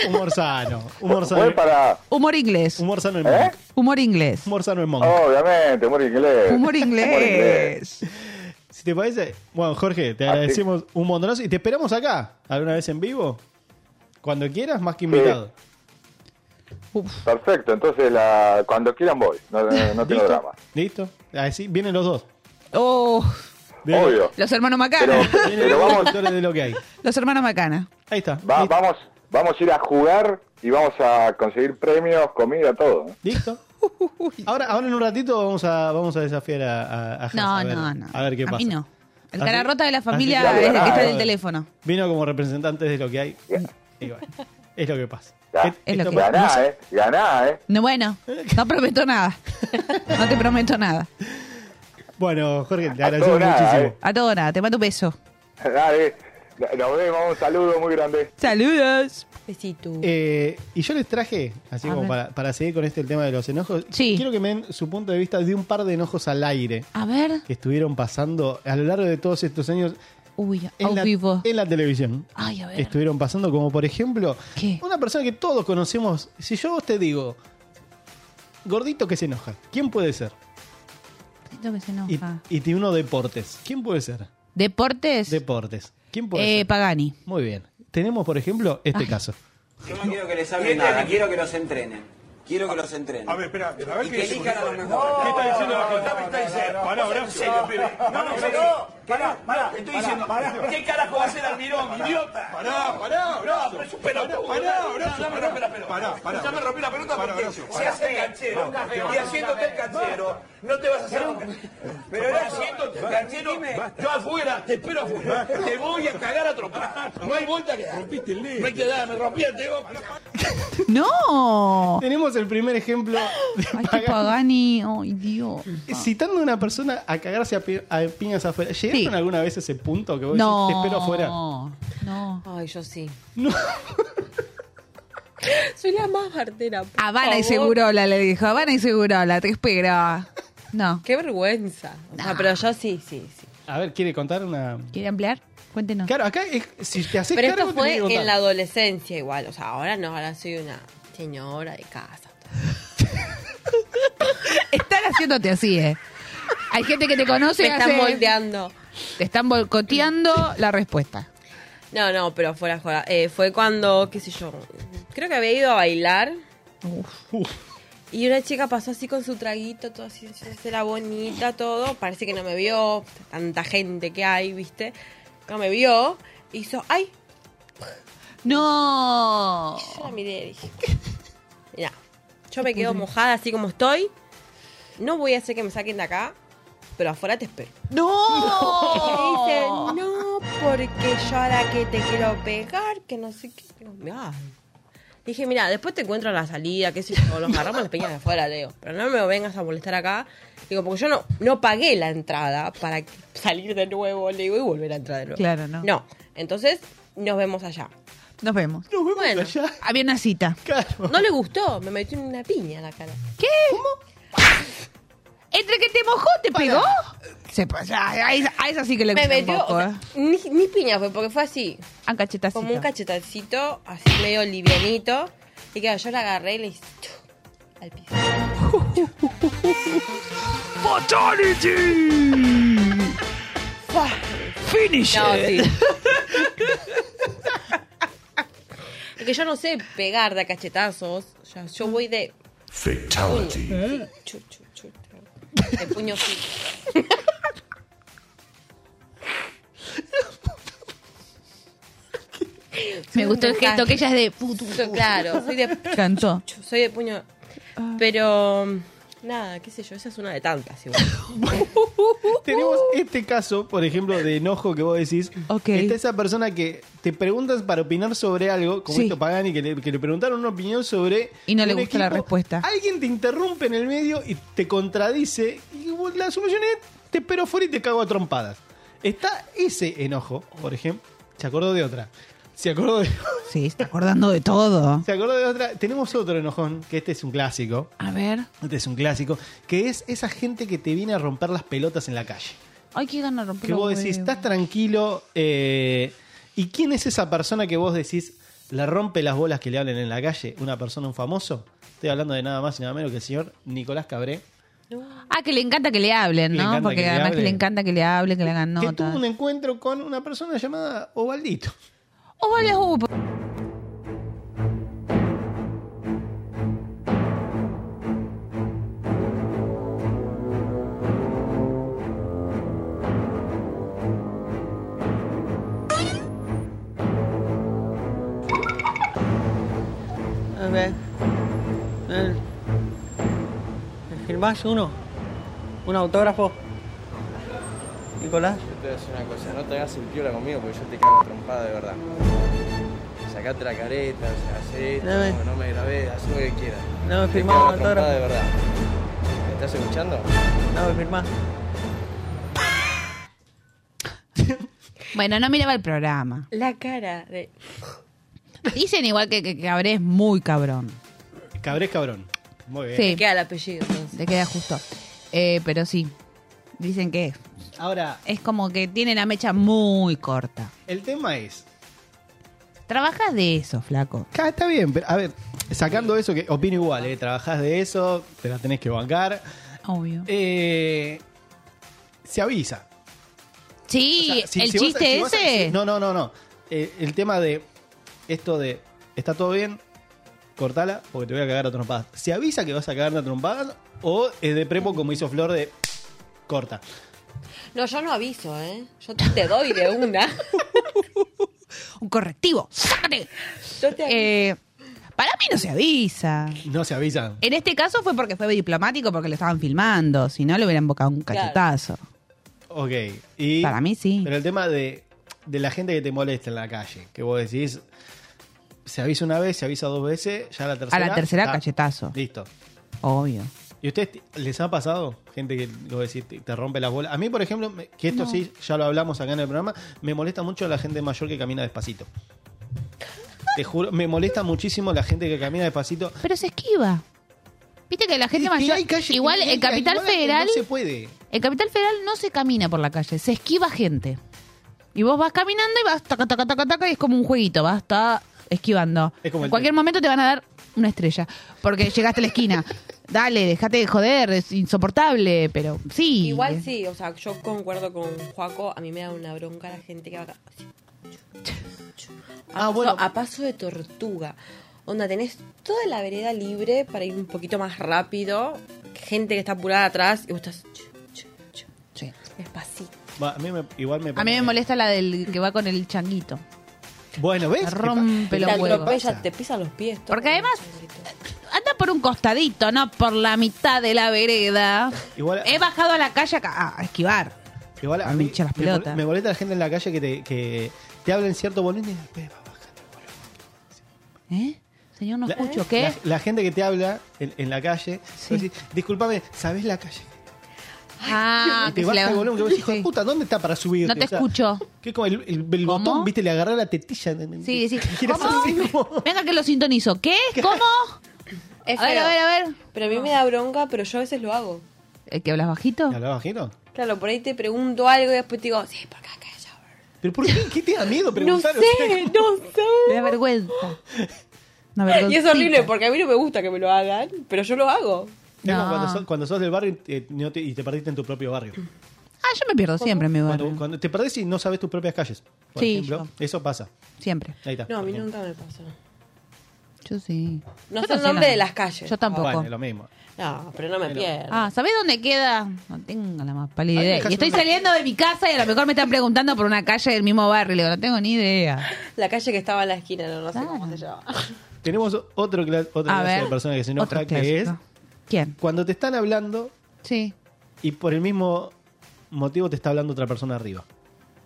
C: Humor sano. Humor
F: Fue
C: sano.
F: para...
D: humor inglés.
C: Humor sano en
F: ¿Eh? Oh,
C: Monk.
D: Humor inglés.
C: Humor sano en Monk.
F: Obviamente, humor inglés.
D: Humor inglés.
C: Si te parece, bueno, Jorge, te
F: Así.
C: agradecemos un montonazo y te esperamos acá, alguna vez en vivo. Cuando quieras, más que invitado.
F: Perfecto, entonces la, cuando quieran voy, no, no- no tengo
C: ¿Listo?
F: drama.
C: ¿Listo? Así, vienen los dos.
D: Oh,
C: Vienen-
F: Obvio.
D: los hermanos Macana.
F: Pero-
C: Vienen los
F: vamos-
C: conductores de lo que hay.
D: Los hermanos Macana.
C: Ahí está.
F: Va-
C: Listo.
F: vamos, vamos a ir a jugar y vamos a conseguir premios, comida, todo. ¿eh?
C: Listo. Ahora, ahora en un ratito vamos a, vamos a desafiar a, a, a Hans,
D: No,
C: a ver-
D: no, no.
C: A ver qué pasa.
D: A mí no. El
C: Así-
D: cara rota de la
C: así
D: familia
C: que-
D: es el que
F: Ah,
D: está en
F: eh.
D: el teléfono.
C: Vino como representantes de lo que hay. Y bueno, es lo que pasa.
F: Ya.
C: Et-
D: Es lo
C: esto-
D: que hay.
F: Ganá, ¿eh? Ganá, ¿eh?
D: No, bueno, no prometo nada. No te prometo nada.
C: Bueno, Jorge, te
F: A todo
C: agradecemos
F: nada,
C: muchísimo.
F: eh.
D: A todo nada, te mando un beso.
F: Dale, nos vemos, un saludo muy grande.
D: Saludos.
E: Besito.
C: Eh, y yo les traje, así
D: A
C: como
D: ver.
C: para, para seguir con este el tema de los enojos,
D: Sí. Ah.
C: quiero que me den su punto de vista de un par de enojos al aire
D: A ver.
C: que estuvieron pasando a lo largo de todos estos años
D: Uy,
C: en,
D: au
C: la,
D: vivo.
C: en la televisión.
D: Ay, a ver.
C: Que estuvieron pasando, como por ejemplo,
D: ¿Qué?
C: una persona que todos conocemos. Si yo a vos te digo, gordito que se enoja, ¿quién puede ser?
D: Siento que se
C: Y,
D: enoja.
C: y tiene uno deportes. ¿Quién puede ser?
D: Deportes.
C: Deportes. ¿Quién puede
D: eh,
C: ser?
D: Pagani. Ah.
C: Muy bien. Tenemos, por ejemplo, este caso.
I: Yo no quiero que les hablen nada, quiero que los entrenen. Quiero que los entrenen. A ver, espera, a ver qué elijan a los mejores. ¿Qué está diciendo la gente? ¿Qué está diciendo? Pará, Horacio. No, no, no. Pará, pará. Estoy diciendo, ¿qué carajo va a hacer Almirón, idiota? Pará, pará, Horacio. No, pero es un pelotudo. Pará, Horacio. Ya me rompió la pelota. Pará, pará. Ya me rompió la pelota porque se hace el canchero. Y haciéndote el canchero, no te vas a hacer un... Pero ahora haciéndote el canchero, yo afuera, te espero afuera. Te voy a cagar a trompar. No hay vuelta que dar. Rompiste el dedo. No hay que dar, me rompí el dedo.
D: ¡No!
C: Tenemos el primer ejemplo
D: Ay,
C: de
D: qué
C: Pagani.
D: Pagani. Ay, Dios.
C: Citando a una persona a cagarse a, pi- a piñas afuera, ¿llegaron
D: Sí.
C: alguna vez a ese punto que vos
D: No.
C: decís, te espero afuera?
D: No.
E: Ay, yo sí.
C: No.
E: <laughs> Soy la más partera. por
D: Habana y
E: favor.
D: Segurola le dijo. Habana y Segurola, te espero. No.
E: Qué vergüenza. O sea, pero yo sí, sí, sí.
C: A ver, ¿quiere contar una...?
D: ¿Quiere ampliar? Cuéntenos.
C: Claro, acá es- si te haces
E: Pero
C: cargo
E: esto
C: tenés
E: fue
C: que contar.
E: en la adolescencia igual. O sea, ahora no, ahora soy una señora de casa.
D: Están haciéndote así, ¿eh? Hay gente que te conoce
E: Me
D: y
E: están
D: hace-
E: moldeando.
D: Te están boicoteando la respuesta.
E: No, no, pero fuera de joda. Eh, fue cuando, qué sé yo, creo que había ido a bailar. Y una chica pasó así con su traguito, todo así, será bonita, todo. Parece que no me vio, tanta gente que hay, ¿viste? No me vio. Hizo, ay,
D: ¡No!
E: yo la miré y dije, mira, yo me quedo mojada así como estoy. No voy a hacer que me saquen de acá, pero afuera te espero. Y me dice,
D: ¡No!
E: no, porque yo ahora que te quiero pegar, que no sé qué. Pero, mirá. Dije, mira, después te encuentro en la salida, qué sé yo, los agarramos las peñas de afuera, Leo. Pero no me vengas a molestar acá. Digo, porque yo no, no pagué la entrada para que- salir de nuevo, le digo, y volver a entrar de nuevo.
D: Claro, no.
E: No, entonces nos vemos allá.
D: Nos vemos.
C: Nos vemos
E: Bueno.
C: allá.
D: Había una cita.
C: Claro.
E: No le gustó, me metió una piña en la cara.
D: ¿Qué? ¿Entre que te mojó, te pegó? Se pasa. A esa, a esa sí que le
E: Me
D: gusta un
E: metió,
D: poco,
E: o
D: ¿eh?
E: sea, ni, ni piña fue, porque fue así.
D: Ah, cachetacito.
E: como un cachetacito, así medio livianito. Y claro, yo la agarré y le hice chu, al piso.
D: Finish.
E: No,
D: it.
E: sí. es que yo no sé pegar de a cachetazos. O sea, yo voy de
J: Fatality.
D: ¿Eh?
E: Chu, chu, chu. El puño sí.
D: Me gustó el gesto que ella es de puto.
E: Yo, Claro, soy de,
D: Cansó.
E: yo soy de puño.
D: Ah.
E: Pero. Nada, qué sé yo, esa es una de tantas
D: <laughs>
E: igual.
C: Tenemos este caso, por ejemplo, de enojo que vos decís.
D: Ok.
C: Está esa persona que te preguntas para opinar sobre algo, como
D: Sí.
C: esto Pagani, que le, que le preguntaron una opinión sobre.
D: Y no le
C: un
D: gusta la respuesta.
C: Alguien te interrumpe en el medio y te contradice. Y vos- la solución es: te espero fuera y te cago a trompadas. Está ese enojo, por ejemplo. Se acordó de otra. Se acordó de,
D: Sí, está <laughs> acordando de todo.
C: <laughs> se acordó de otra. Tenemos otro enojón, que este es un clásico.
D: A ver.
C: Este es un clásico. Que es esa gente que te viene a romper las pelotas en la calle.
D: Ay, qué ganas de romper
C: Que
D: los
C: vos decís,
D: huevos.
C: estás tranquilo. eh, ¿Y quién es esa persona que vos decís le rompe las bolas que le hablen en la calle? ¿Una persona, un famoso? Estoy hablando de nada más y nada menos que el señor Nicolás Cabré.
D: Ah, que le encanta que le hablen,
C: Le
D: ¿no?
C: encanta
D: Porque
C: que le
D: además que le
C: hablen.
D: encanta que le hablen, que le hagan
C: Que tuvo
D: notas.
C: un encuentro con una persona llamada Ovaldito.
D: O varias UPA.
K: A ver. El, el Gilbás, uno. Un autógrafo. Nicolás.
L: Yo te voy a decir una cosa, no te hagas el piola conmigo porque yo te cago a trompada de verdad. Sacate la careta, o sea, hacé esto,
K: Dame.
L: no me grabé, haz lo que quieras.
K: No me
L: Te
K: firmás
L: cago a
K: un
L: trompada
K: autógrafo.
L: de verdad. ¿Me estás escuchando?
K: No, me firmás.
D: Bueno, no miraba el programa.
E: La cara de.
D: Dicen igual que, que Cabré es muy cabrón.
C: Cabré es cabrón. Muy bien.
D: Sí,
E: Queda el apellido entonces.
D: te queda justo. Eh, pero sí, dicen que es.
C: Ahora,
D: Es como que tiene la mecha muy corta.
C: el tema es.
D: Trabajas de eso, flaco.
C: "Ca, Está bien, pero a ver, sacando eso, que opino igual, ¿eh? Trabajás de eso, te la tenés que bancar.
D: Obvio.
C: Eh, se avisa.
D: Sí,
C: O sea, si-
D: Eh, el
C: si vos-
D: chiste
C: si vos-
D: ese.
C: si- no, no, no, no. Eh, el tema de esto de está todo bien, cortala porque te voy a cagar a trompadas. ¿Se avisa que vas a cagar a trompadas o es de prepo como hizo Flor de corta?
E: No, yo no aviso, ¿eh? Yo te doy de
D: <laughs>
E: una.
D: Un correctivo. ¡Sácate!
E: Yo te
D: Eh, para mí no se avisa.
C: No se avisa.
D: En este caso fue porque fue diplomático, porque lo estaban filmando. Si no, le hubieran bocado un
E: Claro.
D: cachetazo.
C: Ok. Y,
D: Para mí sí.
C: Pero el tema de, de la gente que te molesta en la calle, que vos decís, se avisa una vez, se avisa dos veces, ya la tercera.
D: A la tercera,
C: ta,
D: cachetazo.
C: Listo.
D: Obvio.
C: ¿Y a ustedes t- les ha pasado gente que lo decís, te, te rompe las bolas? A mí, por ejemplo, me- que esto sí, ya lo hablamos acá en el programa, me molesta mucho la gente mayor que camina despacito. Te juro, me molesta muchísimo la gente que camina despacito.
D: Pero se esquiva. Viste que la gente
C: Es que
D: mayor.
C: hay calle-
D: igual
C: hay
D: el
C: calle-
D: capital
C: igual
D: federal.
C: No se puede.
D: El capital federal no se camina por la calle, se esquiva gente. Y vos vas caminando y vas taca, taca, taca, taca, y es como un jueguito, vas está esquivando.
C: Es como
D: en
C: el
D: cualquier
C: tren.
D: momento te van a dar una estrella, porque llegaste a la
C: <laughs>
D: esquina. Dale, dejate de joder, es insoportable, pero sí.
E: Igual sí, o sea, yo concuerdo con Juaco, a mí me da una bronca la gente que va acá. así, chu, chu, chu. A,
C: Ah,
E: paso,
C: bueno.
E: a paso de tortuga. Onda, tenés toda la vereda libre para ir un poquito más rápido. Gente que está apurada atrás y vos estás chu, chu, chu,
D: Sí.
E: despacito.
C: Va, a mí me, igual me
D: A mí
C: pone-
D: me molesta la del que va con el changuito.
C: Bueno, ¿ves?
D: rompe los
E: te
D: huevos.
E: atropella, te pisa los pies. todo.
D: Porque además- Anda por un costadito, no por la mitad de la vereda.
C: Igual-
D: He bajado a la calle Ah, a, a esquivar.
C: Igual a
D: Me
C: mí
D: hincha las
C: me mol-
D: pelotas.
C: Me, molesta la gente en la calle que te, que te habla en cierto volumen y después va bajando el volumen.
D: ¿Eh? Señor, no
C: La- eh,
D: escucho. ¿Qué?
C: La, la gente que te habla en, en la calle,
D: Sí.
C: vos decís, disculpame, ¿sabés la calle?
D: ah,
C: y
D: que
C: te
D: se
C: baja
D: la-
C: el volumen, que
D: <laughs>
C: vos decís, hijo de
D: Sí.
C: puta, ¿dónde está para subirte?
D: No te
C: O sea,
D: escucho.
C: Que como el, el- el
D: ¿Cómo?
C: botón, viste, le agarré la tetilla.
D: Sí, sí.
C: Y giras
D: ¿Cómo?
C: así
D: <laughs>
C: como-
D: Venga que lo sintonizo. ¿Qué? ¿Cómo?
E: <laughs> Es
D: A ver,
E: feo.
D: a ver, a ver.
E: Pero a mí me da bronca, pero yo a veces lo hago.
D: ¿El que hablas bajito?
C: ¿Y hablaba bajito?
E: Claro, por ahí te pregunto algo y después te digo, sí, por acá, acá, allá.
C: ¿Pero por qué? ¿Qué te da miedo
E: No sé,
C: preguntar? O sea, como-
E: no
D: <laughs>
E: sé.
D: Me da vergüenza.
E: <laughs> Y
D: Una
E: es
D: vergüencita.
E: horrible porque a mí no me gusta que me lo hagan, pero yo lo hago.
C: Es como
D: No.
C: cuando, sos, cuando sos del barrio y te, no te- y te perdiste en tu propio barrio.
D: Ah, yo me pierdo siempre en mi barrio.
C: Cuando, cuando te perdés y no sabes tus propias calles. Por
D: Sí,
C: ejemplo,
D: yo.
C: eso pasa.
D: Siempre.
C: Ahí está.
E: No, a mí
C: Por ejemplo.
E: nunca me pasó.
D: Yo sí.
E: No
D: Yo
E: sé el
D: sé
E: nombre
D: la-
E: de las calles.
D: Yo tampoco.
C: Bueno, es lo mismo.
E: No, pero no me pierdo.
D: Ah, ¿sabés dónde queda? No tengo la más pálida
E: Ahí
D: idea.
E: dejas
D: Y estoy
E: una-
D: saliendo de mi casa y a lo mejor me están preguntando por una calle del mismo barrio. Le digo, No tengo ni idea.
E: La calle que estaba en la esquina, no, no sé cómo se llama.
C: Tenemos otro cla- otra
D: A
C: clase
D: ver,
C: de persona que se enoja,
D: otro
C: que es...
D: clásico. ¿Quién?
C: Cuando te están hablando
D: Sí.
C: y por el mismo motivo te está hablando otra persona arriba.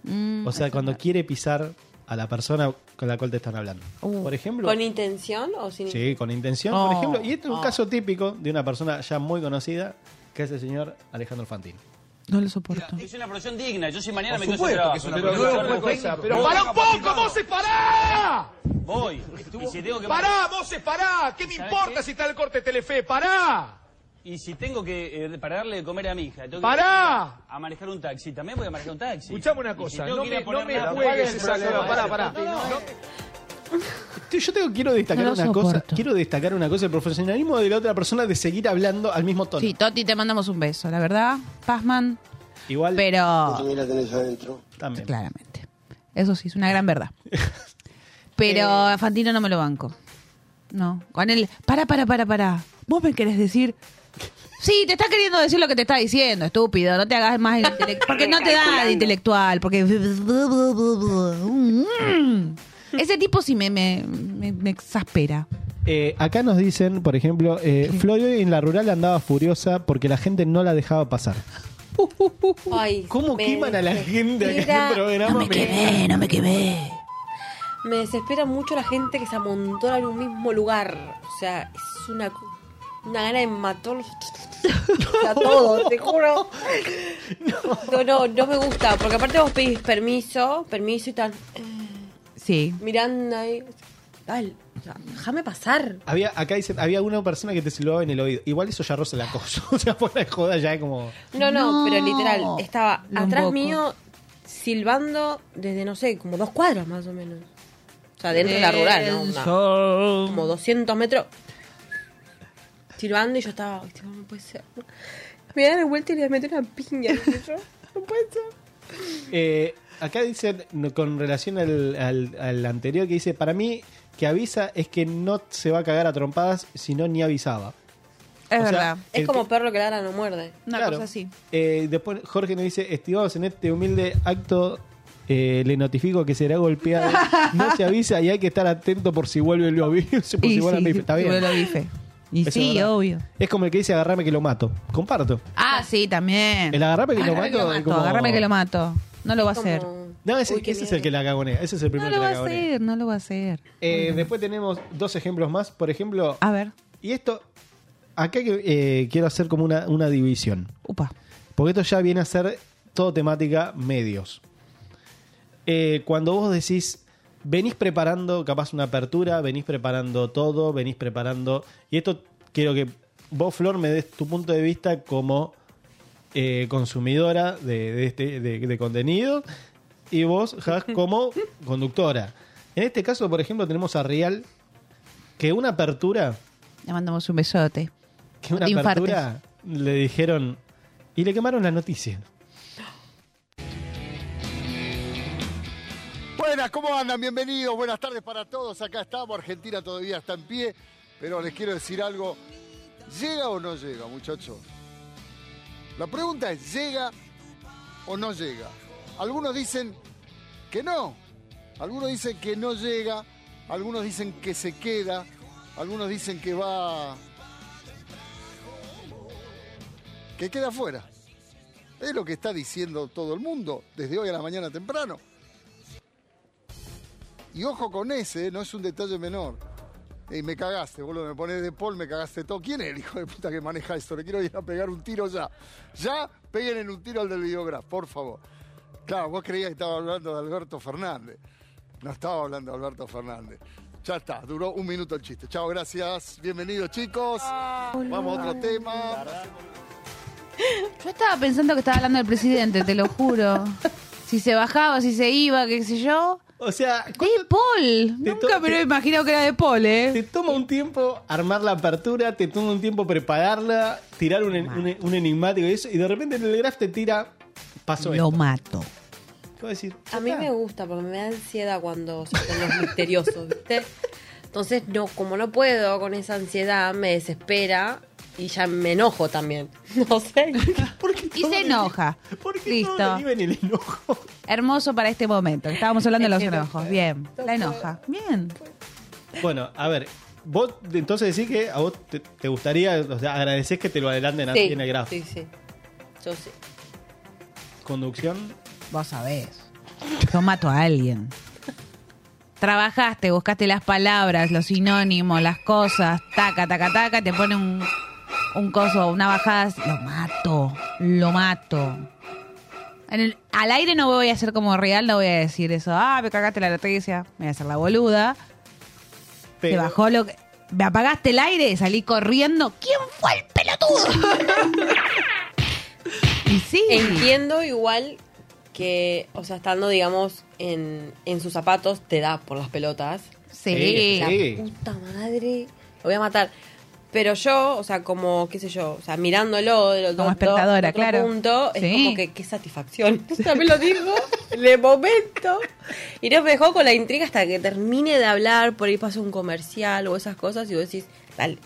D: Mm.
C: O sea, cuando quiere pisar a la persona con la cual te están hablando.
D: Uh.
C: Por ejemplo...
E: ¿Con intención o sin
C: Sí, con intención,
E: Oh,
C: por ejemplo. Y este es un
E: oh.
C: caso típico de una persona ya muy conocida, que es el señor Alejandro Fantini.
D: No lo soporto.
J: Es una profesión digna. Yo si mañana
C: Por
J: me quedo sin
C: supuesto
J: trabajo,
C: que es una
J: una
C: profesión
J: profesión
C: digna.
J: digna.
C: Pero
J: Voy
C: para
M: ¡Para un poco, vos se pará!
J: Voy. Y si tengo que...
M: ¡Pará, vos se pará! ¿Qué me
J: ¿Sabés
M: importa
J: qué?
M: si está el corte Telefe? ¡Pará!
J: Y si tengo que eh, para darle de comer a mi hija, tengo que
M: ¡Pará!
J: a manejar un taxi, también voy a manejar un taxi.
M: Escuchame una
J: Y si
M: cosa,
J: tengo
M: no
J: que ir a
M: me-
J: poner
M: no me
J: nada-
M: juegues
J: ¿cuál es el
M: esa
J: problema?
M: cosa? Pará, pará.
J: No, no, no.
C: Yo tengo, quiero destacar
D: No lo
C: una cosa.
D: soporto.
C: Quiero destacar una cosa, el profesionalismo de la otra persona de seguir hablando al mismo tono.
D: Sí, Toti, te mandamos un beso, la verdad. Pazman.
C: Igual.
D: Pero.
C: la tenés adentro. También.
D: Claramente. Eso sí, es una
E: <laughs>
D: gran verdad. Pero
E: Eh.
D: a Fantino no me lo banco. No. Con él, para, para, para, para. Vos me querés decir. Sí, te está queriendo decir lo que te está diciendo, estúpido. No te hagas más el intelectual. Porque no te da de intelectual. Porque. <laughs> Ese tipo sí me, me, me- me exaspera.
C: Eh, acá nos dicen, por ejemplo, eh, Floyd hoy en la rural andaba furiosa porque la gente no la dejaba pasar.
E: Ay,
C: ¿Cómo
E: me
C: queman a la gente acá en el
E: desespera.
C: programa? No me quemé,
D: Eh, no me quemé.
E: Me desespera mucho la gente que se amontona en un mismo lugar. O sea, es una, una gana de matarlos a todos, te juro. No. no, no me gusta. Porque aparte vos pedís permiso, permiso y están
D: Sí.
E: mirando ahí. Dale, o sea, déjame pasar.
C: Había, acá dicen, había una persona que te silbaba en el oído. Igual eso ya roza el acoso. <laughs> o sea, por la joda ya es como.
E: No, no,
D: No.
E: pero literal, estaba
D: Lo
E: atrás
D: invoco.
E: mío silbando desde, no sé, como dos cuadras más o menos. O sea, dentro de la
D: El
E: rural, ¿no? Una-
D: sol.
E: como 200 metros. Silbando y yo estaba, "Ay, tío, no puede ser. Me voy a dar vuelta y le voy a meter una piña.
D: <laughs>
E: ¿viste? Yo, No puede ser.
C: Eh, acá dicen, no, con relación al, al- al anterior, que dice: Para mí, que avisa es que no se va a cagar a trompadas, sino ni avisaba.
D: Es
C: O sea,
D: verdad.
E: Es
C: el
E: como perro que ladra no muerde.
D: Una
C: Claro.
D: cosa así.
C: Eh, después Jorge nos dice, estimados, en este humilde acto eh, le notifico que
D: <laughs>
C: será golpeado. No se avisa y hay que estar atento por si vuelve el bife. <laughs> Por si
D: Y
C: vuelve el
D: sí,
C: bife. Está
D: si
C: bien.
D: vuelve el bife. Y
C: Eso es
D: sí,
C: verdad.
D: obvio.
C: Es como el que dice agarrame que lo mato. Comparto.
D: Ah, sí, también.
C: El agarrame que lo
D: Agarrame
C: mato, es como-
D: Agarrame que lo mato. No lo va a hacer.
C: No, ese, ese es el que la cagonea. Ese es el
D: No
C: primero
D: lo
C: que
D: va
C: la
D: a
C: cagonea.
D: hacer, no lo va a hacer.
C: Eh, después tenemos dos ejemplos más. Por ejemplo.
D: A ver.
C: Y esto. Acá que, eh, quiero hacer como una, una división.
D: Upa.
C: Porque esto ya viene a ser todo temática medios. Eh, cuando vos decís. Venís preparando capaz una apertura, venís preparando todo, venís preparando. Y esto quiero que vos, Flor, me des tu punto de vista como eh, consumidora de, de este, de, de contenido y vos, Jas, como conductora. En este caso, por ejemplo, tenemos a Rial, que una apertura,
D: Le mandamos un besote.
C: que una
D: De infartes.
C: apertura le dijeron y le quemaron la noticia.
N: Buenas, ¿cómo andan? Bienvenidos, buenas tardes para todos. Acá estamos, Argentina todavía está en pie, pero les quiero decir algo. ¿Llega o no llega, muchachos? La pregunta es, ¿llega o no llega? Algunos dicen que no, algunos dicen que no llega, algunos dicen que se queda, algunos dicen que va... que queda afuera. Es lo que está diciendo todo el mundo desde hoy a la mañana temprano. Y ojo con ese, ¿eh? no es un detalle menor. Y me cagaste, boludo, me pones de Paul, me cagaste todo. ¿Quién es el hijo de puta que maneja esto? Le quiero ir a pegar un tiro ya. Ya, peguen en un tiro al del videógrafo, por favor. Claro, vos creías que estaba hablando de Alberto Fernández. No estaba hablando de Alberto Fernández. Ya está, duró un minuto el chiste. Chao, gracias. Bienvenidos, chicos. Vamos a otro tema.
D: Yo estaba pensando que estaba hablando del presidente, te lo
C: <laughs>
D: juro. Si se bajaba, si se iba, qué sé yo.
C: O sea,
D: de Paul. Nunca me lo he imaginado que era de Paul, ¿eh?
C: Te toma un tiempo armar la apertura, te toma un tiempo prepararla, tirar un, en- un- un enigmático y eso, y de repente en el graph te tira, pasó
D: Lo
C: esto.
D: mato.
C: ¿Qué va a decir?
E: A mí me gusta porque me da ansiedad cuando son los misteriosos, ¿viste? Entonces, no, como no puedo con esa ansiedad, me desespera y ya me enojo también. <laughs> No sé.
D: Y se enoja. Listo.
C: el enojo?
D: Hermoso para este momento. Estábamos hablando de los
C: Es que no
D: enojos.
C: puedo.
D: Bien. La enoja. Bien.
C: Bueno, a ver, vos entonces decís que a vos te, te gustaría, o sea, agradecés que te lo adelanten así
E: Sí,
C: en el graf.
E: Sí, sí. Yo sí.
C: Conducción.
D: Vos sabés. Yo mato a alguien. Trabajaste, buscaste las palabras, los sinónimos, las cosas, taca, taca, taca, te pone un, un coso, una bajada, lo mato, lo mato. En el- al aire no voy a ser como real, no voy a decir eso, ah, me cagaste la noticia, me voy a hacer la boluda. Te
C: Pero-
D: bajó lo que... Me apagaste el aire, salí corriendo. ¿Quién fue el pelotudo? y sí.
E: Entiendo igual que, o sea, estando, digamos, en, en sus zapatos, te da por las pelotas.
D: Sí.
E: La
D: Sí.
E: puta madre. Lo voy a matar. Pero yo, o sea, como, qué sé yo, o sea, mirándolo de los
D: Como espectadora, claro.
E: punto, es
D: Sí.
E: como que qué satisfacción. <laughs> También lo digo, le momento. Y no me dejó con la intriga hasta que termine de hablar, por ahí pasa un comercial o esas cosas y vos decís, dale.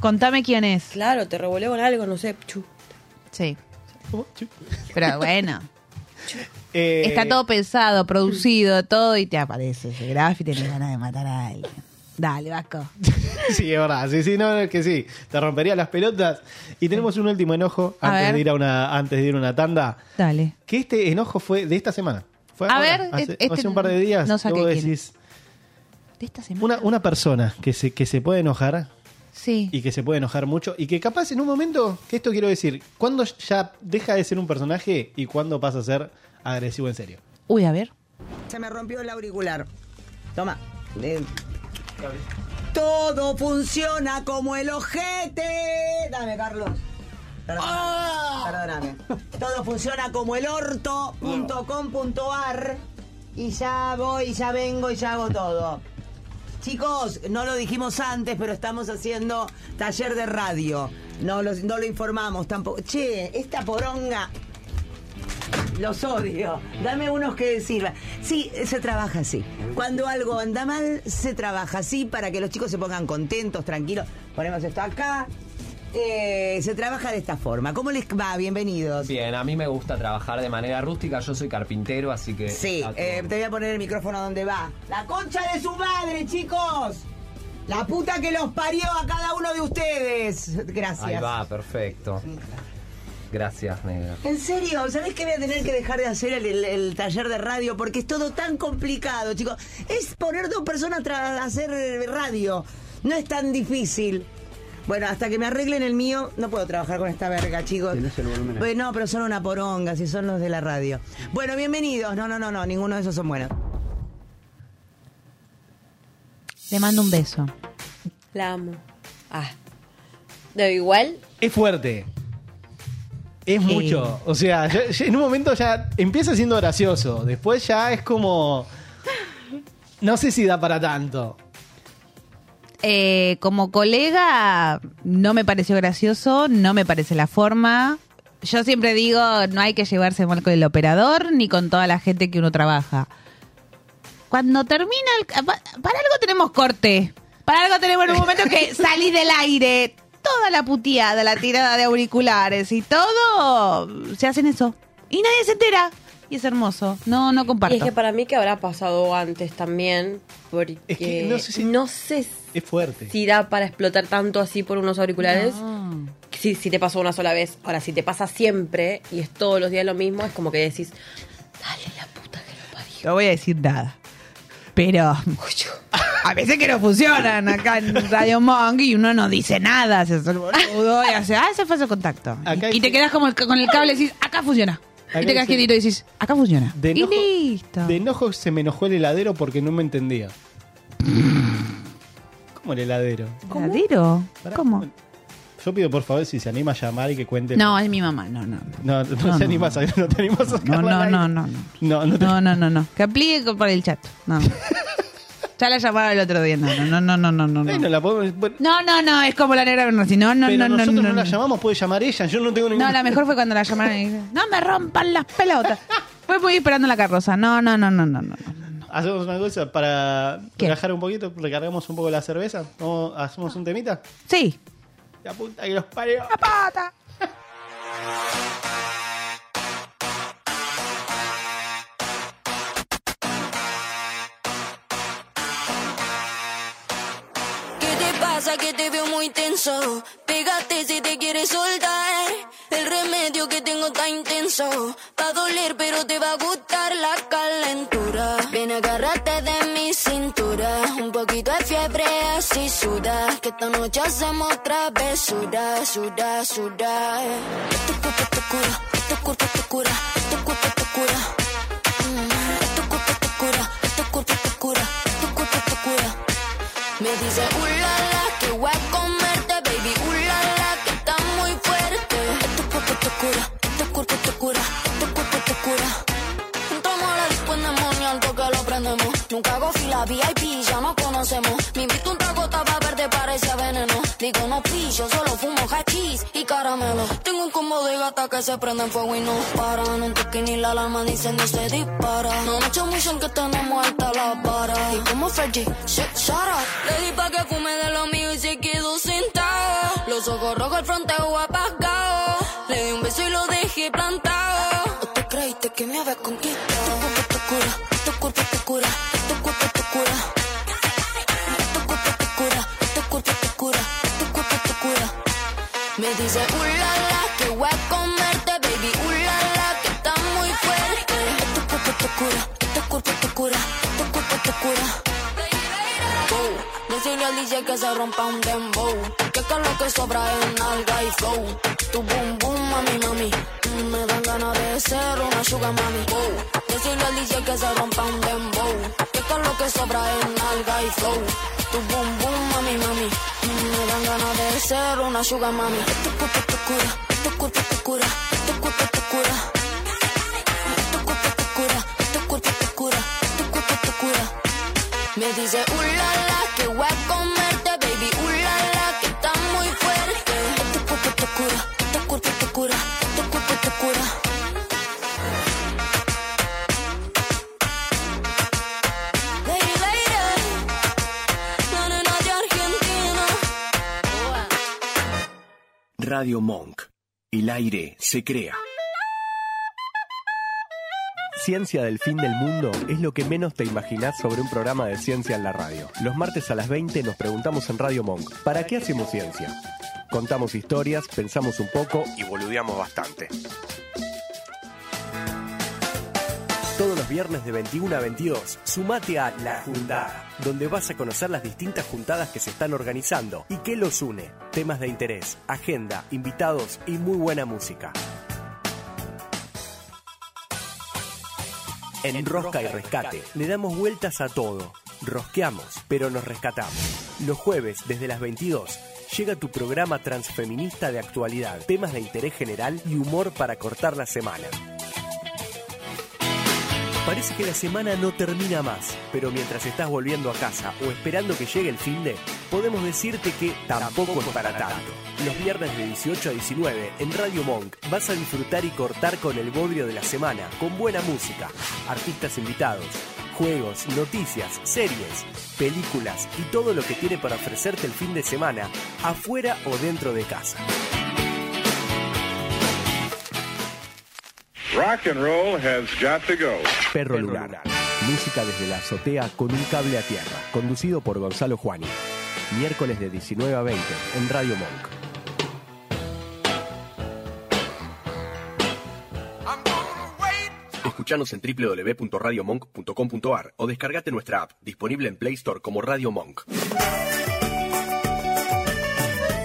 D: Contame quién es.
E: Claro, te revoleo con algo, no sé, chu.
D: Sí. Pero bueno.
C: <laughs> Eh,
D: Está todo pensado, producido, todo, y te aparece ese gráfico y tenés ganas de matar a alguien. Dale, Vasco.
C: <laughs> Sí, es verdad. Sí, sí, no, no, es que sí. Te rompería las pelotas. Y tenemos un último enojo
D: A
C: antes
D: ver.
C: de, ir a una, antes de ir a una tanda.
D: Dale.
C: Que este enojo fue de esta semana. Fue
D: A
C: ahora,
D: ver,
C: hace,
D: este
C: hace un par de días.
D: no saqué
C: que vos
D: quién
C: decís,
D: De esta semana.
C: una, una persona que se, que se puede enojar
D: Sí.
C: y que se puede enojar mucho y que capaz en un momento, que esto quiero decir, cuando ya deja de ser un personaje y cuando pasa a ser agresivo en serio.
D: Uy, a ver.
O: Se me rompió el auricular. Toma. Eh, Todo funciona como el ojete. Dame, Carlos. Perdóname. Perdóname. Todo funciona como el orto.com.ar. Y ya voy, ya vengo y ya hago todo. Chicos, no lo dijimos antes, pero estamos haciendo taller de radio. No lo, no lo informamos tampoco. Che, esta poronga los odio. Dame unos que sirvan. Sí, se trabaja así. Cuando algo anda mal, se trabaja así para que los chicos se pongan contentos, tranquilos. Ponemos esto acá. Eh, se trabaja de esta forma. ¿Cómo les va? Bienvenidos.
P: Bien, a mí me gusta trabajar de manera rústica. Yo soy carpintero, así que.
O: Sí,
P: a todo.
O: eh, te voy a poner el micrófono donde va. La concha de su madre, chicos. La puta que los parió a cada uno de ustedes. Gracias.
P: Ahí va, perfecto. Gracias, negra.
O: En serio, ¿sabés que voy a tener que dejar de hacer el, el- el taller de radio? Porque es todo tan complicado, chicos. Es poner dos personas tra- a hacer eh, radio. No es tan difícil. Bueno, hasta que me arreglen el mío, no puedo trabajar con esta verga, chicos. Bueno, pero son una poronga, si son los de la radio. Bueno, bienvenidos. No, no, no, no, ninguno de esos son buenos.
D: Le mando un beso.
E: <laughs> La amo. Ah. De igual,
C: Es fuerte. Es mucho. O sea, ya- ya en un momento ya empieza siendo gracioso. Después ya es como. No sé si da para tanto.
D: Eh, como colega, no me pareció gracioso, no me parece la forma. Yo siempre digo, no hay que llevarse mal con el operador ni con toda la gente que uno trabaja. Cuando termina el... ca- pa- Para algo tenemos corte. Para algo tenemos un momento
E: <laughs>
D: que salís del aire. Toda la puteada, la tirada de auriculares y todo, se hacen eso. Y nadie se entera. Y es hermoso. No, no comparto.
E: Y es que para mí que habrá pasado antes también, porque
D: que
E: no
D: no
E: sé,
D: sé
E: si,
C: Es fuerte.
E: da para explotar tanto así por unos auriculares.
D: No.
E: Si, si te pasó una sola vez, ahora si te pasa siempre y es todos los días lo mismo, es como que decís,
D: No voy a decir nada. Pero a veces que no funcionan acá en Radio Monk y uno no dice nada, se hace el boludo y hace, ah, ese fue su contacto. Y, y te quedas como el ca- con el cable y decís, acá funciona. y te quedas
C: dice-
D: quietito y decís, acá funciona.
C: De enojo,
D: y listo.
C: de enojo se me enojó el heladero porque no me entendía. ¿Cómo el heladero?
D: ¿Heladero? ¿Cómo?
C: Yo pido por favor si se anima a llamar y que cuente.
D: No, es mi mamá, no, no.
C: <laughs> no, no,
D: no,
C: se anima a no te animas a
D: No,
C: sacarla
D: no,
C: al
D: no,
C: aire.
D: no.
C: No, no,
D: no, no, no, no. Que aplique con- por el chat.
C: <laughs>
D: No. Ya la llamaba el otro día. No, no, no, no, no, no.
C: Eh,
D: No,
C: no la podemos- bueno,
D: no, no, no, es como la negra Bernardi. No, no,
C: pero
D: no, no,
C: nosotros no,
D: no,
C: la
D: no.
C: llamamos, puede llamar ella. Yo no tengo ningún.
D: No, la mejor fue cuando la llamaron y dijeron, no me rompan las pelotas. Fue muy esperando la carroza. No, no, no, no, no, no. no.
C: Hacemos una cosa para relajar un poquito, recargamos un poco la cerveza. ¿Vamos- ¿Hacemos un temita?
D: Sí.
C: La puta que los parió.
D: ¡La pata!
Q: ¿Qué te pasa que te veo muy tenso? Pégate si te quieres soltar. El remedio que tengo está intenso. Va a doler, pero te va a gustar la calentura. Ven, agárrate de mi cintura. Un poquito de fiebre, así suda. Que esta noche hacemos travesura, suda, suda. Que Tu cuerpo te cura, que tu cuerpo te cura, que tu cuerpo te cura. Mm. Que Tu cuerpo te cura, que tu cuerpo te cura, que tu cuerpo te cura. Me dice, ulala, que voy a comerte, baby, ulala, que está muy fuerte. Tu cuerpo te cura, tu cuerpo te cura, tu cuerpo te cura. Entramos a la disco en demonio, al toque lo prendemos. Nunca hago fila VIP, ya nos conocemos. Me invito un trago, tapa verde, parece veneno. Digo, no pillo, solo fumo hachís y caramelo. Tengo un combo de gata que se prende en fuego y no para. No en toque ni la alarma, dicen no se dispara. No me echo mucho en que tenemos alta la vara. Y como Fergie, shit, shut up. Le di pa' que fume de lo mío y se quedó sentado. Los ojos rojos, el fronteo apagado. Le di un beso y lo dejé plantado. ¿O te creíste que me habías conquistado? Tu cuerpo te cura, tu cuerpo te cura, tu cuerpo te cura. Tu cuerpo te cura, tu cuerpo te cura, tu cuerpo te cura. Me dice, ulala, que voy a comerte, baby, ulala, que está muy fuerte. Tu cuerpo te cura, tu cuerpo te cura, tu cuerpo te cura. Wow. Decirle al DJ que se rompa un dembow. Que acá lo que sobra es nalga y flow. Tu boom boom, mami, mami. Mm, Me dan ganas de ser una sugar mami. Wow. Decirle al DJ que se rompa un dembow. Que acá lo que sobra es nalga y flow. Tu boom boom, mami, mami. Mm, Me dan ganas de ser una sugar mami. Tu cuerpo te cura, tu cuerpo te cura, tu cuerpo te cura. Tu cuerpo te cura, tu cuerpo te cura, tu cuerpo te cura. Me dice, ulala, que voy a comerte, baby, ulala, que está muy fuerte. Tu cuerpo te cura, tu cuerpo te cura, tu cuerpo te cura. Lady, lady, la nena de Argentina.
A: Radio Monk. El aire se crea.
R: Ciencia del fin del mundo es lo que menos te imaginás sobre un programa de ciencia en la radio. Los martes a las 20 nos preguntamos en Radio Monk, ¿para qué hacemos ciencia? Contamos historias, pensamos un poco y boludeamos bastante. Todos los viernes de 21 a 22, sumate a La Juntada, donde vas a conocer las distintas juntadas que se están organizando y qué los une, temas de interés, agenda, invitados y muy buena música. En Rosca y Rescate le damos vueltas a todo. Rosqueamos, pero nos rescatamos. Los jueves, desde las 22, llega tu programa transfeminista de actualidad, temas de interés general y humor para cortar la semana. Parece que la semana no termina más, pero mientras estás volviendo a casa o esperando que llegue el fin de, podemos decirte que tampoco es para tanto. Los viernes de 18 a 19 en Radio Monk vas a disfrutar y cortar con el bodrio de la semana, con buena música, artistas invitados, juegos, noticias, series, películas y todo lo que tiene para ofrecerte el fin de semana, afuera o dentro de casa.
S: Rock and roll has got to go.
R: Perro Lunar. Música desde la azotea con un cable a tierra. Conducido por Gonzalo Juani. Miércoles de 19 a 20 en Radio Monk.
T: Escuchanos en www.radiomonk.com.ar o descargate nuestra app, disponible en Play Store como Radio Monk.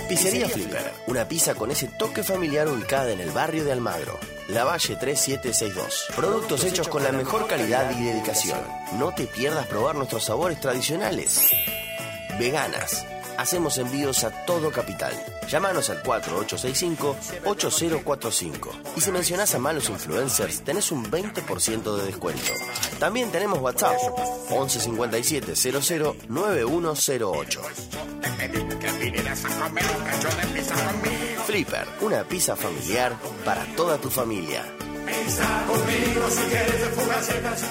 B: Pizzería Flipper, una pizza con ese toque familiar ubicada en el barrio de Almagro. La Valle 3762. Productos hechos con la mejor calidad y dedicación. No te pierdas probar nuestros sabores tradicionales. Veganas. Hacemos envíos a todo capital. Llámanos al 4865-8045. Y si mencionás a malos influencers, tenés un 20% de descuento. También tenemos WhatsApp 1157 00 9108. Flipper, una pizza familiar para toda tu familia.
G: Está conmigo si quieres, fuga, si queremos.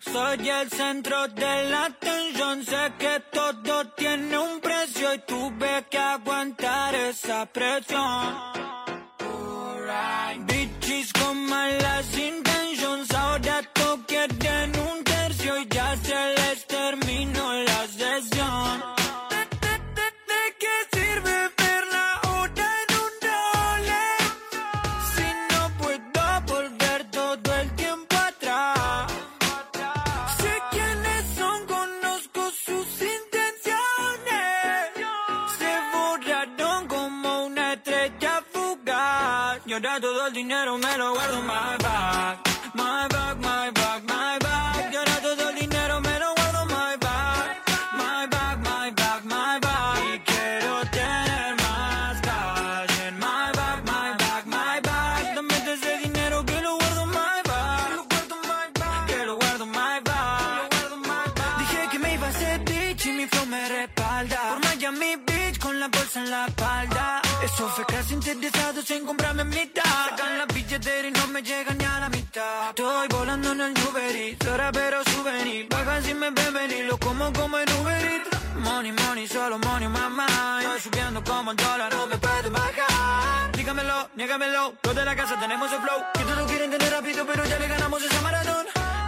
U: Soy el centro de la atención, sé que todo tiene un precio y tuve que aguantar esa presión. Bitches con malas intenciones, ahora quieren un tercio y ya se les terminó la sesión. ¿De- de- de- de qué sirve ver la hora en un roller? Si no puedo volver todo el tiempo atrás. Sé quiénes son, conozco sus intenciones. Se borraron como una estrella fugaz. Y ahora todo el dinero me lo guardo en my bag. My bag, my bag, my bag. Y ahora todo el dinero me lo guardo en my bag. My bag, my bag, my bag. Y quiero tener más cash en my bag, my bag, my bag. Dame de ese dinero que lo guardo en my bag. Lo guardo en my bag. Que lo guardo en my bag. Dije que me iba a hacer bitch y mi flow me respalda. Por Miami Beach con la bolsa en la espalda. Eso fue casi interesado sin comprarme mitad. Sacan la billetera y no me llegan ni a la mitad. Estoy volando en el Uber Eats, ahora pero suben y pagan si me ven venir. Lo como como en Uber Eats. Money, money, solo money, mamá. Estoy subiendo como el dólar, no me puedo bajar. Dígamelo, niégamelo, los de la casa tenemos el flow. Que todos quieren tener rápido, pero ya le ganamos esa maratón.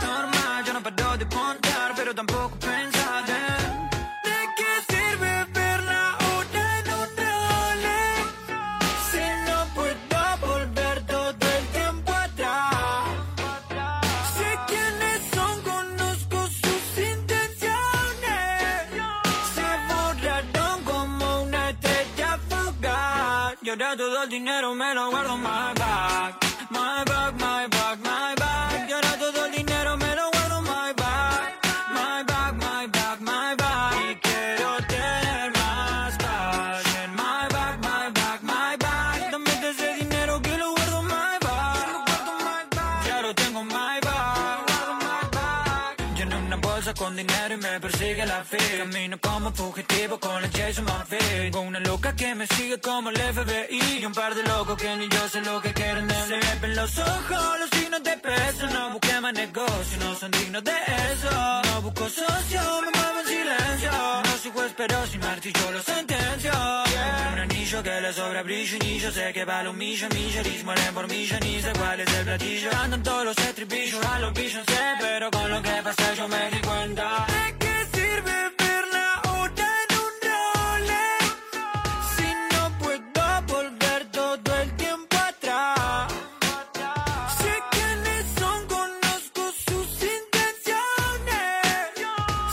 U: Normal, yo no paro de contar, pero tampoco pensar en ¿De qué sirve ver la hora en un Rolex? Si no puedo volver todo el tiempo atrás. Sé quiénes son, conozco sus intenciones. Se borraron como una estrella fugaz. Y ahora todo el dinero me lo guardo en my bag. My bag, my bag, my bag. Y ahora todo el dinero me lo guardo en my bag. My bag, my bag, my bag. Y quiero tener más cash en my bag, my bag, my bag. Dame de ese dinero que lo guardo en my bag. Lo guardo en my bag. Ya lo tengo en my bag. Guardo en my bag. Lleno una bolsa con dinero y me persigue la fe. Camino como fugitivo con la Jason Murphy. Con una loca que me sigue como el FBI. Y un par de locos que ni yo sé lo que quieren de mí. Se me ven los ojos, los signos de peso. No busqué más negocio, no son dignos de eso. No busco socio, me muevo en silencio. No soy juez, pero sin martillo lo sentencio. Un anillo que le sobra brillo y ni yo sé que vale un millón. Millones mueren por millón y sé cuál es el platillo. Andan todos los estribillos a los billions, sé, pero con lo que pasa yo me di cuenta. ¿De qué sirve ver la hora en un Rolex? Si no puedo volver todo el tiempo atrás. Sé quiénes son, conozco sus intenciones.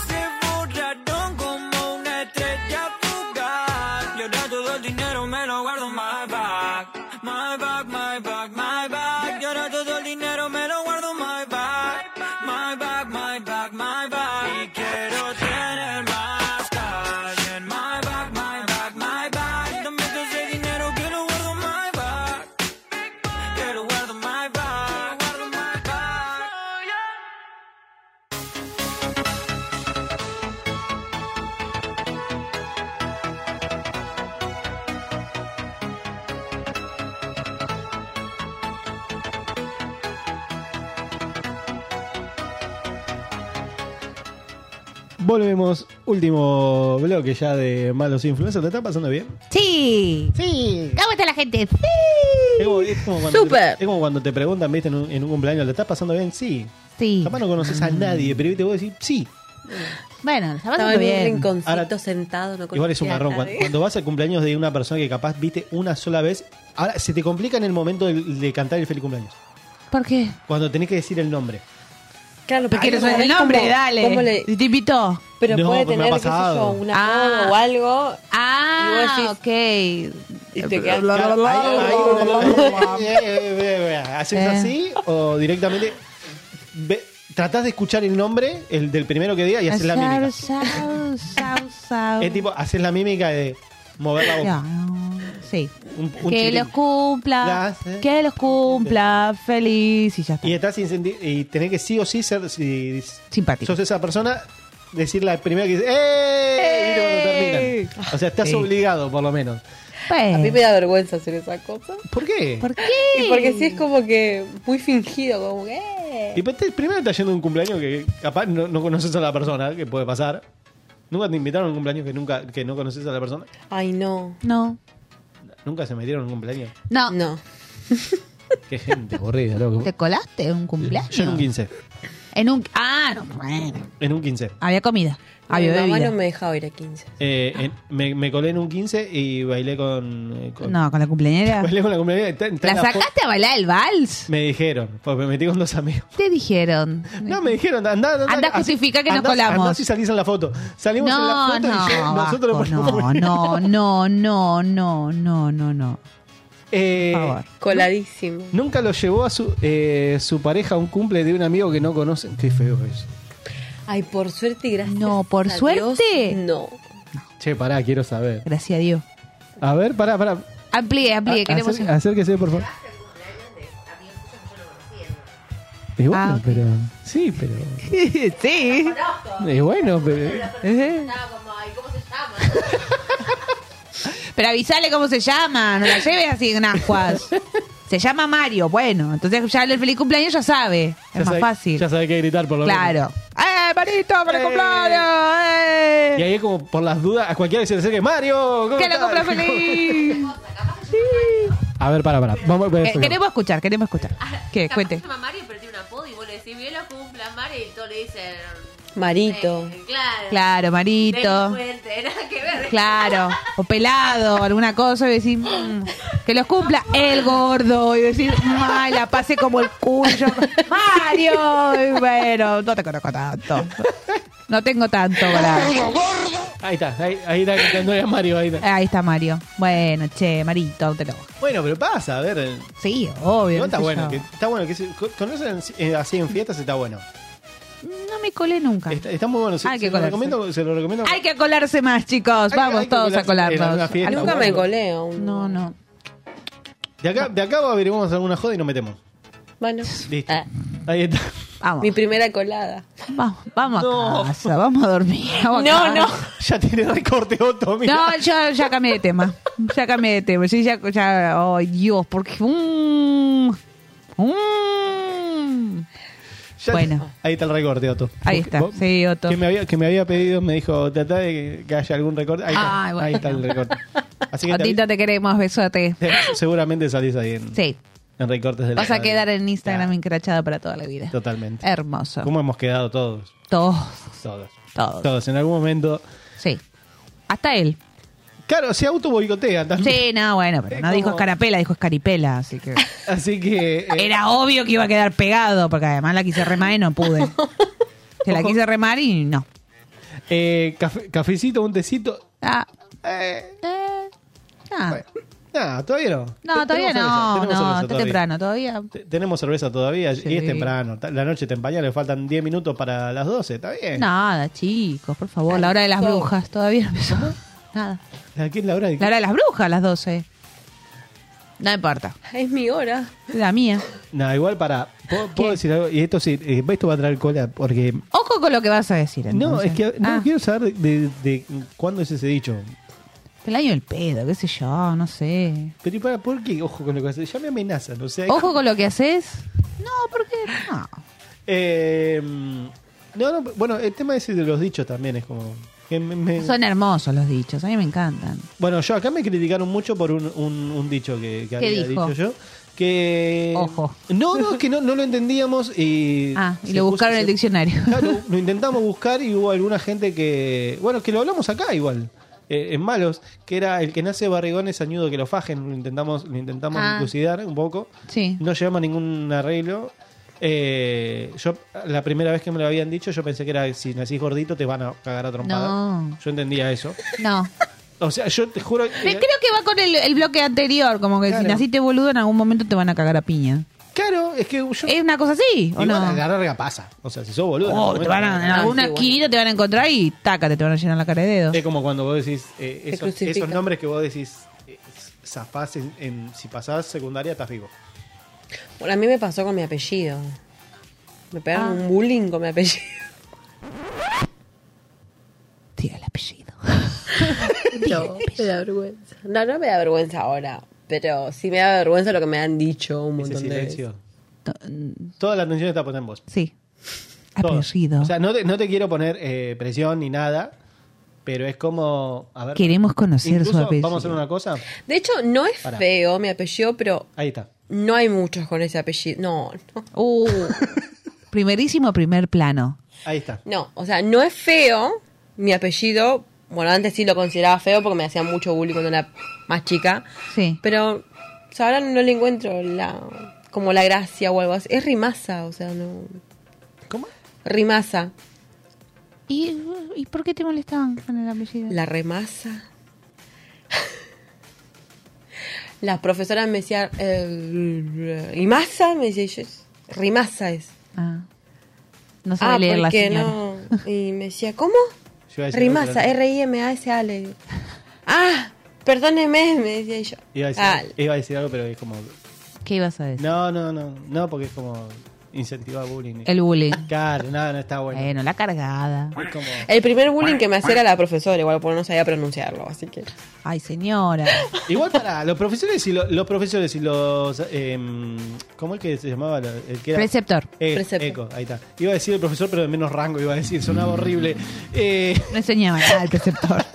U: Se borraron como una estrella fugaz. Y ahora todo el dinero me lo guardo en my bag. My bag, my bag, my bag. Y ahora todo el dinero me lo guardo en my bag. My bag, my bag, my bag. Y quiero tener más cash en my bag, my bag, my bag. Dame de ese dinero que lo guardo en my bag. Que lo guardo en my bag. Guardo en my bag.
C: Volvemos, último bloque ya de Malos Influencers. ¿Te está pasando bien?
D: Sí. Sí. ¿Cómo está la gente? Sí.
C: Es como, es como cuando
D: Súper.
C: Te, es como cuando te preguntan, viste, en un, en un cumpleaños, ¿le estás pasando bien? Sí.
D: Sí.
C: Capaz no conoces a nadie, pero viste, vos decís, sí.
D: Bueno, está
E: Estaba
D: pasando
E: en un
D: bien.
E: rinconcito sentado. No
C: Igual es
E: conocía
C: un
E: a
C: marrón. Cuando,
E: nadie.
C: cuando vas al cumpleaños de una persona que capaz viste una sola vez, ahora se te complica en el momento de, de cantar el feliz cumpleaños.
D: ¿Por qué?
C: Cuando tenés que decir el nombre.
E: Claro,
D: Porque
E: no
D: quieres saber el
E: sabés
D: nombre,
E: cómo-
D: dale.
E: cómo le-
D: Te invitó.
E: Pero
C: No,
E: puede
C: pero me
E: tener,
C: ha
E: qué sé yo,
C: pasado.
E: un
D: Ah.
E: apodo o algo.
D: Ah,
E: Y vos
D: ok.
E: Y te quedas-
C: ¿Haces
D: Eh.
C: así o directamente ve- tratás de escuchar el nombre, el del primero que diga, y haces la mímica?
D: Sau, sau, sau, sau.
C: Es tipo, haces la mímica de mover la boca.
D: Sí.
C: Un, un
D: que
C: chilín.
D: los cumpla, que los cumpla, feliz y ya está.
C: Y estás sin senti- y tenés que sí o sí ser si,
D: simpático.
C: Sos esa persona, decir la primera que dice ¡Eh! Y cuando
E: ¡Eh!
C: terminan. O sea, estás
E: Sí.
C: obligado por lo menos.
E: A mí me da vergüenza hacer esa cosa.
C: ¿Por qué?
E: ¿Por qué? porque sí es como que muy fingido, como que. "Eh".
C: Y pues, te- primero estás yendo a un cumpleaños que capaz no, no conoces a la persona, que puede pasar. ¿Nunca te invitaron a un cumpleaños que nunca que no conoces a la persona?
E: Ay, no.
D: No.
C: ¿Nunca se metieron a un cumpleaños?
D: No.
E: No.
C: <laughs> Qué gente aburrida, loco.
D: ¿Te colaste un cumpleaños?
C: Yo en un 15.
D: En un- Ah, no, bueno.
C: En un 15.
D: Había comida.
E: Mi
D: Había
E: mamá
D: bebida.
E: no me dejaba ir a 15.
C: Eh, en- me, me colé en un 15 y bailé con. eh, con-
D: No, con la cumpleañera.
C: Bailé con la cumpleañera. Está- está
D: ¿La
C: en fo-
D: sacaste a bailar el vals?
C: Me dijeron, pues me metí con dos amigos.
D: Te dijeron.
C: No, me dijeron, andá, andá.
D: Andá,
C: así-
D: justifica que nos
C: andás-
D: colamos.
C: andás y salís en la foto. Salimos en la
D: No,
C: foto y yo-
D: no,
C: nosotros
D: Vasco,
C: le <laughs> ponemos-
D: no, no, no, no, no, no, no.
C: Eh,
E: Coladísimo.
C: Nunca lo llevó a su, eh, su pareja a un cumple de un amigo que no conocen. Qué feo es.
E: Ay, por suerte y gracias.
D: No, por
E: a Dios,
D: suerte.
E: no.
C: Che, pará, quiero saber.
D: Gracias a Dios.
C: A ver, pará, pará.
D: Amplíe, amplíe,
C: A-
D: queremos.
C: acer- acérquese, por favor. Es bueno, pero. Sí, pero.
D: Ah, <laughs> sí.
C: Es Eh, bueno, pero. ¿Eh?
D: <laughs> Pero avisale cómo se llama, no la lleves así en
C: <laughs>
D: ascuas. Se llama Mario, bueno, entonces ya el feliz cumpleaños ya sabe, es
C: Ya
D: más
C: sabe-
D: fácil.
C: Ya sabe qué gritar, por lo menos.
D: Claro. ¡Eh, Marito, feliz cumpleaños!
C: Y ahí es como por las dudas, a cualquiera que se le acerque, Mario, ¿cómo
D: ¡Eh! ¡Que lo
C: estás?
D: cumpla feliz!
C: A ver, para, para. Vamos a ver.
D: Eh, queremos escuchar, queremos escuchar. ¿Qué? Cuente.
H: Se llama Mario, pero tiene un apodo y vos le decís, bien lo cumpla Mario y todos le dicen.
E: Marito.
H: eh, claro.
D: Claro,
E: <laughs>
D: Marito.
H: Delincuente, nada que ver.
D: Claro. O pelado, alguna cosa, y decís, mm, que los cumpla el gordo. Y decís, ay, la pase como el cuyo. Mario. Y bueno, no te conozco tanto. No tengo tanto, coraje.
C: Ahí está, ahí, ahí está cantando a Mario, ahí está.
D: Ahí está Mario. Bueno, che, Marito, te lo
C: Bueno, pero pasa, a ver. eh,
D: Sí, obvio.
C: no está
D: qué sé
C: bueno,
D: yo.
C: que, está bueno que se- co- conocen eh, así en fiestas está bueno.
D: No me colé nunca.
C: Está, está muy bueno. Se,
D: Hay que
C: se lo
D: colarse.
C: recomiendo, se lo recomiendo.
D: Hay que colarse más, chicos.
C: Hay-
D: Vamos
C: hay que
D: todos a
C: colarse en alguna
D: colarnos.
C: fiesta, Nunca me bueno.
E: colé aún.
D: No, no.
C: De acá, de acá averiguamos alguna joda y nos metemos.
E: Bueno,
C: Listo. Ahí está.
E: mi primera colada.
D: Vamos, vamos a casa, vamos a dormir. <laughs> <laughs> vamos a
E: No,
D: casa.
E: no.
C: <laughs> Ya tiene recorte Otto, mira.
D: No, yo ya cambié de tema. Ya cambié de tema. Sí, ya, ya- oh, Dios, porque. mm, mm.
C: Ya-
D: Bueno.
C: Ahí está el recorte, Otto.
D: Ahí está, sí, Otto.
C: Que me había, que me había pedido, me dijo, tratá de que haya algún recorte. Ahí está,
D: Ay, Ah, bueno.
C: ahí está el recorte. Así que te
D: Otito, te queremos, besote.
C: aviso, seguramente salís ahí en,
D: Sí,
C: en recortes del
D: vas a quedar en Instagram encrachada para toda la vida.
C: Totalmente.
D: Hermoso.
C: ¿Cómo hemos quedado todos?
D: Todos.
C: Todos.
D: Todos.
C: Todos, en algún momento.
D: Sí. Hasta él.
C: Claro, se auto boicotea también.
D: Sí, no, bueno, pero no dijo escarapela, dijo escaripela,
E: <laughs>
D: así que.
C: Así que. eh,
D: Era obvio que iba a quedar pegado, porque además la quise remar y no
C: <laughs>
D: pude. Se la quise remar y no.
C: eh, café- cafecito, un tecito.
D: Ah.
C: eh, Nah, todavía no. Te-
D: No, todavía
C: tenemos cerveza,
D: no,
C: tenemos
D: no,
C: cerveza
D: está
C: todavía.
D: temprano todavía.
C: Te- Tenemos cerveza todavía y es temprano. Ta- La noche está en pañales, faltan 10 minutos para las 12, está bien.
D: Eh. Nada, chicos, por favor, la hora de las brujas, todavía no empezó. Nada.
C: Aquí es la hora de...
D: La hora de las brujas, a las 12. No importa.
E: Es mi hora.
D: La mía.
C: No, igual para... ¿Puedo, puedo decir algo? Y esto sí, eh, esto va a traer cola porque...
D: Ojo con lo que Oh, vas a decir.
C: No,
D: entonces.
C: es que no
D: Ah,
C: quiero saber de, de- de cuándo es ese dicho.
D: el año del pedo, qué sé yo, no sé.
C: Pero ¿y para por qué? Ojo con lo que haces. Ya me amenazan, o sea...
D: Ojo con lo que haces. No, porque. No.
C: Eh, no, no, bueno, el tema ese de los dichos también es como... que me- me-
D: Son hermosos los dichos, a mí me encantan.
C: Bueno, yo acá me criticaron mucho por un, un- un dicho que, que
D: ¿Qué
C: había
D: dijo?
C: dicho yo. Que. Ojo. No, no, es que no, no lo entendíamos y.
D: <laughs> Ah, y
C: se
D: lo
C: puso-
D: buscaron en el
C: se-
D: diccionario.
C: Claro, lo intentamos buscar y hubo alguna gente que. Bueno, que lo hablamos acá igual. eh, en malos, que era el que nace barrigón es añudo que lo fajen. Lo intentamos, lo intentamos
D: Ah.
C: dilucidar un poco.
D: Sí.
C: No llegamos a ningún arreglo. Eh, yo la primera vez que me lo habían dicho yo pensé que era si nacís gordito te van a cagar a trompada
D: No.
C: yo entendía eso
D: <laughs> No.
C: o sea yo te juro
D: Pero creo que va con el, el bloque anterior, como que si
C: Claro.
D: naciste boludo en algún momento te van a cagar a piña.
C: Claro, es que yo...
D: ¿Es una cosa así o
C: Igual
D: no?
C: a la larga pasa. O sea, si sos boludo.
D: Oh,
C: en algún
D: te van
C: momento-
D: a- en alguna esquina te van a encontrar y tácate, te van a llenar la cara de dedos.
C: Es como cuando vos decís eh,
D: Te
C: esos,
D: crucifican.
C: esos nombres que vos decís, eh, zafás en, en- si pasás secundaria estás vivo.
E: Bueno, a mí me pasó con mi apellido. Me pegaron un bullying con mi apellido.
D: Tira
E: <laughs>
D: el apellido.
E: No, me da vergüenza. No, no me da vergüenza ahora. Pero sí me da vergüenza lo que me han dicho un
C: Ese
E: montón de veces.
C: silencio. Toda la atención está puesta en vos.
D: Sí.
C: Todo.
D: Apellido.
C: O sea, no te, no te quiero poner eh, presión ni nada, pero es como. a ver,
D: Queremos conocer su
C: incluso,
D: apellido.
C: Vamos a hacer una cosa.
E: De hecho, no es
C: Pará.
E: feo mi apellido, pero
C: Ahí está.
E: no hay muchos con ese apellido. No, no.
D: Uh. Primerísimo primer plano.
C: Ahí está.
E: No, o sea, no es feo mi apellido. Bueno, antes sí lo consideraba feo porque me hacía mucho bullying cuando era más chica.
D: Sí.
E: Pero o sea, ahora no le encuentro la como la gracia o algo así. Es rimasa, o sea, no.
C: ¿Cómo?
E: Rimasa.
D: ¿Y, y por qué te molestaban con el apellido?
E: La remasa. Las profesoras me decían. eh, ¿Rimasa? Me decía yo. Rimasa es. Ah,
D: Ah. No sabe leer la
E: porque
D: señora. <laughs>
E: no. Y me decía, ¿cómo?
C: Yo iba a decir
E: Rimasa,
C: otra-
E: R-I-M-A-S-A. le digo. Ah, perdóneme, me decía yo.
C: Iba a, decir,
E: Ah,
C: iba a decir algo, pero es como.
D: ¿Qué ibas a decir?
C: No, no, no. No, porque es como incentivar bullying.
D: El bullying.
C: Claro, no, no está bueno.
D: Bueno, la cargada.
E: el primer bullying que me hacía era la profesora, igual porque no sabía pronunciarlo, así que.
D: Ay, señora.
C: Igual para los profesores y lo- los profesores y los em, ¿cómo el que se llamaba? La- El que era?
D: Preceptor.
C: Eh,
D: Preceptor.
C: eco, ahí está. Iba a decir el profesor, pero de menos rango iba a decir,
D: <laughs>
C: sonaba horrible. Eh,
D: No enseñaba nada el preceptor.
E: <laughs>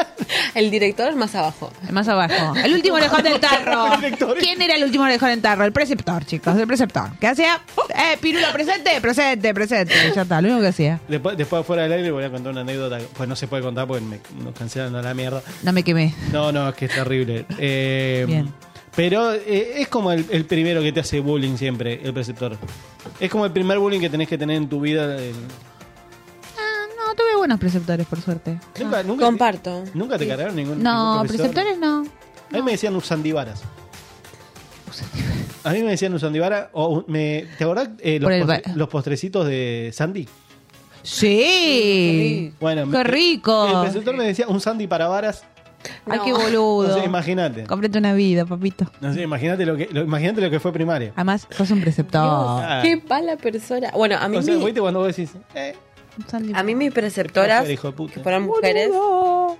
E: El director es más abajo.
D: Más abajo. El último orejón del
C: <laughs>
D: tarro.
E: El director.
D: ¿Quién era el último orejón del tarro? El preceptor, chicos. El preceptor. ¿Qué
C: <laughs>
D: hacía? Eh, pirulo, presente, presente, presente. Y Ya está, lo único que hacía.
C: <laughs> después, después fuera del aire voy a contar una anécdota, pues no se puede contar porque me, nos cancelan a la mierda.
D: No me quemé.
C: No, no, es que es terrible. Eh,
D: Bien.
C: Pero eh, es como el, el primero que te hace bullying siempre, el preceptor. Es como el primer bullying que tenés que tener en tu vida. eh,
D: Ah, no, tuve buenos preceptores, por suerte.
C: Nunca, nunca
E: Comparto.
C: ¿Nunca te cargaron ningún
D: No,
C: ningún profesor?
D: preceptores no.
C: A mí me decían Usandivaras. A mí me decían Usandivara. O un- me, ¿Te acordás eh, los,
D: Por el
C: postre- los postrecitos de Sandy?
D: Sí.
C: Bueno,
D: Qué
C: me-
D: rico.
C: El preceptor me decía un Sandy para varas.
D: Ay, qué boludo.
C: No sé, imagínate.
D: Cómprate una vida, papito.
C: No sé, imagínate lo que, lo, imagínate lo que fue primaria.
D: Además, sos un preceptor.
C: Ah.
E: Qué mala persona. Bueno, a mí
C: O sea,
E: mi-
C: viste cuando vos decís. "Eh"?
E: A mí mis preceptoras,
C: Hijo de puta.
E: que fueron mujeres,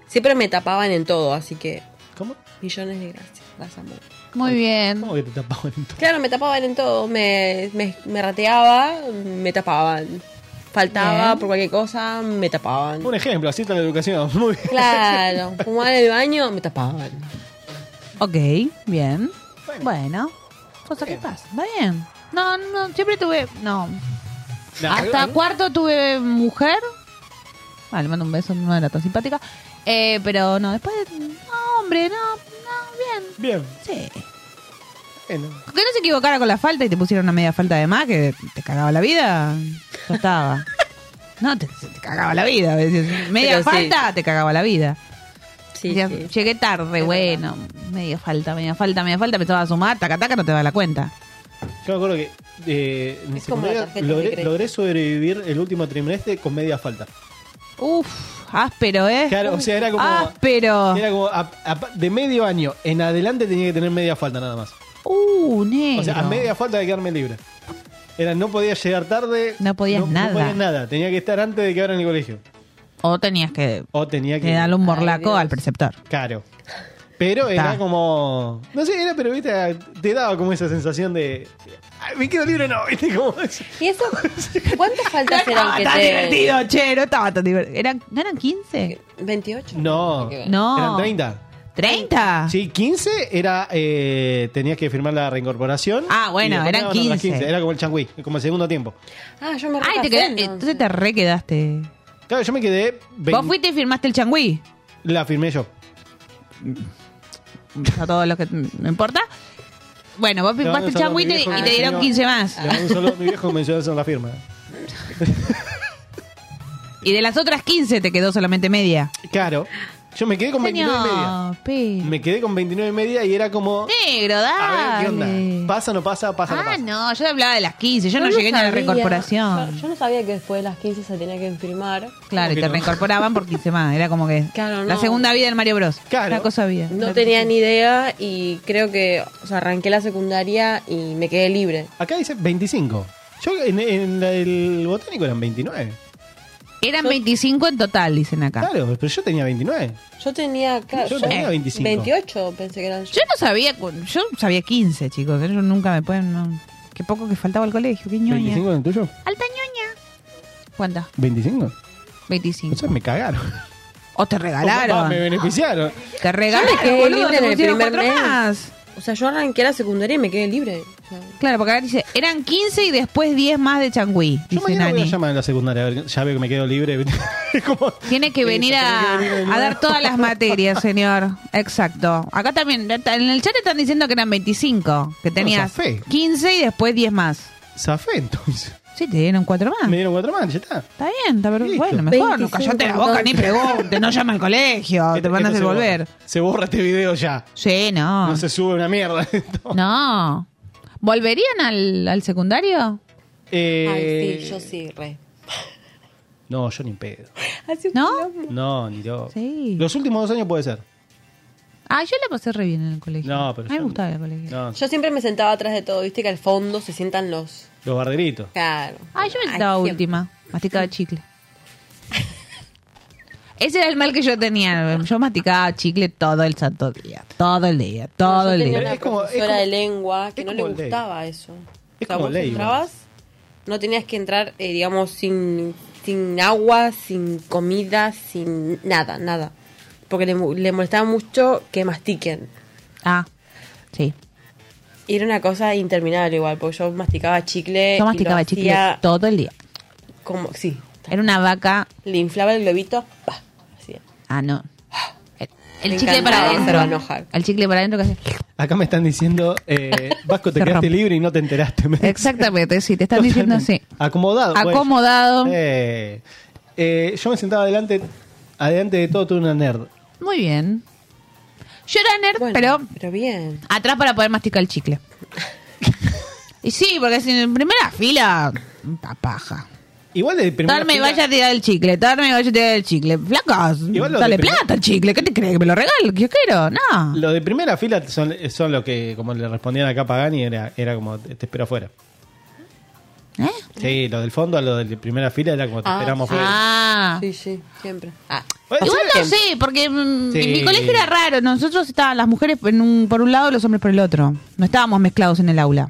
E: siempre me tapaban en todo, así que...
C: ¿Cómo?
E: Millones de gracias, las amo.
D: Muy bien.
C: ¿Cómo que te tapaban en todo?
E: Claro, me tapaban en todo, me, me, me rateaba, me tapaban. Faltaba
C: Bien.
E: por cualquier cosa, me tapaban.
C: Un ejemplo, así está la educación. Muy bien.
E: Claro, fumaba en el baño, me tapaban.
D: Ok, bien. Bueno. Cosa que pasa. Está bien. No, no, siempre tuve. No.
C: No,
D: Hasta
C: ¿no?
D: cuarto tuve mujer. Ah, le mando un beso, no era tan simpática. Eh, pero no, después. No, hombre, no, no, bien.
C: Bien.
D: Sí.
C: Bueno.
D: Que no se equivocara con la falta y te pusieron una media falta de más que te cagaba la vida.
E: <laughs>
D: Ya estaba. No, te, te cagaba la vida. decías, Media
E: Pero sí.
D: falta, te cagaba la vida. Decías,
E: sí.
D: Llegué tarde, bueno, media falta, media falta, media falta, empezaba a sumar, taca, taca, no te da la cuenta.
C: Yo me acuerdo que eh, en
D: como la
C: secundaria
D: tarjeta de
C: logré,
D: crédito.
C: logré sobrevivir el último trimestre con media falta.
D: Uf, áspero, ¿eh?
C: Claro, o sea, era como.
D: Ah, Áspero.
C: Era como a- a- de medio año en adelante tenía que tener media falta nada más.
D: Uh, negro.
C: O sea, a media falta de quedarme libre. Era, no podía llegar tarde.
D: No podías nada.
C: No podía nada. Tenía que estar antes de que abran el colegio.
D: O tenías que.
C: O tenía que.
D: Que darle un morlaco al preceptor.
C: Claro. Pero
D: Está.
C: era como. No sé, era, pero viste, te daba como esa sensación de. "Ay, me quedo libre, no, <laughs> viste, como.
E: ¿Y eso? ¿Cuántas faltas eran que
D: tan
E: te...?
D: Ah, divertido, che, no estaba tan divertido. Eran, ¿No eran 15?
E: ¿28?
C: No,
D: No.
C: Eran 30.
D: ¿30?
C: Sí, 15 era. Eh, tenías que firmar la reincorporación.
D: Ah, bueno,
C: y después
D: eran
C: daban otras
D: 15.
C: Era como el changüí, como el segundo tiempo.
E: Ah, yo me
D: Ay,
E: repasé,
D: te quedas-
E: entonces.
D: entonces te re quedaste.
C: Claro, yo me quedé.
D: Vos
C: 20
D: fuiste y firmaste el changüí.
C: La firmé yo.
D: A todos los que. No importa. Bueno, vos
C: Le mando
D: firmaste
C: un
D: el
C: saludo a
D: changüí
C: mi
D: y te-
C: viejo que
D: y
C: me
D: te dieron
C: enseñó-
D: 15 más.
C: Le mando un saludo a mi viejo que me enseñó a hacer la firma.
D: <laughs> Y de las otras 15 te quedó solamente media.
C: Claro. Yo me quedé con 29 y media.
D: Señor, pe-
C: Me quedé con 29 y media y era como.
D: Negro,
C: A ver, ¿qué
D: dale.
C: onda? ¿Pasa o no pasa? ¿Pasa o no
D: Ah,
C: pasa?
D: no, yo te hablaba de las 15. Yo no,
E: no
D: llegué ni a la
E: sabía.
D: reincorporación.
E: Yo no sabía que después de las 15 se tenía que firmar.
D: Claro, y te reincorporaban por 15 más. Era como que
E: <laughs> Claro,
D: la
E: no.
D: segunda vida del Mario Bros.
E: Claro.
D: Una cosa vida.
E: No tenía ni idea y creo que, o sea, arranqué la secundaria y me quedé libre.
C: Acá dice 25. Yo en, en la del botánico eran 29.
D: Eran 25 en total, dicen acá.
C: Claro, pero yo tenía 29.
E: Yo tenía, claro,
C: Yo tenía 25.
E: 28, pensé que eran yo.
D: Yo no sabía, cu- yo sabía 15, chicos. Yo nunca me pueden. no. Qué poco que faltaba al colegio, qué ñoña.
C: ¿25 en el tuyo?
D: Alta ñoña. ¿Cuánta?
C: ¿25?
D: 25.
C: O sea, me cagaron.
D: O te regalaron.
C: O, pa, me beneficiaron.
D: Te
E: Yo
D: regalaron,
E: me quedé
D: boludo,
E: libre
D: te
E: en el
D: pusieron
E: primer
D: cuatro
E: mes.
D: más.
E: O sea, yo arranqué la secundaria y me quedé libre. O sea,
D: Claro, porque acá dice, eran 15 y después 10 más de Changüí.
C: Yo
D: Dice
C: mañana voy a
D: Nani.
C: llamar a la secundaria, a ver, ya veo que me quedo libre. <laughs>
D: Tiene que venir a, a dar todas las materias,
C: <laughs>
D: señor. Exacto. Acá también, en el chat están diciendo que eran 25, que tenías
C: zafé.
D: 15 y después 10 más.
C: Zafé, entonces.
D: Sí, te dieron cuatro más.
C: Me dieron cuatro más, ya está.
D: Está bien, está pero bueno, mejor, no
C: 25
D: callate la boca ni
C: <laughs>
D: pregunte, no llama al colegio, te van a hacer
C: Este- se borra.
D: volver.
C: Se borra este video ya.
D: Sí, no.
C: No se sube una mierda.
D: No. ¿Volverían al, al secundario?
C: <laughs> Eh,
E: sí, yo sí, re.
C: No, yo ni en pedo.
D: ¿No?
C: No, ni yo.
D: Sí.
C: Los últimos dos años puede ser.
D: Ah, yo la pasé re bien en el colegio.
C: No, pero
D: a mí me
C: yo,
D: gustaba el colegio.
C: no,
E: Yo siempre me sentaba atrás de todo, viste que al fondo se sientan los.
C: los barderitos.
E: Claro.
D: Ah, yo me sentaba última, masticaba chicle. Ese era el mal que yo tenía. Yo masticaba chicle todo el santo día. Todo el día, todo
E: Yo
D: el
E: tenía
D: día.
E: una profesora de lengua que no le gustaba eso. o
D: Es
E: sea,
D: como
E: vos
D: ley,
E: entrabas, no tenías que entrar, eh, digamos, sin, sin agua, sin comida, sin nada, nada. Porque le, mo- le molestaba mucho que mastiquen.
D: Ah, sí.
E: Y era una cosa interminable igual, porque yo masticaba chicle.
D: Yo masticaba chicle todo el día.
E: Como, sí.
D: Era una vaca.
E: Le inflaba el globito, pa, hacía.
D: Ah, no. El, el
E: Me
D: chicle para
E: encantaba, se va a
D: adentro.
E: enojar.
D: El chicle para adentro que hacía.
C: <laughs> Acá me están diciendo, eh,
D: <laughs>
C: Vasco, te quedaste libre y no te enteraste. me dicen.
D: Exactamente, sí, te están diciendo así.
C: Acomodado. bueno.
D: Acomodado.
C: Eh, eh, yo me sentaba adelante, adelante de todo, tuve una nerd.
D: Muy bien. Yo era nerd, pero.
E: Pero bien.
D: Atrás para poder masticar
E: <laughs>
D: el chicle. y sí, porque si en primera fila. pa- paja.
C: Igual de primera
D: Tarme y
C: fila-
D: vaya a tirar el chicle, tarme y vaya a tirar el chicle. Flacas,
C: Igual lo de
D: dale
C: primer-
D: plata al chicle, ¿qué te crees? ¿Que me lo regalo? ¿Que yo quiero? No.
C: Lo de primera fila son, son lo que, como le respondían acá a Pagani, era, era como te te espero afuera.
D: ¿Eh?
C: Sí, lo del fondo a lo de primera fila era como te esperamos afuera.
D: Ah.
E: Sí, sí, siempre. Ah.
D: Igual no sé, porque mm,
C: Sí.
D: en mi colegio era raro. Nosotros estaban las mujeres en un- por un lado y los hombres por el otro. No estábamos mezclados en el aula.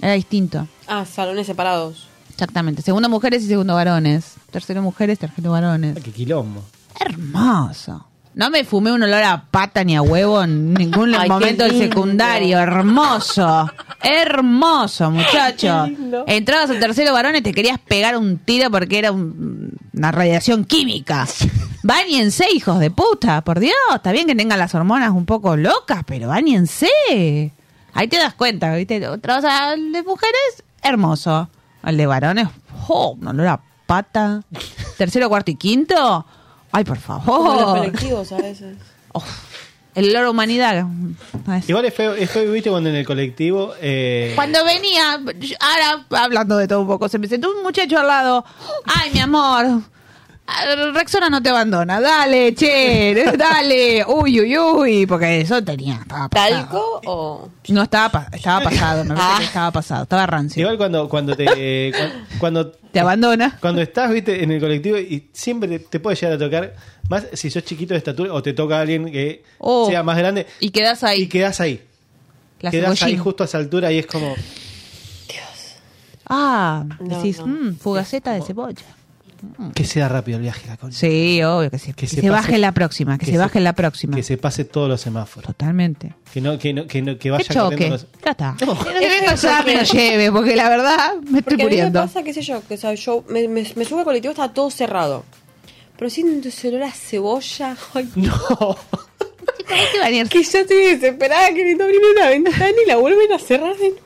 D: Era distinto.
E: Ah, salones separados.
D: Exactamente. Segundo mujeres y segundo varones. Tercero mujeres, tercero varones.
C: Qué quilombo.
D: Hermoso. No me fumé un olor a pata ni a huevo en
E: <laughs>
D: ningún
E: Ay, qué
D: momento del
E: lindo.
D: secundario. Hermoso. Hermoso, muchacho.
E: Qué lindo.
D: Entrabas al tercero varón y te querías pegar un tiro porque era un- una radiación química. Báñense, hijos de puta. Por Dios, está bien que tengan las hormonas un poco locas, pero báñense. Ahí te das cuenta, ¿viste? Entrabas al de mujeres, hermoso. Al de varones, ¡oh! Un olor a pata. Tercero, cuarto y quinto. Ay, por
E: Como los
D: favor.
E: colectivos a veces.
D: El olor a humanidad.
C: Igual es feo, es feo, viste, cuando en el colectivo. eh,
D: pues. Cuando venía, yo- ahora hablando de todo un poco, se me sentó un muchacho al lado. Ay, mi amor. ah, Rexona no te abandona. Dale, che. Dale. Uy, uy, uy. Porque eso tenía. Estaba pasado.
E: ¿Talco o.?
D: No, estaba, pa-
E: <laughs>
D: estaba pasado. Me parece que
E: Ah.
D: estaba pasado. Estaba rancio.
C: Igual cuando,
D: <laughs>
C: cuando te. cu- cuando,
D: Te abandona.
C: Cuando estás, viste, en el colectivo y siempre te, te puede llegar a tocar, más si sos chiquito de estatura o te toca alguien que
D: Oh.
C: sea más grande.
D: Y quedas ahí.
C: Y quedás ahí.
D: La
C: quedás ahí
D: cebollín.
C: justo a esa altura y es como.
D: Ah,
E: No,
D: decís,
E: no.
D: "Mm, fugaceta de cebolla.
C: Que sea rápido el viaje, la concha.
D: Sí, obvio que sí. Que, se,
C: pase-
D: baje la próxima, que, se, baje la próxima.
C: Que se pase todos los semáforos.
D: Totalmente.
C: Que no, que no, que no, que vaya
D: Que choque.
C: corriendo los-
D: Ya está.
E: Que
D: Que venga ya, me lo lleve, porque la verdad me estoy
E: Porque a mí me
D: muriendo.
E: pasa, qué sé yo, que o sea, yo me, me, me subo al colectivo, está todo cerrado. Pero siento ese olor a cebolla. Ay,
C: no.
E: Que ya estoy desesperada queriendo abrir una ventana y la vuelven a cerrar de nuevo.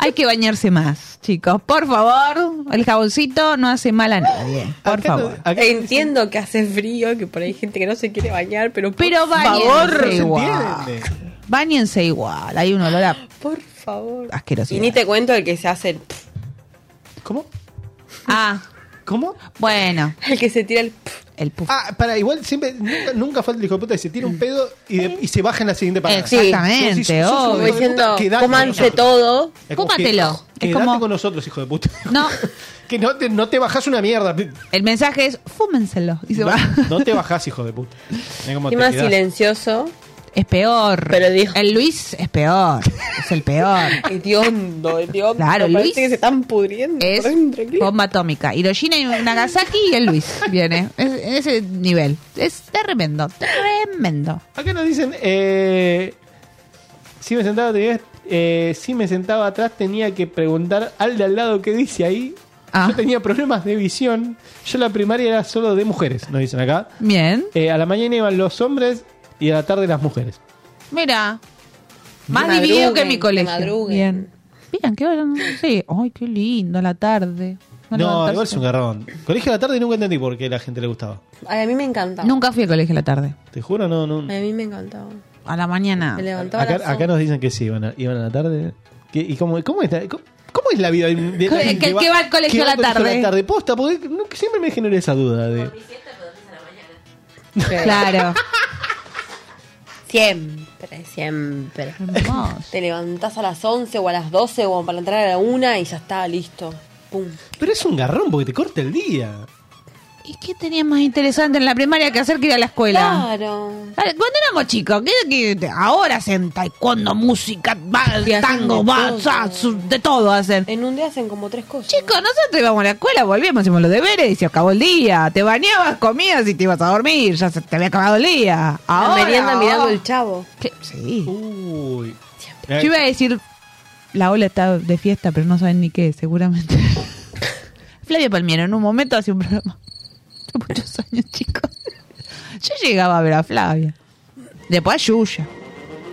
D: Hay que bañarse más, chicos. Por favor, el jaboncito no hace mal a nadie. Por
E: Acá no-
D: favor.
E: Entiendo que hace frío, que por ahí hay gente que no se quiere bañar, pero por
D: Pero
E: favor,
D: bañense igual. Bañense igual. Hay un olor a
E: Por favor. Y
D: asquerosidad.
E: ni te cuento el que se hace el,
C: ¿Cómo?
D: Ah.
C: ¿Cómo?
D: Bueno.
E: el que se tira el
D: El puf.
C: Ah, para, igual siempre, nunca, nunca falta el hijo de puta que se tira un pedo y, de- y se baja en la siguiente parada.
D: Exactamente,
C: Sí. Vos decís, sos un
D: obvio.
C: hijo de puta,
E: diciendo,
C: quedate con
E: cómanse
C: nosotros.
E: todo.
C: Es como
D: Cómatelo.
C: que-
D: Es
C: quedate
D: como-
C: con nosotros, hijo de puta.
D: No,
C: <laughs> Que no te, no te bajás una mierda.
D: el mensaje es fúmenselo. Y se va.
C: No te bajás, hijo de puta. Mirá cómo
E: Y
C: te
E: más
C: quedás.
E: silencioso.
D: Es peor.
E: Pero dijo-
D: El Luis es peor. es
E: <laughs>
D: el peor.
E: Hediondo, hediondo.
D: Claro,
E: Parece
D: Luis.
E: que se están pudriendo.
D: Es bomba atómica. Hiroshima y Nagasaki y el Luis viene. Es- en ese nivel. Es tremendo, tremendo.
C: Acá nos dicen, eh, si, me sentaba, tenía- eh, si me sentaba atrás tenía que preguntar al de al lado qué dice ahí.
D: Ah.
C: Yo tenía problemas de visión. Yo la primaria era solo de mujeres, nos dicen acá.
D: Bien.
C: Eh, a la mañana iban los hombres y a la tarde las mujeres.
D: Mira. Más
E: Que
D: dividido
E: madruguen,
D: que mi
E: que
D: colegio.
E: madruguen.
D: Bien. Bien, qué bueno. Sí. Ay, qué lindo la tarde.
C: No,
D: levantarse.
C: igual es un garrón. Colegio a la tarde nunca entendí por qué a la gente le gustaba.
E: Ay, a mí me encanta.
D: Nunca fui al colegio a la tarde.
C: Te juro, no, no.
E: A mí me encantaba.
D: A la mañana.
E: Me levantaba
C: Acá,
E: a las
C: acá nos dicen que sí, iban a, iban a la tarde. ¿Qué- ¿Y cómo, cómo, es la, cómo, cómo es la vida de, de la
D: Que-
C: gente
D: que el que va al colegio a la tarde?
C: Posta, porque nunca- siempre me generó esa duda. De,
E: once.
D: Claro.
E: Siempre, siempre.
D: Hermoso.
E: Te levantás a las 11 o a las 12 o para entrar a la 1 y ya está, listo. Pum.
C: Pero es un garrón porque te corta el día.
D: ¿Y qué tenías más interesante en la primaria que hacer que ir a la escuela?
E: Claro.
D: Claro, Cuando éramos chicos, ¿qué- qué- te- ahora hacen taekwondo, música, ba- tango, ba- sa- su- de todo hacen.
E: En un día hacen como tres cosas.
D: Chicos, nosotros íbamos a la escuela, volvíamos, hicimos los deberes y se acabó el día. Te bañabas, comías y te ibas a dormir, ya se te había acabado el día. Ahora,
E: la merienda mirando el chavo.
D: ¿Qué? Sí.
C: Uy.
D: Yo iba a decir, la ola está de fiesta, pero no saben ni qué, seguramente. Flavia Palmiero en un momento hace un programa. <laughs> Hace muchos años, chicos. Yo llegaba a ver a Flavia. Después a Yuya.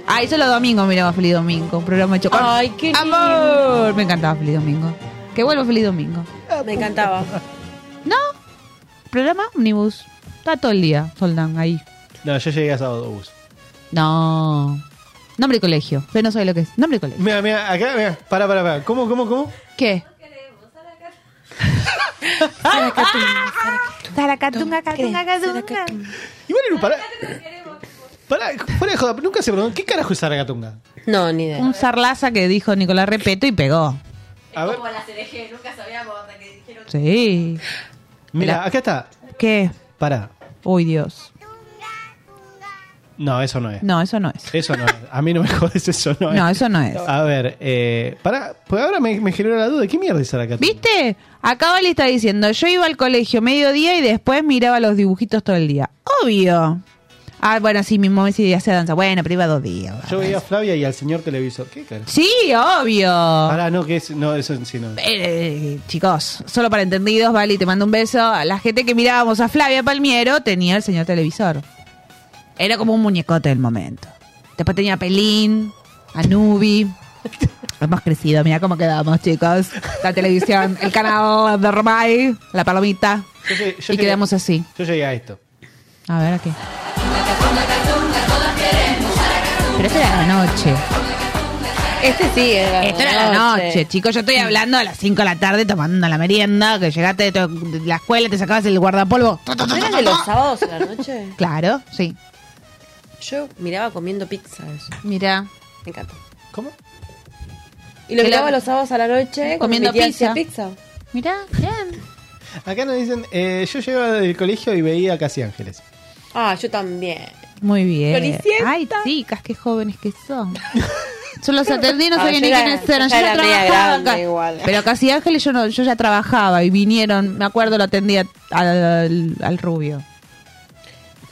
D: Ah, eso los domingos miraba Feliz Domingo, un programa hecho con
E: Ay, qué lindo. Ah,
D: amor. Me encantaba Feliz Domingo. Que vuelva Feliz Domingo.
E: Me encantaba.
D: ¿No? Programa Omnibus. Está todo el día, Soldán, ahí.
C: No, yo llegué a sábado bus.
D: No. Nombre y colegio. Pero no sabe lo que es. Nombre y colegio.
C: Mira, mira, acá, mira. Pará, pará, pará. ¿Cómo, cómo, cómo?
D: ¿Qué? Taracatunga, catunga, catunga.
C: Igual era un pará. Pará, fuera de joda, nunca se preguntó. ¿Qué carajo es Zaracatunga?
E: No, ni idea.
D: Un sarlaza que dijo Nicolás Repeto y pegó.
C: A ver,
H: Como la CDG, nunca sabíamos hasta que dijeron.
D: Sí.
C: mira, acá está.
D: ¿Qué?
C: Pará.
D: Uy, Dios.
C: No, eso no es.
D: No, eso no es.
C: Eso no es. A mí no me jodes, eso no es.
D: No, eso no es.
C: A ver, eh, pará. Pues ahora me, me generó la duda. ¿Qué mierda es Zaracatunga?
D: ¿Viste? Acá Vali está diciendo, yo iba al colegio mediodía y después miraba los dibujitos todo el día. Obvio. Ah, bueno, sí, mi mamá sí hace danza. Bueno, pero iba dos días.
C: Yo veía a Flavia y al señor televisor. ¿Qué carajo?
D: Sí, obvio.
C: Pará, no, que es. No, eso sí no.
D: Eh, chicos, solo para entendidos, Vali, te mando un beso. A la gente que mirábamos a Flavia Palmiero tenía el señor televisor. Era como un muñecote del momento. Después tenía a Pelín, a Nubi. Hemos crecido, mira cómo quedamos, chicos. La televisión, el canal de Romay, la palomita.
C: Yo sé- yo
D: y
C: llegué-
D: quedamos así.
C: Yo llegué a esto.
D: A ver, ¿a qué? Pero esto era la noche.
E: Este sí, era
D: Esto era la noche, chicos. Yo estoy hablando a las 5 de la tarde tomando la merienda, que llegaste de to- de la escuela, te sacabas el guardapolvo.
E: ¿No era de los sábados a la noche?
D: Claro, sí.
E: Yo miraba comiendo pizza eso.
D: Mira.
E: Me encanta.
C: ¿Cómo?
E: Y lo
D: Que
E: miraba
D: la-
E: los sábados a la noche
D: Comiendo
E: comiendo pizza.
D: pizza.
E: pizza.
D: Mira, bien.
C: Acá nos dicen, eh, yo llegaba del colegio y veía Casi Ángeles.
E: Ah, yo también.
D: Muy bien.
E: Floricienta.
D: Eh, Ay, chicas, qué jóvenes que son. Yo los atendí, no
E: Ah,
D: sabía
E: yo
D: ni
E: era-
D: quiénes eran. Yo
E: yo
D: no
E: era media
D: trabajaba
E: grande
D: acá.
E: igual.
D: Pero casi Ángeles yo no, yo ya trabajaba y vinieron, me acuerdo, lo atendí a- al, al rubio.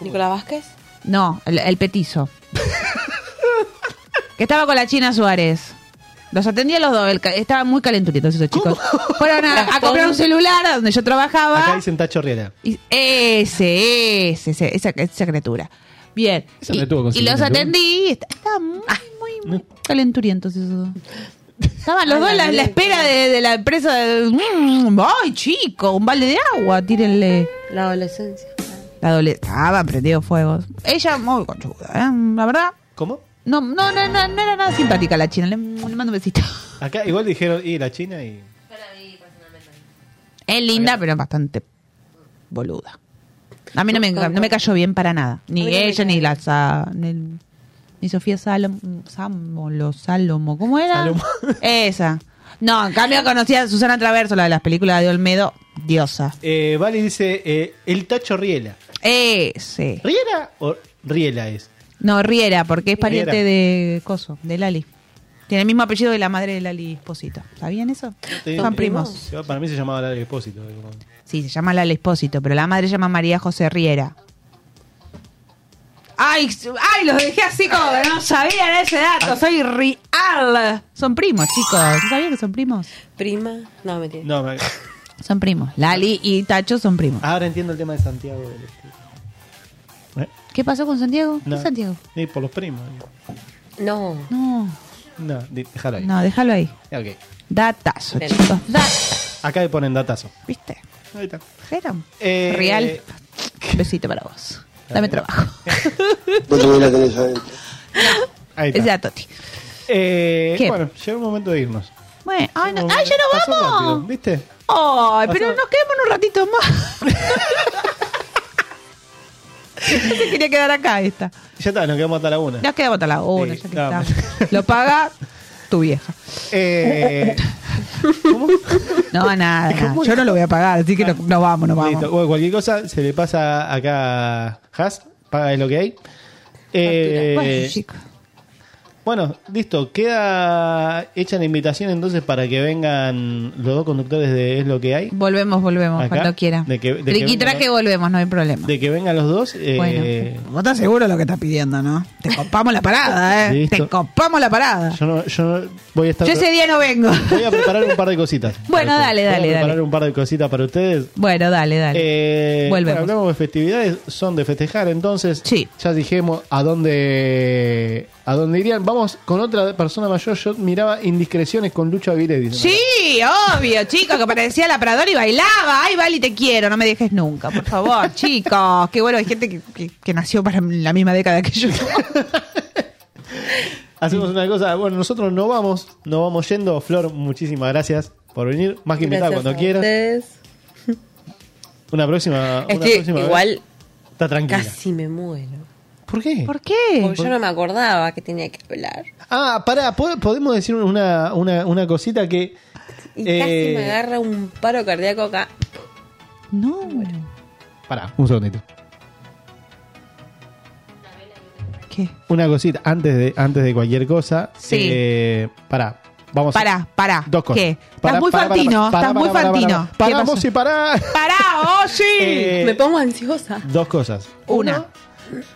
E: Nicolás Vázquez.
D: No, el, el petizo. que estaba con la China Suárez. Los atendía los dos, el ca- estaban muy calenturitos esos chicos. Fueron a, a comprar un celular a donde yo
C: Acá
D: trabajaba.
C: dicen Tacho Riera.
D: Y ese, ese, ese, esa, esa criatura. Bien.
C: Esa
D: y,
C: me
D: y
C: tuvo que conseguir
D: los
C: una luz.
D: atendí. y est- Estaban muy, muy, muy calenturientos esos dos. Estaban los dos en la, en la espera de, de la empresa. De, Mm, ¡Ay, chico! Un balde de agua, tírenle.
E: La adolescencia.
D: La doble. Estaba prendido fuegos. Ella muy conchuda, ¿eh? La verdad.
C: ¿Cómo?
D: No, no, no, no, no era nada simpática la china. Le, le mando un besito.
C: Acá igual dijeron, y la China y...
D: Es linda, pero bastante boluda. A mí no me, enca- no me cayó bien para nada.
E: A
D: Ni
E: mí no me
D: ella,
E: cae
D: ni la Sa- ni, ni Sofía Salom, Samolo, Salomo. ¿Cómo era?
C: Salomo.
D: <laughs> Esa. No, en cambio conocía a Susana Traverso, la de las películas de Olmedo. Diosa.
C: Eh, vale dice, eh, el Tacho Riela.
D: Ese.
C: ¿Riela o Riela es?
D: No, Riera, porque es
C: Riera.
D: pariente de Coso, de Lali. Tiene el mismo apellido de la madre de Lali Espósito. ¿Sabían eso?
C: Sí.
D: Son primos.
C: Eh, Yo- Para mí se llamaba Lali Espósito. como-
D: Sí, se llama Lali Espósito, pero la madre se llama María José Riera. ¡Ay! su- ¡Ay! Los dejé así como que no sabían ese dato. Soy real. Son primos, chicos. ¿No sabían que son primos?
E: Prima. No, mentira.
C: No, me-
D: Son primos. Lali y Tacho son primos.
C: ahora entiendo el tema de Santiago del Estero.
D: ¿Qué pasó con Santiago? ¿Qué
C: No.
D: Santiago?
C: Sí, por los primos.
E: No.
D: No.
C: No, di- déjalo ahí.
D: No, déjalo ahí.
C: Ok.
D: Datazo, chicos. Datazo.
C: Acá le ponen datazo.
D: ¿Viste?
C: Ahí está. Eh,
D: Jerón. Real. Besito para vos. Dame
C: <laughs>
D: trabajo.
N: <laughs>
C: Ahí
D: Es
C: está.
D: de Atoti.
C: Eh,
D: ¿Qué?
C: bueno, llegó el momento de irnos.
D: Bueno, ay, no- ay, ya nos
C: Pasó rápido,
D: vamos.
C: ¿Viste?
D: Ay, pero
C: Pasó-
D: nos quedamos un ratito
C: <laughs>
D: más. Se quería quedar acá esta.
C: Ya está, nos quedamos hasta la una.
D: Nos quedamos hasta la una,
C: Sí,
D: ya que
C: no.
D: está. Lo paga tu vieja.
C: Eh,
D: No, nada. nada.
C: ¿Cómo?
D: Ah,
C: Ah.
D: Yo no lo voy a pagar, así que no- nos vamos, nos vamos.
C: listo. Bueno, cualquier cosa se le pasa acá a Has, paga lo que hay. Eh,
D: Bueno, chicos.
C: Bueno, listo. Queda hecha la invitación entonces para que vengan los dos conductores de Es lo que hay.
D: Volvemos, volvemos,
C: Acá,
D: cuando quiera.
C: de que- de que
D: Triqui
C: venga-
D: traque, volvemos, no hay problema.
C: De que vengan los dos. eh,
D: Bueno. Vos estás seguro de lo que estás pidiendo, ¿no? Te copamos la parada, ¿eh?
C: Listo.
D: Te copamos la parada.
C: Yo, no, yo no- voy a estar.
D: Yo ese día no vengo.
C: Voy a preparar un par de cositas.
D: <laughs> Bueno,
C: Para
D: dale,
C: ustedes.
D: dale,
C: Voy a preparar
D: dale.
C: un par de cositas para ustedes.
D: Bueno, dale, dale.
C: Eh,
D: Volvemos.
C: bueno, hablamos de festividades, son de festejar, entonces ya dijimos a dónde a dónde irían. Vamos con otra persona mayor, yo miraba indiscreciones con Lucha Vile, dice.
D: Sí, obvio, chicos, que parecía la Pradora y bailaba. Ay, Vali, te quiero, no me dejes nunca, por
C: <laughs>
D: favor, chicos. Qué bueno, hay gente que, que- que nació para la misma década que yo.
C: Hacemos una cosa, bueno, nosotros no vamos, no vamos yendo. Flor, muchísimas gracias por venir, más que invitada cuando quieras. Una próxima, una
E: Estoy
C: próxima vez.
E: igual
C: Está tranquila.
E: casi me muero.
C: ¿Por qué?
D: ¿Por qué?
E: Porque yo no me acordaba que tenía que hablar.
C: Ah, pará, ¿po- podemos decir una, una, una cosita que
E: Y
C: Eh.
E: casi me agarra un paro cardíaco acá.
D: No.
C: Pará, un segundito.
D: ¿Qué?
C: Una cosita, antes de, antes de cualquier cosa.
D: Sí.
C: Eh, pará, vamos a-
D: Pará, pará.
C: Dos cosas.
D: ¿Qué? Estás
C: Pará,
D: muy
C: pará, pará,
D: fantino,
C: pará,
D: estás muy
C: pará, pará,
D: fantino.
C: pará.
D: ¿Qué
C: Pará,
D: pasó?
C: vos y pará.
D: ¡Pará, oh, sí!
C: <laughs> Eh,
E: Me pongo ansiosa.
C: Dos cosas.
D: Una.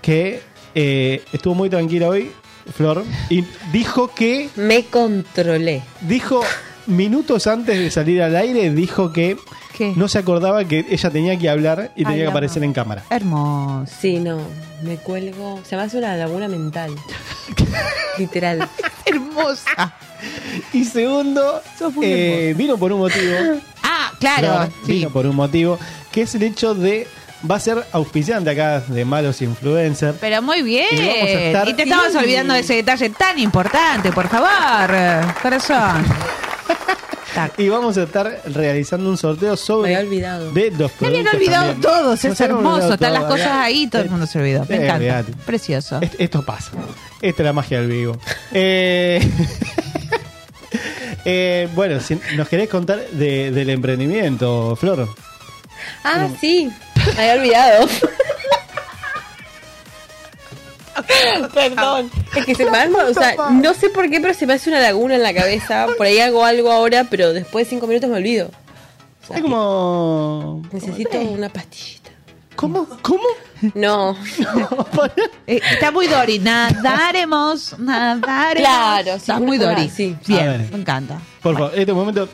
C: Que eh, estuvo muy tranquila hoy, Flor, y dijo que...
E: Me controlé.
C: Dijo, minutos antes de salir al aire, dijo que... No se acordaba que ella tenía que hablar y
E: Ay,
C: tenía que
E: la
C: aparecer en cámara.
D: Hermoso.
E: Sí, no. Me cuelgo. Se me hace una laguna
D: <laughs>
E: mental. Literal.
D: Hermosa.
C: Y segundo, eh, vino por
D: <laughs>
C: un motivo.
D: Ah, claro.
C: Pero Vino por un motivo, que es el hecho de. Va a ser auspiciante acá de malos influencers.
D: Pero muy bien.
C: Y vamos a estar-
D: Y, te estabas
C: Sí.
D: olvidando de ese detalle tan importante, por favor. Corazón.
C: <laughs> Y vamos a estar realizando un sorteo sobre. De los
D: Se habían
C: productos
D: olvidado
C: también.
D: todos,
C: Nos
D: es
C: habían
D: hermoso.
C: olvidado
D: Están las
C: todo,
D: cosas
C: ¿verdad?
D: ahí, todo el mundo se olvidó.
C: Sí,
D: Me encanta.
C: olvidate. <laughs>
D: Precioso.
C: Est- Esto pasa. Esta es la magia del vivo. Eh, <laughs> eh, bueno, si nos querés contar de- del emprendimiento, Flor.
E: Ah, sí. Me había olvidado. Perdón. Es que se me arma, o sea, no sé por qué, pero se me hace una laguna en la cabeza. Por ahí hago algo ahora, pero después de cinco minutos me olvido.
C: Es como.
E: Necesito una pastillita.
C: ¿Cómo? ¿Cómo?
E: No.
D: <laughs> Eh, está muy Dori. Nadaremos, nadaremos.
E: Claro, sí,
D: Está muy
E: una cosa
D: Dori.
E: así.
C: A
D: Bien,
C: ver.
D: me encanta.
C: Por favor, en este momento,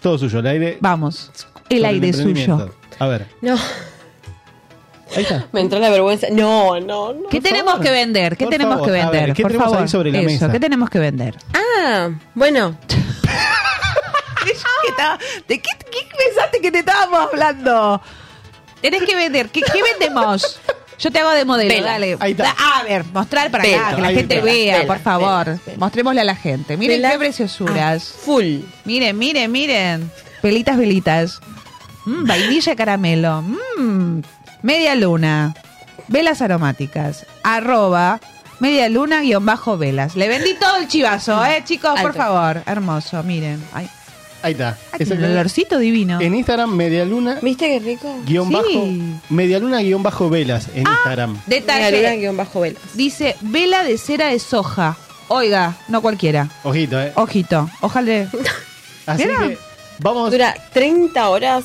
C: todo suyo, el aire.
D: Vamos. El
C: Sobre
D: aire es
C: emprendimiento.
D: suyo.
C: A ver.
E: No.
C: Ahí está.
E: Me entró la vergüenza. No, no, no.
D: ¿Qué tenemos que vender? ¿Qué
E: Por
D: tenemos
E: favor,
D: que
E: a ver,
D: vender?
E: ¿qué
D: por
E: tenemos
D: favor.
E: ahí sobre la
D: Eso,
E: mesa?
D: ¿qué tenemos que vender?
E: Ah,
D: <laughs>
E: bueno.
D: ¿De qué, qué pensaste que te estábamos hablando? Tenés que vender. ¿Qué, qué
E: <laughs>
D: vendemos? Yo te hago de modelo,
E: Vela.
D: dale.
E: Ahí está.
D: Da- A ver, mostrar para
E: Vela.
D: acá, que la
E: Ahí
D: gente
E: está.
D: vea,
E: Vela,
D: por favor. Mostrémosle a la gente. Miren
E: Vela
D: qué
E: Ah.
D: preciosuras.
E: Full.
D: Miren, miren, miren. Pelitas, velitas. Mm, vainilla y caramelo. Mm, media luna. Velas aromáticas. Arroba. Media luna guión bajo velas. Le vendí todo el chivazo, ¿eh, chicos? Por
C: Alto.
D: favor. Hermoso, miren. Ay,
C: Ahí está.
D: Ah,
C: Es
D: tiene un olorcito divino.
C: En Instagram, medialuna
E: ¿Viste qué rico?
C: guión bajo. Medialuna guión
D: Ah,
C: bajo velas en Instagram.
D: Detalle.
E: Media luna guión bajo velas.
D: Dice vela de cera de soja. Oiga, no cualquiera.
C: Ojito, ¿eh?
D: Ojito. Ojalá.
C: Así que vamos.
E: Dura 30 horas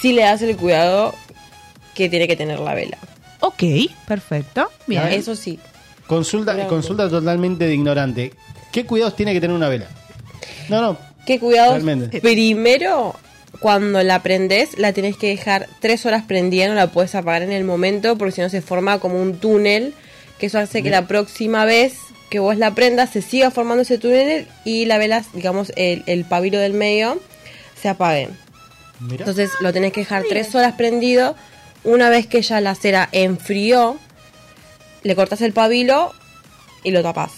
E: si le das el cuidado que tiene que tener la vela.
D: Ok, perfecto.
C: bien. A ver.
E: Eso sí.
C: Consulta,
E: Bravo.
C: consulta totalmente de ignorante. ¿Qué cuidados tiene que tener una vela? No, no.
E: ¿Qué cuidado?
C: Realmente.
E: Primero, cuando la prendes, la tenés que dejar tres horas prendida, no la puedes apagar en el momento, porque si no se forma como un túnel, que eso hace que
C: Bien.
E: la próxima vez que vos la prendas se siga formando ese túnel y la vela, digamos, el, el pabilo del medio, se apague.
C: Mirá.
E: Entonces lo tenés que dejar tres horas prendido. Una vez que ya la cera enfrió, le cortás el pabilo y lo tapás.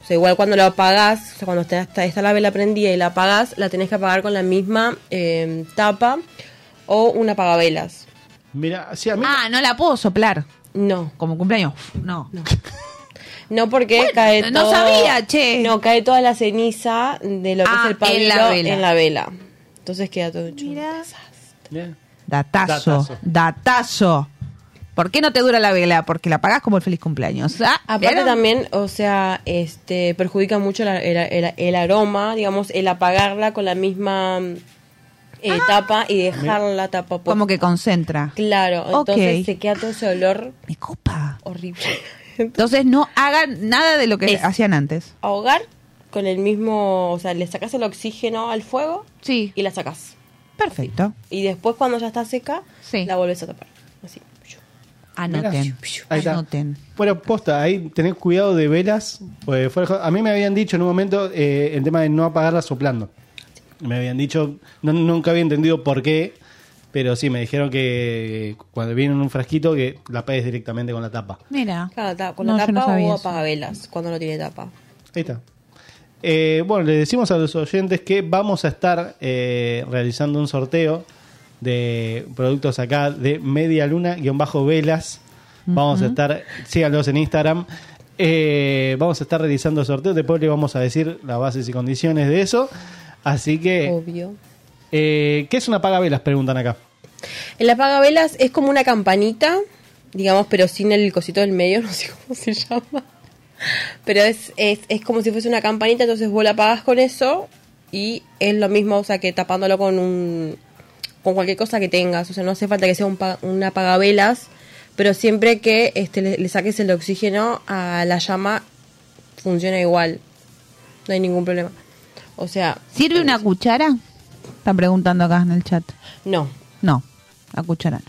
E: O sea, igual cuando lo apagás, o sea, cuando está, está- está la vela prendida y la apagás, la tenés que apagar con la misma eh, tapa o un apagavelas.
C: Mira, sí, a mí.
D: Ah, no la puedo soplar.
E: No.
D: Como cumpleaños. No.
E: No porque cae
D: no
E: todo-
D: sabía, che.
E: No, cae toda la ceniza de lo que
D: Ah,
E: es el pabilo
D: en la vela.
E: vela. Entonces queda todo hecho. Mira.
C: Bien.
D: Datazo,
E: Datazo.
D: datazo. ¿Por qué no te dura la vela? Porque la pagás como el feliz cumpleaños. Ah,
E: Aparte
D: ¿vieron?
E: también, o sea, este perjudica mucho la- el, el- el aroma, digamos, el apagarla con la misma eh,
D: Ah.
E: tapa y dejarla tapa pues.
D: Como que concentra.
E: Claro,
D: Ok.
E: entonces se queda todo ese olor.
D: Mi copa.
E: Horrible.
D: Entonces no hagan nada de lo que
E: Es-
D: hacían antes.
E: Ahogar con el mismo, o sea, le sacas el oxígeno al fuego
D: sí.
E: y la sacas.
D: Perfecto.
E: Y después cuando ya está seca, la volvés a tapar. Así.
D: Anoten.
C: Ahí está.
D: Anoten.
C: Bueno, posta, ahí tenés cuidado de velas. pues, fuera de joda. a mí me habían dicho en un momento eh, el tema de no apagarla soplando. Me habían dicho, no- nunca había entendido por qué, pero sí, me dijeron que cuando viene en un frasquito que la apagues directamente con la tapa.
D: Mira.
E: Con la tapa, con
D: No,
E: la
D: yo no
E: tapa
D: sabía
E: o
D: eso.
E: apagavelas cuando no tiene tapa.
C: Ahí está. Eh, bueno, le decimos a los oyentes que vamos a estar eh, realizando un sorteo de productos acá de Media Luna-Velas. Vamos a
D: Ujú.
C: estar, síganlos en Instagram. Eh, vamos a estar realizando sorteos. Después le vamos a decir las bases y condiciones de eso. Así que,
E: Obvio.
C: eh, ¿qué es una apagavelas? Preguntan acá.
E: El apagavelas es como una campanita, digamos, pero sin el cosito del medio, <laughs> no sé cómo se llama. Pero es, es, es como si fuese una campanita, entonces vos la apagas con eso y es lo mismo, o sea, que tapándolo con un con cualquier cosa que tengas, o sea, no hace falta que sea un, pa- un apagavelas, pero siempre que este, le, le saques el oxígeno a la llama funciona igual, no hay ningún problema. O sea,
D: ¿Sirve una cuchara? Están preguntando acá en el chat.
E: no,
D: No, la cuchara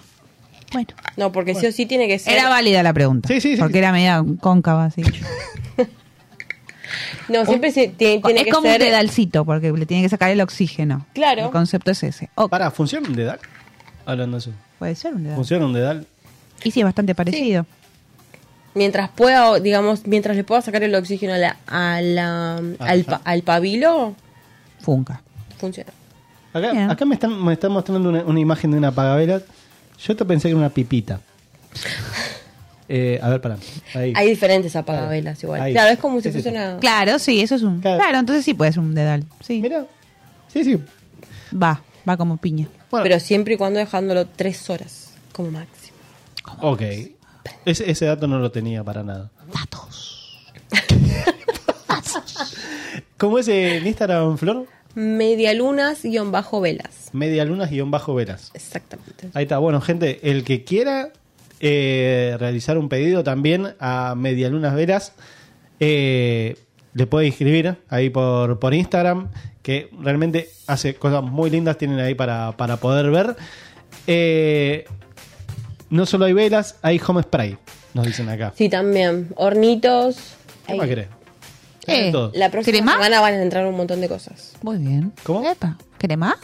D: no.
E: no, porque sí o sí tiene que ser...
D: Era válida la pregunta. Sí, sí, sí. Porque era media cóncava así.
E: No, siempre se, tiene, tiene
D: Oh. es
E: que
D: como
E: ser... eh,
D: un dedalcito, porque le tiene que sacar el oxígeno.
E: Claro.
D: El concepto es ese.
C: Para, ¿funciona un dedal? Hablando de eso.
D: Puede ser un dedal.
C: ¿Funciona un dedal?
D: Y sí, es bastante parecido.
E: mientras pueda, o, digamos, mientras le pueda sacar el oxígeno a la, a la-
C: Ah,
E: al, pa- al pabilo,
D: Funca.
E: funciona.
C: Acá, acá me, están, me están mostrando una, una imagen de una apagavela. Yo te pensé que era una pipita. Eh, a ver, pará. Ahí.
E: Hay diferentes apagavelas igual.
C: Ahí.
E: Claro, es como si
C: Es
E: fuese
C: eso.
E: una...
D: Claro, sí, eso es un. Claro, entonces sí puede ser un dedal. Sí.
C: Mira. Sí, sí.
D: Va, va como piña.
E: Pero siempre y cuando dejándolo tres horas, como máximo.
D: <laughs>
C: Ok. Ese, ese dato no lo tenía para nada. Datos. ¿Cómo es en Instagram, Flor?
E: Medialunas guión bajo velas.
C: Medialunas-velas.
E: Exactamente.
C: Ahí está. Bueno, gente, el que quiera eh, realizar un pedido también a Medialunas Velas, eh, le puede inscribir ahí por, por Instagram, que realmente hace cosas muy lindas, tienen ahí para, para poder ver. Eh, no solo hay velas, hay home spray, nos dicen acá.
E: Sí, también. Hornitos.
C: ¿Qué más
E: Ahí.
C: querés?
D: Eh,
C: Tenés todo.
E: La próxima semana van a entrar un montón de cosas.
D: Muy bien.
C: ¿Cómo?
D: Epa, ¿querés más?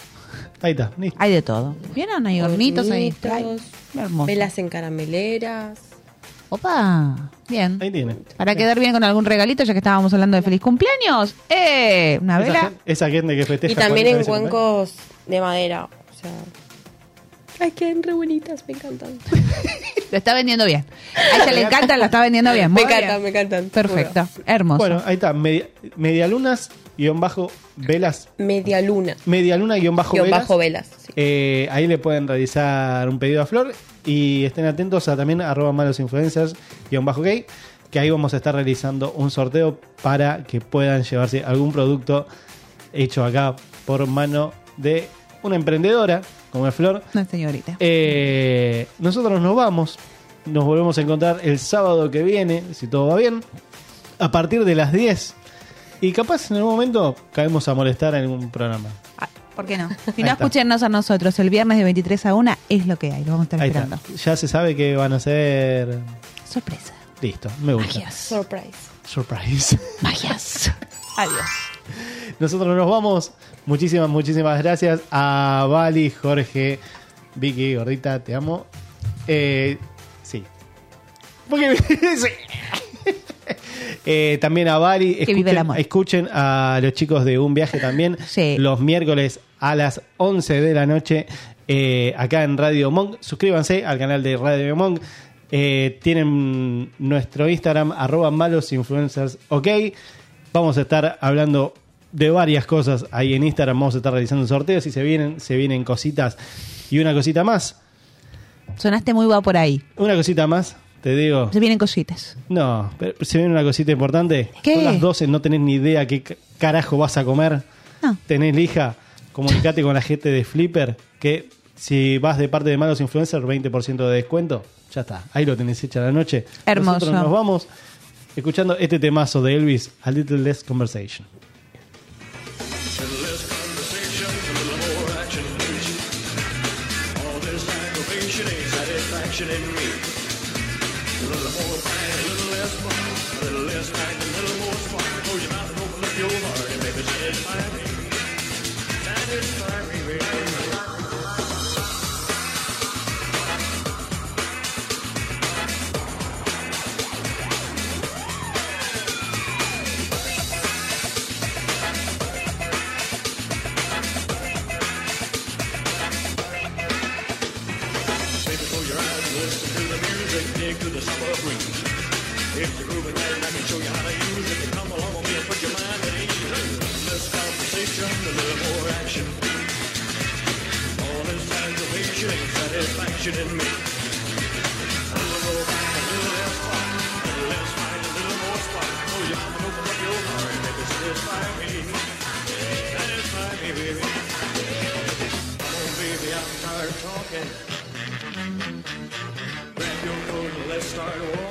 C: Ahí está, listo.
D: Hay de todo. ¿Vieron? Hay hornitos, hay
E: Hornitos,
D: Hermoso.
E: velas en carameleras.
D: Opa. Bien.
C: Ahí tiene.
D: Para quedar bien con algún regalito, ya que estábamos hablando de feliz cumpleaños. ¡Eh! Una
C: Esa
D: vela.
C: gente, esa gente que festeja.
E: Y también
C: 40
E: en
C: veces al mes.
E: cuencos de madera. O sea. Ay, quedan re bonitas, me encantan.
D: Lo está vendiendo bien. A ella le encanta, la está vendiendo bien.
E: Me
D: Muy bien.
E: encantan, me encantan.
D: Perfecto. Hermoso.
C: Bueno, ahí está. media- medialunas, guión bajo, velas.
E: Medialuna.
C: Medialuna, guión bajo,
E: Guión
C: velas.
E: bajo velas.
C: Eh, ahí le pueden realizar un pedido a Flor. Y estén atentos a también arroba malos influencers, guión bajo gay. que ahí vamos a estar realizando un sorteo para que puedan llevarse algún producto hecho acá por mano de una emprendedora como es Flor.
D: Una señorita.
C: Eh, nosotros nos vamos, nos volvemos a encontrar el sábado que viene, si todo va bien, a partir de las 10. Y capaz en algún momento caemos a molestar en algún programa.
D: ¿Por qué no? Si
C: Ahí
D: no,
C: está.
D: escúchenos a nosotros. El viernes de 23 a 1 es lo que hay. Lo vamos a estar
C: Ahí está.
D: esperando.
C: Ya se sabe que van a ser.
D: Sorpresa.
C: Listo, me gusta.
E: Surprise.
C: Surprise. <laughs>
D: Magias. Adiós.
C: Nosotros nos vamos. Muchísimas, muchísimas gracias a Vali, Jorge, Vicky, gordita, te amo. Eh, sí. Porque- sí. Eh, también a Bali.
D: Que vive el amor.
C: escuchen a los chicos de Un
D: <laughs>
C: Viaje también. Los miércoles a las 11 de la noche eh, acá en Radio Monk. Suscríbanse al canal de Radio Monk. Eh, tienen nuestro Instagram, arroba malos influencers, ok. Vamos a estar hablando de varias cosas ahí en Instagram. Vamos a estar realizando sorteos y se vienen, se vienen cositas. Y una cosita más.
D: Sonaste muy guapo por ahí.
C: Una cosita más, te digo.
D: Se vienen cositas.
C: No, pero se viene una cosita importante.
D: ¿Qué?
C: Son las 12, no tenés ni idea qué c- carajo vas a comer. Tenés lija. Comunicate con la gente de Flipper, que si vas de parte de malos influencers, 20% de descuento. Ya está, ahí lo tenés hecha la noche.
D: Hermoso.
C: Nosotros nos vamos escuchando este temazo de Elvis, A Little Less Conversation.
F: All this aggravation ain't satisfaction in me. A little more pain, a little less fun, a little less pain, a little more spark. Close your mouth and open up your heart and baby, satisfy me. Satisfy me, baby. Baby, close your eyes and listen to the music, dig to the summer breeze. If you're grooving there, I can show you how to use it. Come along with me and put your mind at ease. Less conversation, a little more action. All this aggravation and satisfaction in me. A little more back, a little less fun, a little less fight, a little more Oh, spark. Close your mouth and open up your heart, baby, satisfy me. Satisfy me, baby. Come on, baby, I'm tired of talking. Grab your coat and let's start a war.